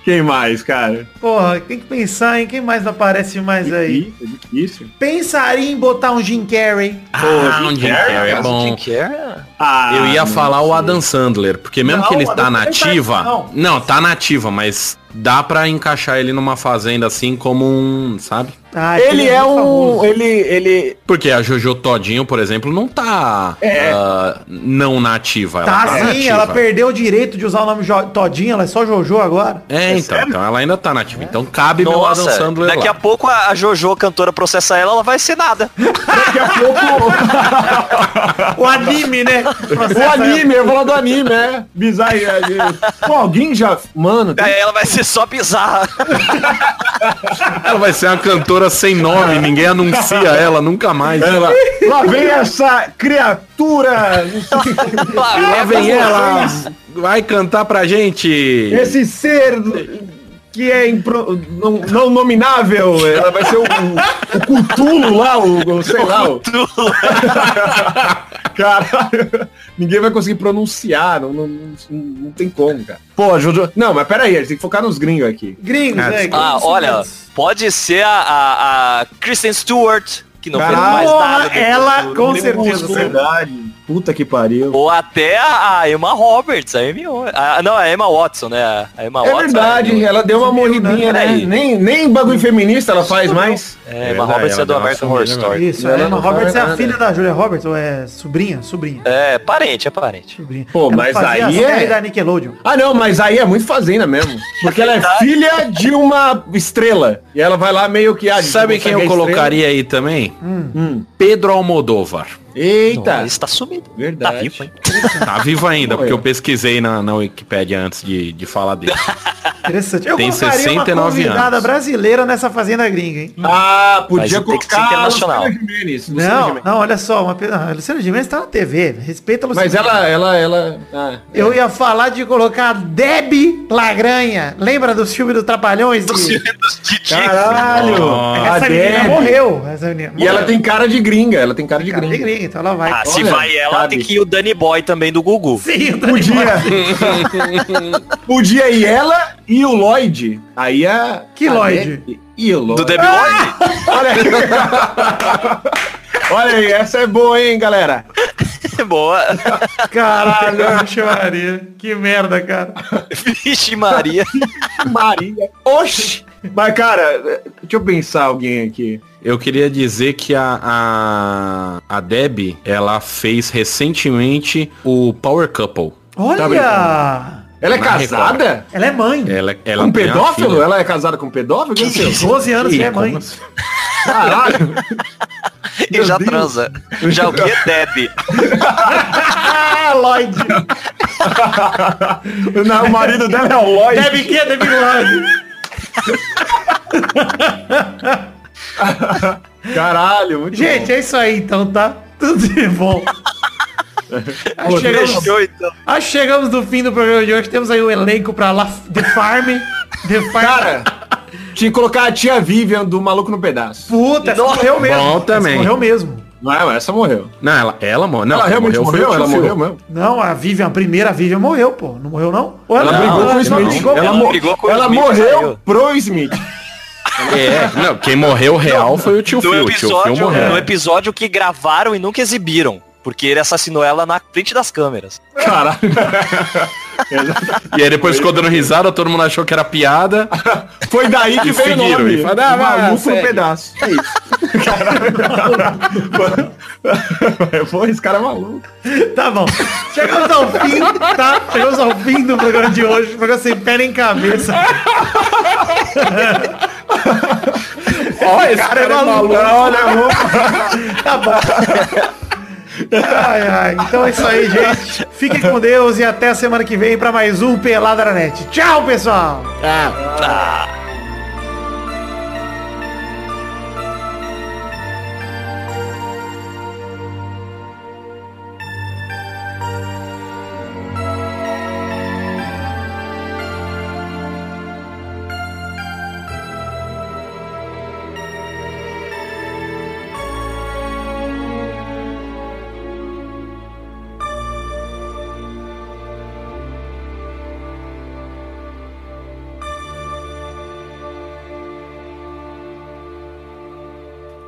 Speaker 3: Quem mais, cara?
Speaker 1: Porra, tem que pensar, hein? Quem mais não aparece mais aí?
Speaker 3: Difícil, É difícil.
Speaker 1: Pensaria em botar um Jim Carrey.
Speaker 2: Ah, um Jim Carrey é bom.
Speaker 5: né?
Speaker 3: Ah,
Speaker 2: Eu ia
Speaker 3: não
Speaker 2: falar
Speaker 3: sei.
Speaker 2: o Adam Sandler, porque mesmo
Speaker 1: Não,
Speaker 2: que ele
Speaker 1: o
Speaker 2: tá
Speaker 1: Adam Sandler tá-
Speaker 2: nativa.
Speaker 1: não.
Speaker 2: não, tá nativa, mas dá pra encaixar ele numa fazenda assim como um, sabe?
Speaker 1: Ah,
Speaker 3: Ele é
Speaker 1: muito
Speaker 3: um...
Speaker 1: famoso.
Speaker 3: Ele, ele...
Speaker 2: Porque a Jojo Todinho, por exemplo, não tá
Speaker 3: É.
Speaker 2: ah, não nativa.
Speaker 1: Tá
Speaker 2: ela
Speaker 1: sim,
Speaker 2: nativa.
Speaker 1: ela perdeu o direito de usar o nome Jo- Todinho, ela é só Jojo agora.
Speaker 2: É, então, então ela ainda tá nativa. Então cabe meu Adam
Speaker 5: Nossa,
Speaker 2: Sandler
Speaker 5: daqui
Speaker 2: lá.
Speaker 5: a pouco a a Jojo, cantora, processa ela, ela vai ser nada.
Speaker 3: Daqui a pouco...
Speaker 1: O anime, né?
Speaker 3: O um anime, eu vou falar do anime, é. Bizarro. é, é. Pô, alguém já. Mano, tem-
Speaker 5: Ela vai ser só bizarra.
Speaker 2: Ela vai ser uma cantora sem nome, ninguém anuncia ela nunca mais.
Speaker 3: ela- lá vem essa criatura,
Speaker 1: é
Speaker 2: Lá vem ela, vai cantar pra gente.
Speaker 3: esse ser que é impro- não, não nominável. né? Ela vai ser o, o, o Cthulhu lá, o, o- sei lá. O... Caralho, ninguém vai conseguir pronunciar, não, não, não, não tem como, cara. Pô, Jojo... Não, mas pera aí, a gente tem que focar nos gringos aqui.
Speaker 1: Gringos,
Speaker 3: É,
Speaker 1: né?
Speaker 5: Ah, olha, pode ser a, a, a Kristen Stewart, que não fez
Speaker 3: Caralho,
Speaker 5: mais nada. depois
Speaker 1: ela,
Speaker 5: do-
Speaker 1: com
Speaker 5: do
Speaker 1: certeza,
Speaker 5: Crepúsculo.
Speaker 3: Verdade. Puta que pariu.
Speaker 5: Ou até a Emma Roberts, a Emma... Ah, não, a Emma Watson, né? A Emma
Speaker 3: É
Speaker 5: Watson.
Speaker 3: verdade,
Speaker 5: a Emma-
Speaker 3: ela deu uma morridinha, né?
Speaker 5: Peraí.
Speaker 3: Nem, nem bagulho feminista ela faz mais.
Speaker 5: É, Emma
Speaker 2: verdade,
Speaker 5: Roberts é
Speaker 2: ela
Speaker 5: do
Speaker 2: deu uma
Speaker 5: American Horror
Speaker 2: sumida,
Speaker 5: Story.
Speaker 1: Isso, a
Speaker 3: Ela
Speaker 1: Emma
Speaker 3: não
Speaker 1: Roberts é
Speaker 3: faz
Speaker 1: a
Speaker 3: nada.
Speaker 1: filha da Julia Roberts, ou é sobrinha? Sobrinha.
Speaker 5: É, parente, é parente.
Speaker 1: sobrinha.
Speaker 3: Pô, mas
Speaker 1: fazia
Speaker 3: aí
Speaker 1: a série
Speaker 3: é-
Speaker 1: da Nickelodeon.
Speaker 3: Ah não, mas aí é muito fazenda mesmo. Porque ela é filha de uma estrela. E ela vai lá meio que... ah,
Speaker 2: Sabe
Speaker 3: consegue
Speaker 2: quem
Speaker 3: a
Speaker 2: eu
Speaker 3: estrela.
Speaker 2: colocaria aí também?
Speaker 3: Hum.
Speaker 2: Pedro Almodóvar.
Speaker 3: Eita,
Speaker 5: Então, Ele está sumido. Tá
Speaker 3: verdade.
Speaker 5: vivo, hein?
Speaker 2: Tá vivo ainda,
Speaker 3: Olha.
Speaker 2: porque eu pesquisei na, na Wikipédia antes de, de falar dele.
Speaker 1: Interessante. Eu
Speaker 2: Tem
Speaker 1: colocaria
Speaker 2: 69
Speaker 1: convidada
Speaker 2: anos.
Speaker 1: brasileira nessa fazenda gringa, hein?
Speaker 3: Ah,
Speaker 5: Mas
Speaker 3: podia
Speaker 5: tem que ser
Speaker 3: colocar a
Speaker 5: internacional.
Speaker 3: Luciana Gimenez. Luciana
Speaker 1: Não,
Speaker 3: Gimenez.
Speaker 1: não, olha só. Uma... pe- Ah, a Luciana Gimenez tá na TV. Respeita a Luciana
Speaker 3: Mas ela, ela, ela... ah, é.
Speaker 1: Eu ia falar de colocar a Debbie Lagranha. Lembra dos filmes do Trapalhões? Que...
Speaker 3: Caralho!
Speaker 2: Nossa.
Speaker 3: a
Speaker 1: Essa menina
Speaker 3: Debbie.
Speaker 1: morreu. Essa menina
Speaker 3: E ela tem cara de gringa, ela tem cara de
Speaker 1: Cara, de
Speaker 3: gringa.
Speaker 1: gringa, então ela vai.
Speaker 5: Ah, se
Speaker 3: Olha,
Speaker 5: vai ela,
Speaker 3: sabe.
Speaker 5: tem que ir o Danny Boy também do Gugu.
Speaker 1: Sim, o Dani Boy.
Speaker 3: Podia. Podia ir ela e o Lloyd. Aí a.
Speaker 1: Que
Speaker 3: a
Speaker 1: Lloyd?
Speaker 3: Debbie E o Lloyd.
Speaker 5: Do Debbie Lloyd?
Speaker 3: Olha aí. Olha aí, essa é boa, hein, galera?
Speaker 5: Boa.
Speaker 1: Caralho, Vixe Maria. Que merda, cara.
Speaker 5: Vixe Maria.
Speaker 3: Maria. Oxi! Mas, cara, deixa eu pensar alguém aqui.
Speaker 2: Eu queria dizer que a, a, a Deb, ela fez recentemente o Power Couple.
Speaker 1: Olha!
Speaker 3: Ela é
Speaker 2: Na
Speaker 3: casada?
Speaker 1: Ela é mãe.
Speaker 2: Ela, ela
Speaker 3: Com
Speaker 2: tem a
Speaker 3: pedófilo?
Speaker 2: filha-
Speaker 3: Ela é casada com pedófilo? Que
Speaker 1: Tem 12 anos
Speaker 2: Ih,
Speaker 1: que é
Speaker 2: como
Speaker 1: mãe.
Speaker 2: assim?
Speaker 3: Caralho!
Speaker 5: E já
Speaker 3: Deus.
Speaker 5: transa. Já o que é Debbie?
Speaker 1: Ah, Lloyd.
Speaker 3: Não, o marido dela é o Lloyd.
Speaker 1: Deve que? Deve Lloyd.
Speaker 3: Caralho, muito
Speaker 1: Gente, é isso aí então, tá? Tudo de bom. Aí chegamos,
Speaker 5: Fechou, então.
Speaker 1: aí chegamos no fim do programa de hoje. Temos aí o elenco pra lá. The Farm. The Farm.
Speaker 3: Cara, tinha que colocar a tia Vivian do Maluco no Pedaço.
Speaker 1: Puta, essa morreu mesmo.
Speaker 2: Bom
Speaker 1: Essa
Speaker 2: também.
Speaker 1: Morreu mesmo.
Speaker 3: Não, é? essa morreu.
Speaker 2: Não, ela, ela, mo- não,
Speaker 3: Ela realmente
Speaker 2: foi
Speaker 3: morreu?
Speaker 2: o
Speaker 3: Ela
Speaker 2: tio
Speaker 3: morreu
Speaker 2: Phil.
Speaker 3: mesmo?
Speaker 1: Não, a Vivian, a primeira Vivian morreu, pô. Não morreu, não? Ou
Speaker 3: Ela brigou com o
Speaker 1: ela
Speaker 3: Smith.
Speaker 1: brigou com
Speaker 3: Ela,
Speaker 5: ela
Speaker 3: mo-
Speaker 5: brigou com o
Speaker 3: ela
Speaker 5: Smith,
Speaker 3: morreu
Speaker 5: saiu.
Speaker 3: pro Smith.
Speaker 2: É, não, quem morreu real foi o tio
Speaker 5: No
Speaker 2: Phil. O é um tio Phil
Speaker 5: episódio, é no
Speaker 2: morreu.
Speaker 5: episódio que gravaram e nunca exibiram. Porque ele assassinou ela na frente das câmeras.
Speaker 3: Caralho.
Speaker 2: E aí depois ficou dando risada, todo mundo achou que era piada.
Speaker 3: Foi daí que
Speaker 2: E
Speaker 3: veio o
Speaker 2: seguiram,
Speaker 3: nome.
Speaker 2: e falaram, ah, vai,
Speaker 3: maluco no
Speaker 2: segue.
Speaker 3: pedaço. É isso. Caralho. Pô, esse cara é maluco.
Speaker 1: Tá bom. Chegamos ao fim, tá? Chegamos ao fim do programa de hoje. Programa sem pé nem cabeça.
Speaker 3: Olha, esse
Speaker 1: cara é maluco.
Speaker 3: Olha, maluco.
Speaker 1: Tá bom. Ai, ai. Então é isso aí, gente. Fiquem com Deus e até a semana que vem pra mais um Pelada na Net. Tchau, pessoal!
Speaker 3: Ah,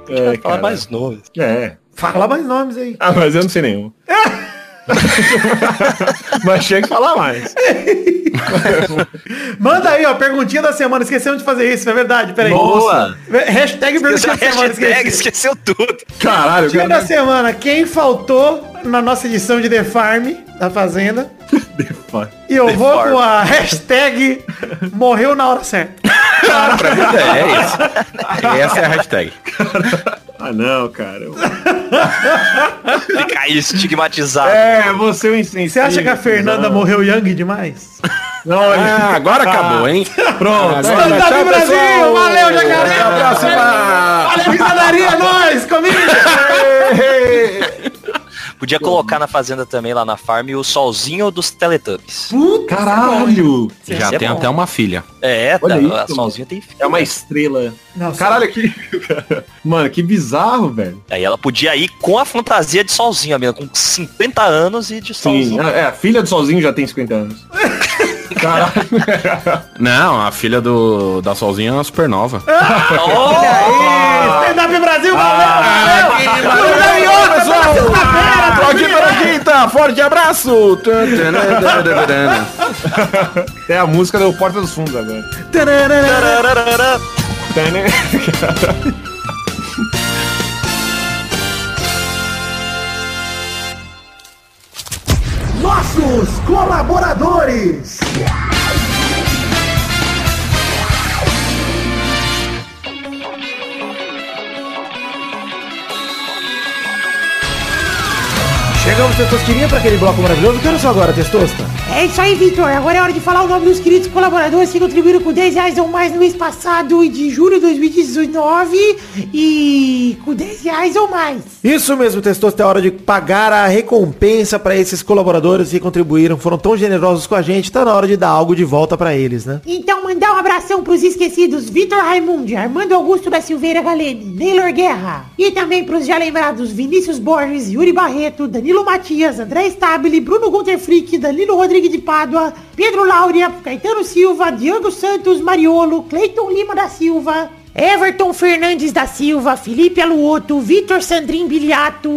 Speaker 3: É,
Speaker 5: Fala
Speaker 3: cara.
Speaker 5: mais nomes.
Speaker 3: É.
Speaker 1: Fala mais nomes aí.
Speaker 3: Ah, mas eu não sei nenhum. mas tinha que falar mais.
Speaker 1: Manda aí, ó, perguntinha da semana. Esquecemos de fazer isso, é verdade. Peraí.
Speaker 5: Boa.
Speaker 1: Hashtag perguntinha da semana.
Speaker 5: Hashtag
Speaker 1: Esqueci.
Speaker 5: é, esqueceu tudo.
Speaker 3: Caralho,
Speaker 1: Dia
Speaker 3: cara.
Speaker 1: da semana, quem faltou na nossa edição de The Farm da Fazenda? E eu vou
Speaker 5: Farm.
Speaker 1: com a hashtag morreu na hora certa.
Speaker 2: Pra mim, é, é isso. Essa é a hashtag.
Speaker 3: Ah, não, cara.
Speaker 5: Fica aí estigmatizado.
Speaker 3: É, você é um insensível.
Speaker 1: Você acha que a Fernanda morreu young demais?
Speaker 3: Não,
Speaker 2: Ah, agora acabou, hein? Pronto.
Speaker 1: Stand
Speaker 2: Agora,
Speaker 1: up
Speaker 2: tchau,
Speaker 1: Brasil!
Speaker 2: pessoal.
Speaker 1: Valeu,
Speaker 2: Até a
Speaker 1: jacaré!
Speaker 2: próxima.
Speaker 1: Valeu, risadaria, nós! Comigo!
Speaker 5: Podia colocar na fazenda também, lá na farm, o solzinho dos Teletubbies.
Speaker 3: Caralho!
Speaker 2: Já tem até uma filha.
Speaker 5: É, tá,
Speaker 3: Olha isso,
Speaker 5: a
Speaker 3: mano.
Speaker 5: solzinho tem filho.
Speaker 3: É uma estrela.
Speaker 1: Não, só-
Speaker 3: Caralho, que. Mano, que bizarro, velho.
Speaker 5: Aí ela podia ir com a fantasia de solzinho, a mina, com 50 anos e de
Speaker 3: Sim,
Speaker 5: solzinho.
Speaker 3: é, a filha do Solzinho já tem 50 anos. Caralho.
Speaker 2: Não, a filha do da Solzinha é uma supernova.
Speaker 3: tá
Speaker 1: Olha aí, Stand Up Brasil, valeu, valeu! Valeu, Ioca, toda sexta-feira,
Speaker 2: Tô aqui pela quinta, forte abraço!
Speaker 3: É a música do Porta dos Fundos agora.
Speaker 5: Tarararara.
Speaker 3: Tá, né?
Speaker 1: Nossos colaboradores! Chegamos, Testosterinha, para aquele bloco maravilhoso. Que horas são agora, Testosta?
Speaker 11: É isso aí, Vitor. Agora é hora de falar o nome dos queridos colaboradores que contribuíram com 10 reais ou mais no mês passado e de julho de 2019 e com 10 reais ou mais.
Speaker 1: Isso mesmo, Testosta, é hora de pagar a recompensa para esses colaboradores que contribuíram, foram tão generosos com a gente, tá na hora de dar algo de volta para eles, né?
Speaker 11: Então, mandar um abração pros esquecidos Vitor Raimundi, Armando Augusto da Silveira Galene, Neylor Guerra. E também pros já lembrados Vinícius Borges, Yuri Barreto, Danilo Matias, André Stabile, Bruno Gunter Frick, Danilo Rodrigues de Pádua, Pedro Laura, Caetano Silva, Diego Santos Mariolo, Cleiton Lima da Silva, Everton Fernandes da Silva, Felipe Aluoto, Vitor Sandrin Biliato,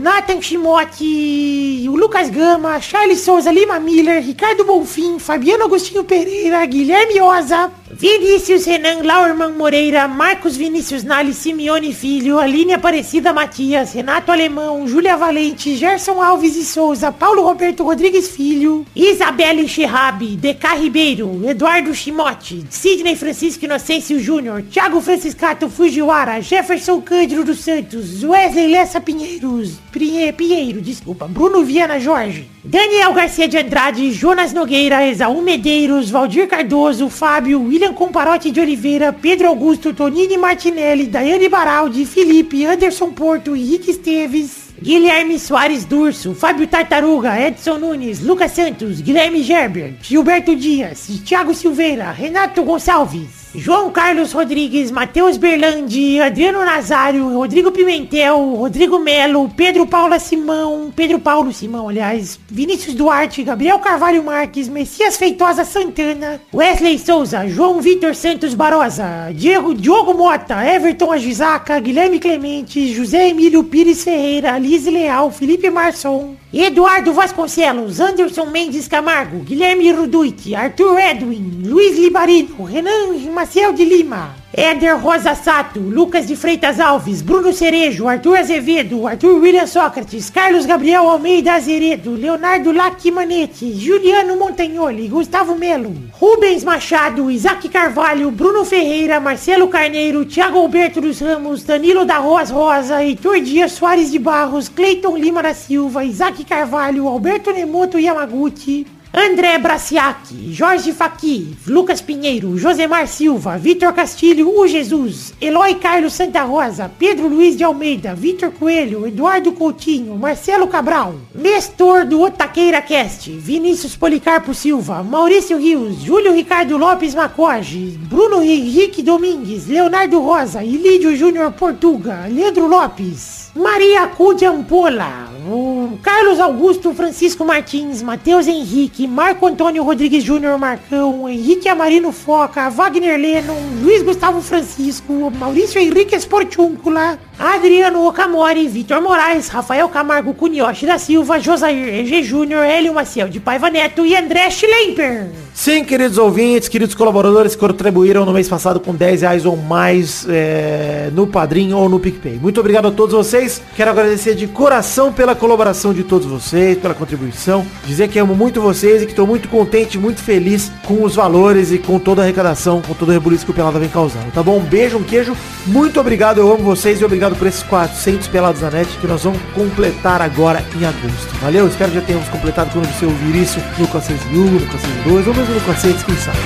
Speaker 11: Nathan Shimote, o Lucas Gama, Charles Souza, Lima Miller, Ricardo Bonfim, Fabiano Agostinho Pereira, Guilherme Oza, Vinícius Renan Laurman Moreira, Marcos Vinícius Nali, Simeone Filho, Aline Aparecida Matias, Renato Alemão, Júlia Valente, Gerson Alves e Souza, Paulo Roberto Rodrigues Filho, Isabelle Xerrabi, DK Ribeiro, Eduardo Chimote, Sidney Francisco Inocêncio Júnior, Thiago Franciscato Fujiwara, Jefferson Cândido dos Santos, Wesley Lessa Pinheiros, Pinhe- Pinheiro, desculpa, Bruno Viana Jorge, Daniel Garcia de Andrade, Jonas Nogueira, Exaú Medeiros, Valdir Cardoso, Fábio, William Comparote de Oliveira, Pedro Augusto, Tonini Martinelli, Daiane Baraldi, Felipe, Anderson Porto, Henrique Esteves, Guilherme Soares Durso, Fábio Tartaruga, Edson Nunes, Lucas Santos, Guilherme Gerber, Gilberto Dias, Thiago Silveira, Renato Gonçalves, João Carlos Rodrigues, Matheus Berlandi, Adriano Nazário, Rodrigo Pimentel, Rodrigo Melo, Pedro Paula Simão, Pedro Paulo Simão, aliás, Vinícius Duarte, Gabriel Carvalho Marques, Messias Feitosa Santana, Wesley Souza, João Vitor Santos Barosa, Diego Diogo Mota, Everton Ajizaca, Guilherme Clemente, José Emílio Pires Ferreira, Liz Leal, Felipe Marçom, Eduardo Vasconcelos, Anderson Mendes Camargo, Guilherme Ruduit, Arthur Edwin, Luiz Libarino, Renan Maciel de Lima, Éder Rosa Sato, Lucas de Freitas Alves, Bruno Cerejo, Arthur Azevedo, Arthur William Sócrates, Carlos Gabriel Almeida Azeredo, Leonardo Lacimanete, Juliano Montagnoli, Gustavo Melo, Rubens Machado, Isaac Carvalho, Bruno Ferreira, Marcelo Carneiro, Thiago Alberto dos Ramos, Danilo da Roas Rosa, Heitor Dias Soares de Barros, Cleiton Lima da Silva, Isaac Carvalho, Alberto Nemoto Yamaguchi, André Braciac, Jorge Faqui, Lucas Pinheiro, Josemar Silva, Vitor Castilho, O Jesus, Eloy Carlos Santa Rosa, Pedro Luiz de Almeida, Vitor Coelho, Eduardo Coutinho, Marcelo Cabral, Nestor do Otaqueira Cast, Vinícius Policarpo Silva, Maurício Rios, Júlio Ricardo Lopes Macoge, Bruno Henrique Domingues, Leonardo Rosa, Ilídio Júnior Portuga, Leandro Lopes, Maria Cunha Ampola, o Carlos Augusto, Francisco Martins, Matheus Henrique, Marco Antônio Rodrigues Júnior Marcão, Henrique Amarino Foca, Wagner Lennon, Luiz Gustavo Francisco, Maurício Henrique Esportúncula, Adriano Okamori, Vitor Moraes, Rafael Camargo Cunioche da Silva, Josair EG Júnior, Hélio Maciel de Paiva Neto e André Schlemper.
Speaker 1: Sim, queridos ouvintes, queridos colaboradores que contribuíram no mês passado com 10 reais ou mais é, no Padrim ou no PicPay. Muito obrigado a todos vocês. Quero agradecer de coração pela colaboração de todos vocês, pela contribuição. Dizer que amo muito vocês e que estou muito contente, muito feliz com os valores e com toda a arrecadação, Então, com todo o rebuliço que o Pelada vem causando. Tá bom? Um beijo, um queijo. Muito obrigado, eu amo vocês e obrigado por esses 400 Pelados na Net que nós vamos completar agora em agosto. Valeu? Espero que já tenhamos completado quando você ouvir isso no 401, no 402 ou mesmo no 400, quem sabe.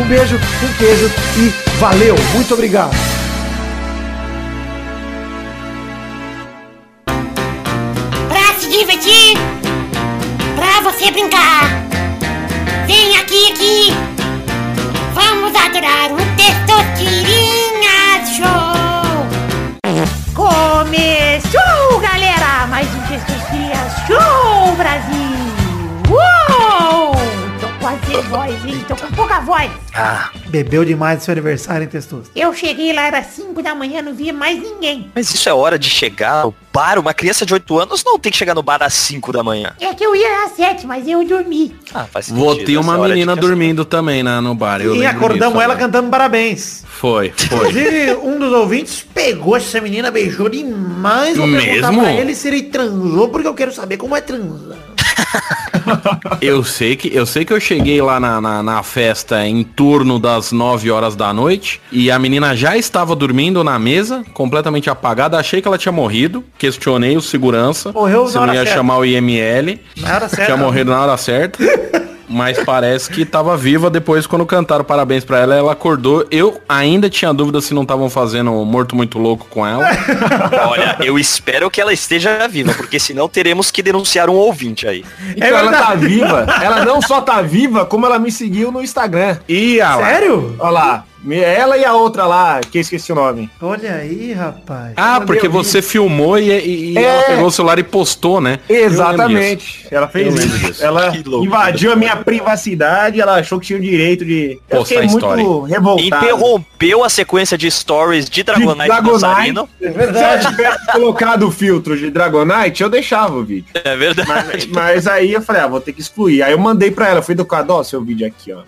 Speaker 1: Um beijo, um queijo e valeu! Muito obrigado!
Speaker 11: Pra se divertir.
Speaker 12: Vem aqui, aqui! Vamos adorar o Testosterinha Show!
Speaker 11: Começou, galera! Mais um Testosterinha Show, Brasil! Uou! Tô quase sem voz, hein? Tô com pouca voz.
Speaker 1: Ah, bebeu demais no seu aniversário, hein, Testoso?
Speaker 11: Eu cheguei lá, era 5 da manhã, não via mais ninguém.
Speaker 5: Mas isso é hora de chegar ao bar? Uma criança de 8 anos não tem que chegar no bar às 5 da manhã.
Speaker 11: É que eu ia às 7, mas eu dormi.
Speaker 2: Ah, faz sentido. Votei uma menina dormindo também na, no bar. Eu
Speaker 1: e
Speaker 2: lembro
Speaker 1: acordamos
Speaker 2: disso
Speaker 1: ela
Speaker 2: agora.
Speaker 1: cantando parabéns.
Speaker 2: Foi, foi.
Speaker 1: Inclusive, um dos ouvintes pegou essa menina, beijou demais. Vou perguntar
Speaker 2: Mesmo?
Speaker 1: pra ele se ele transou, porque eu quero saber como é transar.
Speaker 2: Eu sei que eu sei que eu cheguei lá na, na, na festa em torno das 9 horas da noite e a menina já estava dormindo na mesa, completamente apagada. Achei que ela tinha morrido. Questionei o segurança.
Speaker 1: Morreu
Speaker 2: se
Speaker 1: na
Speaker 2: não
Speaker 1: hora
Speaker 2: ia
Speaker 1: certa.
Speaker 2: chamar o IML.
Speaker 1: Na hora certa.
Speaker 2: Tinha morrido na hora certa. Mas parece que estava viva depois quando cantaram parabéns pra ela, ela acordou. Eu ainda tinha dúvida se não estavam fazendo um morto muito louco com ela.
Speaker 5: Olha, eu espero que ela esteja viva, porque senão teremos que denunciar um ouvinte aí.
Speaker 3: Então, ela tá viva. Ela não só tá viva, como ela me seguiu no Instagram.
Speaker 2: Ih, olha Ah, lá.
Speaker 1: Sério?
Speaker 3: Olha lá. Me- Ela e a outra lá, que eu esqueci o nome.
Speaker 1: Olha aí, rapaz.
Speaker 2: Ah, porque você filmou e, e- e
Speaker 3: É.
Speaker 2: ela pegou o celular e postou, né?
Speaker 3: Exatamente. Ela
Speaker 2: Eu
Speaker 3: fez
Speaker 2: lembro
Speaker 3: isso.
Speaker 2: disso.
Speaker 3: Ela
Speaker 5: Que loucura.
Speaker 3: invadiu a minha privacidade, ela achou que tinha o direito de. Eu
Speaker 2: Postar
Speaker 3: fiquei muito
Speaker 2: story.
Speaker 3: revoltado.
Speaker 5: Interrompeu a sequência de stories de Dragonite Dançarino.
Speaker 3: É verdade. Se eu tivesse colocado o filtro de Dragonite, eu deixava o vídeo.
Speaker 5: É verdade.
Speaker 3: Mas aí eu falei, ah, vou ter que excluir. Aí eu mandei pra ela, fui educado, ó, seu vídeo aqui, ó.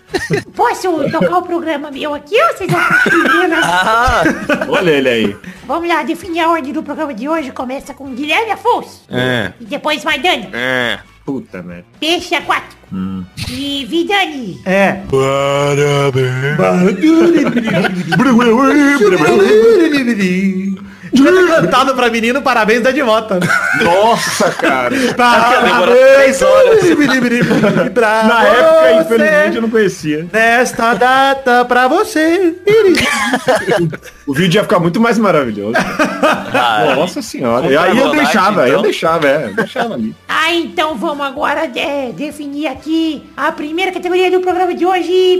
Speaker 11: Posso tocar o programa meu aqui ou vocês já estão meninas?
Speaker 5: Ah,
Speaker 3: Olha ele aí.
Speaker 11: né? Vamos lá, definir a ordem do programa de hoje. Começa com Guilherme Afonso.
Speaker 2: É.
Speaker 11: E depois Maidani.
Speaker 5: é.
Speaker 3: Puta, né? merda.
Speaker 11: Peixe aquático. E Vidani.
Speaker 1: É. Tivesse cantado pra menino, parabéns da de volta.
Speaker 3: Nossa, cara.
Speaker 5: demorou
Speaker 1: Parabéns.
Speaker 5: três horas.
Speaker 1: pra
Speaker 3: Na época,
Speaker 1: você,
Speaker 3: infelizmente, eu não conhecia.
Speaker 1: Nesta data pra você.
Speaker 3: O vídeo ia ficar muito mais maravilhoso.
Speaker 5: Ah,
Speaker 3: Nossa senhora.
Speaker 5: Com
Speaker 3: E aí eu
Speaker 5: Dragonite,
Speaker 3: deixava, eu
Speaker 5: então?
Speaker 3: deixava, é. Eu deixava ali.
Speaker 11: Ah, então vamos agora é, definir aqui a primeira categoria do programa de hoje.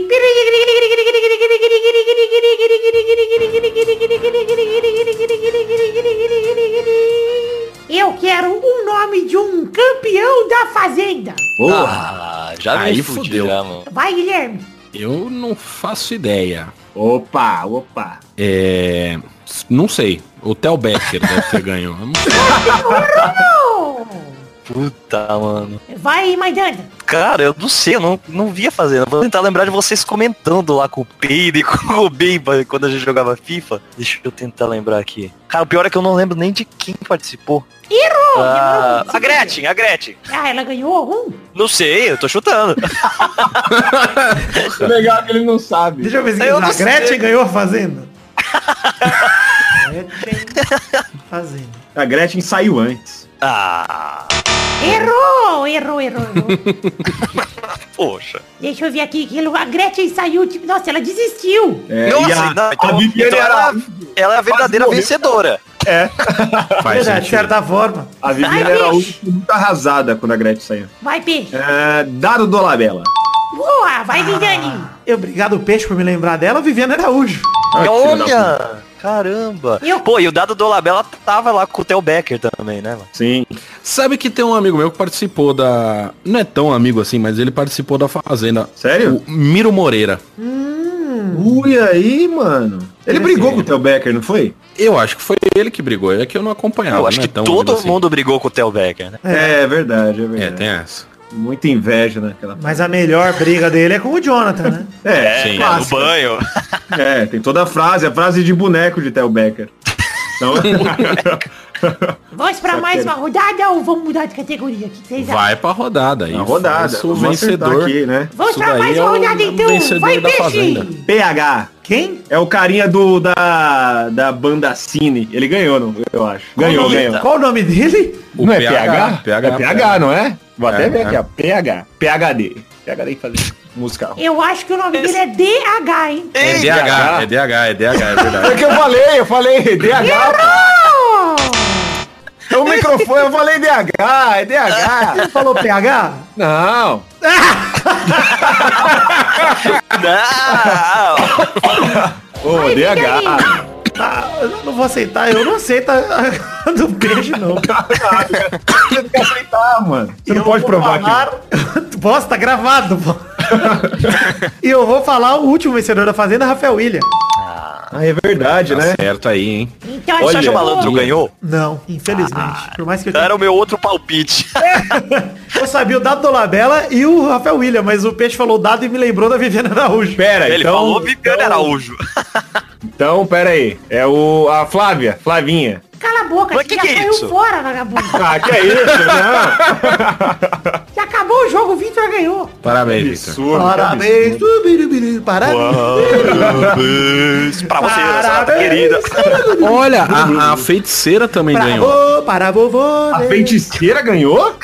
Speaker 11: Eu quero um nome de um campeão da fazenda.
Speaker 3: Porra.
Speaker 5: Ah, já me
Speaker 2: Aí
Speaker 5: fudi,
Speaker 2: fudeu.
Speaker 5: já, mano.
Speaker 11: Vai, Guilherme.
Speaker 2: Eu não faço ideia.
Speaker 5: Ah.
Speaker 3: Opa, opa.
Speaker 2: É. Não sei. O Theo Becker deve ter ganho. Eu não sei.
Speaker 5: Puta, mano.
Speaker 11: Vai, Maidana.
Speaker 5: Cara, eu não sei, eu não, não via fazendo. Vou tentar lembrar de vocês comentando lá com o Peide e com o Bimba quando a gente jogava FIFA. Deixa eu tentar lembrar aqui. Cara, o pior é que eu não lembro nem de quem participou.
Speaker 11: Errou!
Speaker 5: Ah,
Speaker 11: errou.
Speaker 5: a Gretchen, a Gretchen.
Speaker 11: Ah, ela ganhou algum?
Speaker 5: Não sei, eu tô chutando.
Speaker 3: Legal é que ele não sabe.
Speaker 1: Deixa eu ver se
Speaker 5: Eu não
Speaker 1: a
Speaker 5: sei.
Speaker 1: Gretchen ganhou a Fazenda. Gretchen Fazenda.
Speaker 3: A Gretchen saiu antes.
Speaker 5: Ah,
Speaker 11: Errou, errou, errou. errou.
Speaker 5: poxa.
Speaker 11: Deixa eu ver aqui. que A Gretchen saiu. Tipo, nossa, ela desistiu.
Speaker 3: É,
Speaker 5: Nossa,
Speaker 3: e a,
Speaker 5: não,
Speaker 3: a
Speaker 5: então,
Speaker 3: Viviane
Speaker 5: então
Speaker 3: era.
Speaker 5: ela, ela é a verdadeira
Speaker 3: morreu.
Speaker 5: vencedora.
Speaker 3: É
Speaker 2: Faz
Speaker 1: Verdade, de
Speaker 2: sentido.
Speaker 1: certa forma.
Speaker 3: A Viviane
Speaker 11: Ai,
Speaker 3: era a
Speaker 11: bicho.
Speaker 3: última muito arrasada quando a Gretchen saiu.
Speaker 11: Vai, peixe.
Speaker 3: É, Dado Dolabella.
Speaker 11: Boa, vai, Vidani.
Speaker 1: Eu obrigado, Peixe, por me lembrar dela. Viviane Araújo.
Speaker 3: Ah, que filha da puta.
Speaker 5: Olha, caramba.
Speaker 11: Eu-
Speaker 5: Pô, e o dado do Labela tava lá com o Theo Becker também, né, mano?
Speaker 3: Sim.
Speaker 2: Sabe que tem um amigo meu que participou da. Não é tão amigo assim, mas ele participou da Fazenda.
Speaker 3: Sério?
Speaker 2: O Miro Moreira.
Speaker 3: Ui, aí, mano. Ele brigou com o Theo Becker, não foi?
Speaker 2: Eu acho que foi ele que brigou. É que eu não acompanhava.
Speaker 5: Eu acho
Speaker 2: não é
Speaker 5: que
Speaker 2: tão
Speaker 5: todo
Speaker 2: amigo assim.
Speaker 5: mundo brigou com o Theo Becker, né?
Speaker 3: É, verdade, é
Speaker 2: É,
Speaker 3: verdade.
Speaker 2: tem essa.
Speaker 3: Muita inveja naquela.
Speaker 1: Mas a melhor briga dele é com o Jonathan, né?
Speaker 3: É,
Speaker 2: Sim.
Speaker 5: No
Speaker 3: clássico.
Speaker 5: banho.
Speaker 3: É, tem toda a frase, a frase de boneco de Theo Becker. Então,
Speaker 11: Vamos pra
Speaker 3: Só
Speaker 11: mais
Speaker 3: quero-
Speaker 11: uma rodada ou vamos mudar de categoria? O que
Speaker 5: é-
Speaker 11: vocês acham?
Speaker 2: Vai pra rodada aí.
Speaker 3: a é rodada.
Speaker 2: faz O
Speaker 3: Vamos acertar
Speaker 2: vencedor.
Speaker 3: aqui, né?
Speaker 11: Vamos
Speaker 2: isso
Speaker 11: pra
Speaker 2: daí
Speaker 11: mais
Speaker 2: é
Speaker 11: uma
Speaker 2: o
Speaker 11: rodada então.
Speaker 2: vencedor
Speaker 11: Vai,
Speaker 2: da
Speaker 11: peixe.
Speaker 2: Fazenda.
Speaker 3: PH.
Speaker 1: Quem?
Speaker 3: É o carinha do da, da banda Cine. Ele ganhou, não? Eu acho. Ganhou,
Speaker 1: Qual o nome-
Speaker 3: ganhou.
Speaker 1: Qual o nome dele?
Speaker 2: tá? O
Speaker 3: não
Speaker 2: PH?
Speaker 3: é PH?
Speaker 2: PH,
Speaker 3: é PH, não é? Vou até
Speaker 2: É,
Speaker 3: ver aqui,
Speaker 2: é.
Speaker 3: ó. PH. PHD. PHD que fazer música.
Speaker 11: Eu acho que o nome dele é DH, hein?
Speaker 2: É
Speaker 5: Ei,
Speaker 2: DH, é DH, é DH, é
Speaker 3: É
Speaker 2: verdade.
Speaker 3: que eu falei, eu falei DH. pô. É o microfone, eu falei DH, é DH.
Speaker 1: Você falou PH?
Speaker 3: Não.
Speaker 1: Ô, DH. Tá, eu não vou aceitar, eu não aceito a- a do beijo, não.
Speaker 3: Você tem que aceitar, mano. Você não pode provar aqui.
Speaker 1: Tu Posso, tá gravado. pô. e eu vou falar o último vencedor da Fazenda, Rafael William.
Speaker 3: Ah, é verdade, né?
Speaker 2: Certo aí, hein?
Speaker 1: Então,
Speaker 5: o Sérgio Malandro ganhou?
Speaker 1: Não, infelizmente. Por mais que eu...
Speaker 5: Era o meu outro palpite.
Speaker 1: eu sabia o dado do Labela e o Rafael William, mas o Peixe falou o dado e me lembrou da Viviana Araújo.
Speaker 3: Pera,
Speaker 5: Ele
Speaker 3: então-
Speaker 5: falou Viviane Araújo.
Speaker 3: Então, pera aí. É o, a Flávia, Flavinha.
Speaker 11: Cala a boca,
Speaker 5: Mas que
Speaker 11: você já
Speaker 5: que é
Speaker 11: saiu
Speaker 5: isso?
Speaker 11: fora, vagabundo.
Speaker 3: Ah, que é isso, não?
Speaker 11: Já acabou o jogo, o Vitor ganhou.
Speaker 2: Parabéns, Vitor.
Speaker 1: Parabéns, tubiribiri,
Speaker 5: Parabéns pra você, Renata querida.
Speaker 2: Olha, a, a feiticeira também ganhou.
Speaker 1: Parabéns, para vovô.
Speaker 3: A
Speaker 1: né?
Speaker 3: feiticeira ganhou?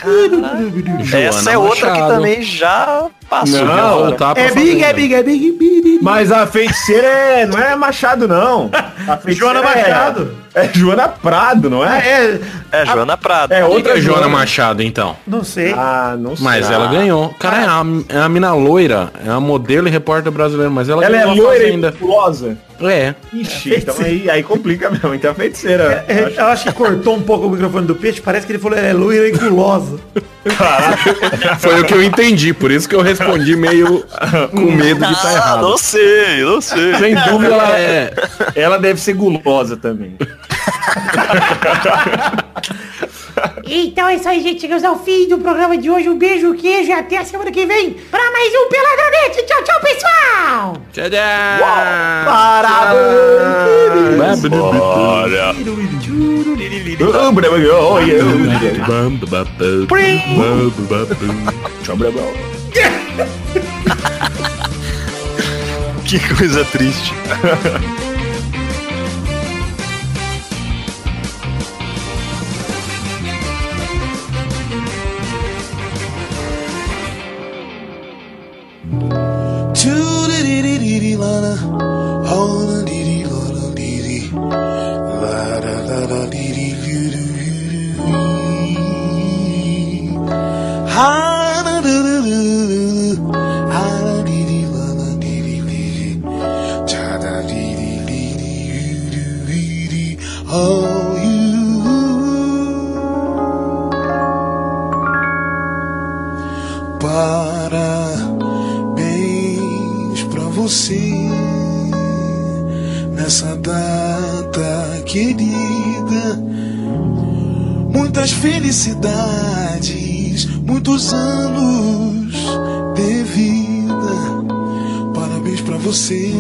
Speaker 5: Essa é
Speaker 2: Joana
Speaker 5: outra
Speaker 2: Machado.
Speaker 5: que também já passou.
Speaker 3: Não,
Speaker 5: já
Speaker 2: Vai
Speaker 5: fora.
Speaker 2: voltar pra
Speaker 1: É big,
Speaker 2: fazenda.
Speaker 1: é big, é big, big.
Speaker 3: Mas a feiticeira é, não é Machado, não. A feiticeira
Speaker 1: Joana
Speaker 3: é-
Speaker 1: Machado.
Speaker 3: É, Joana Prado, não é?
Speaker 1: É,
Speaker 5: É Joana Prado.
Speaker 3: É
Speaker 2: Quem que
Speaker 3: outra
Speaker 2: é Joana
Speaker 3: Joana.
Speaker 2: Machado, então.
Speaker 1: não sei.
Speaker 3: Ah, não sei.
Speaker 2: Mas ela ganhou. Cara, é a, é a mina loira. É a modelo e repórter brasileira, mas ela,
Speaker 3: Ela é
Speaker 2: ganhou a
Speaker 3: loira e
Speaker 2: Fazenda.
Speaker 3: musculosa?
Speaker 2: É.
Speaker 3: Ixi, então aí, aí complica mesmo. Então é feiticeira.
Speaker 1: É, eu acho que cortou um pouco o microfone do peixe, parece que ele falou, é loira e gulosa.
Speaker 2: Foi o que eu entendi, por isso que eu respondi meio com medo de estar
Speaker 5: Ah,
Speaker 2: errado.
Speaker 5: não sei, não sei.
Speaker 3: Sem dúvida, ela,
Speaker 2: É.
Speaker 3: ela deve ser gulosa também.
Speaker 11: Então é isso aí, gente. Chegamos ao fim do programa de hoje. Um beijo, queijo e até a semana que vem pra mais um Peladronete. Tchau, tchau, pessoal!
Speaker 2: Tchau, tchau.
Speaker 3: Parabéns!
Speaker 5: Que coisa triste.
Speaker 13: Parabéns pra você nessa data querida. Muitas felicidades, muitos anos de vida. Parabéns pra você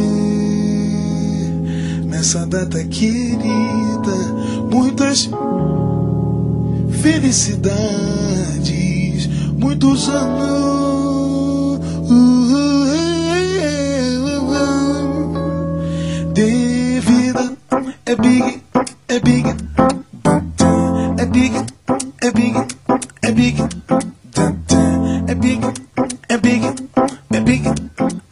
Speaker 13: nessa data querida. Muitas felicidades, muitos anos de vida. É big, é big, é big, é big, é big, é big, é big, é big,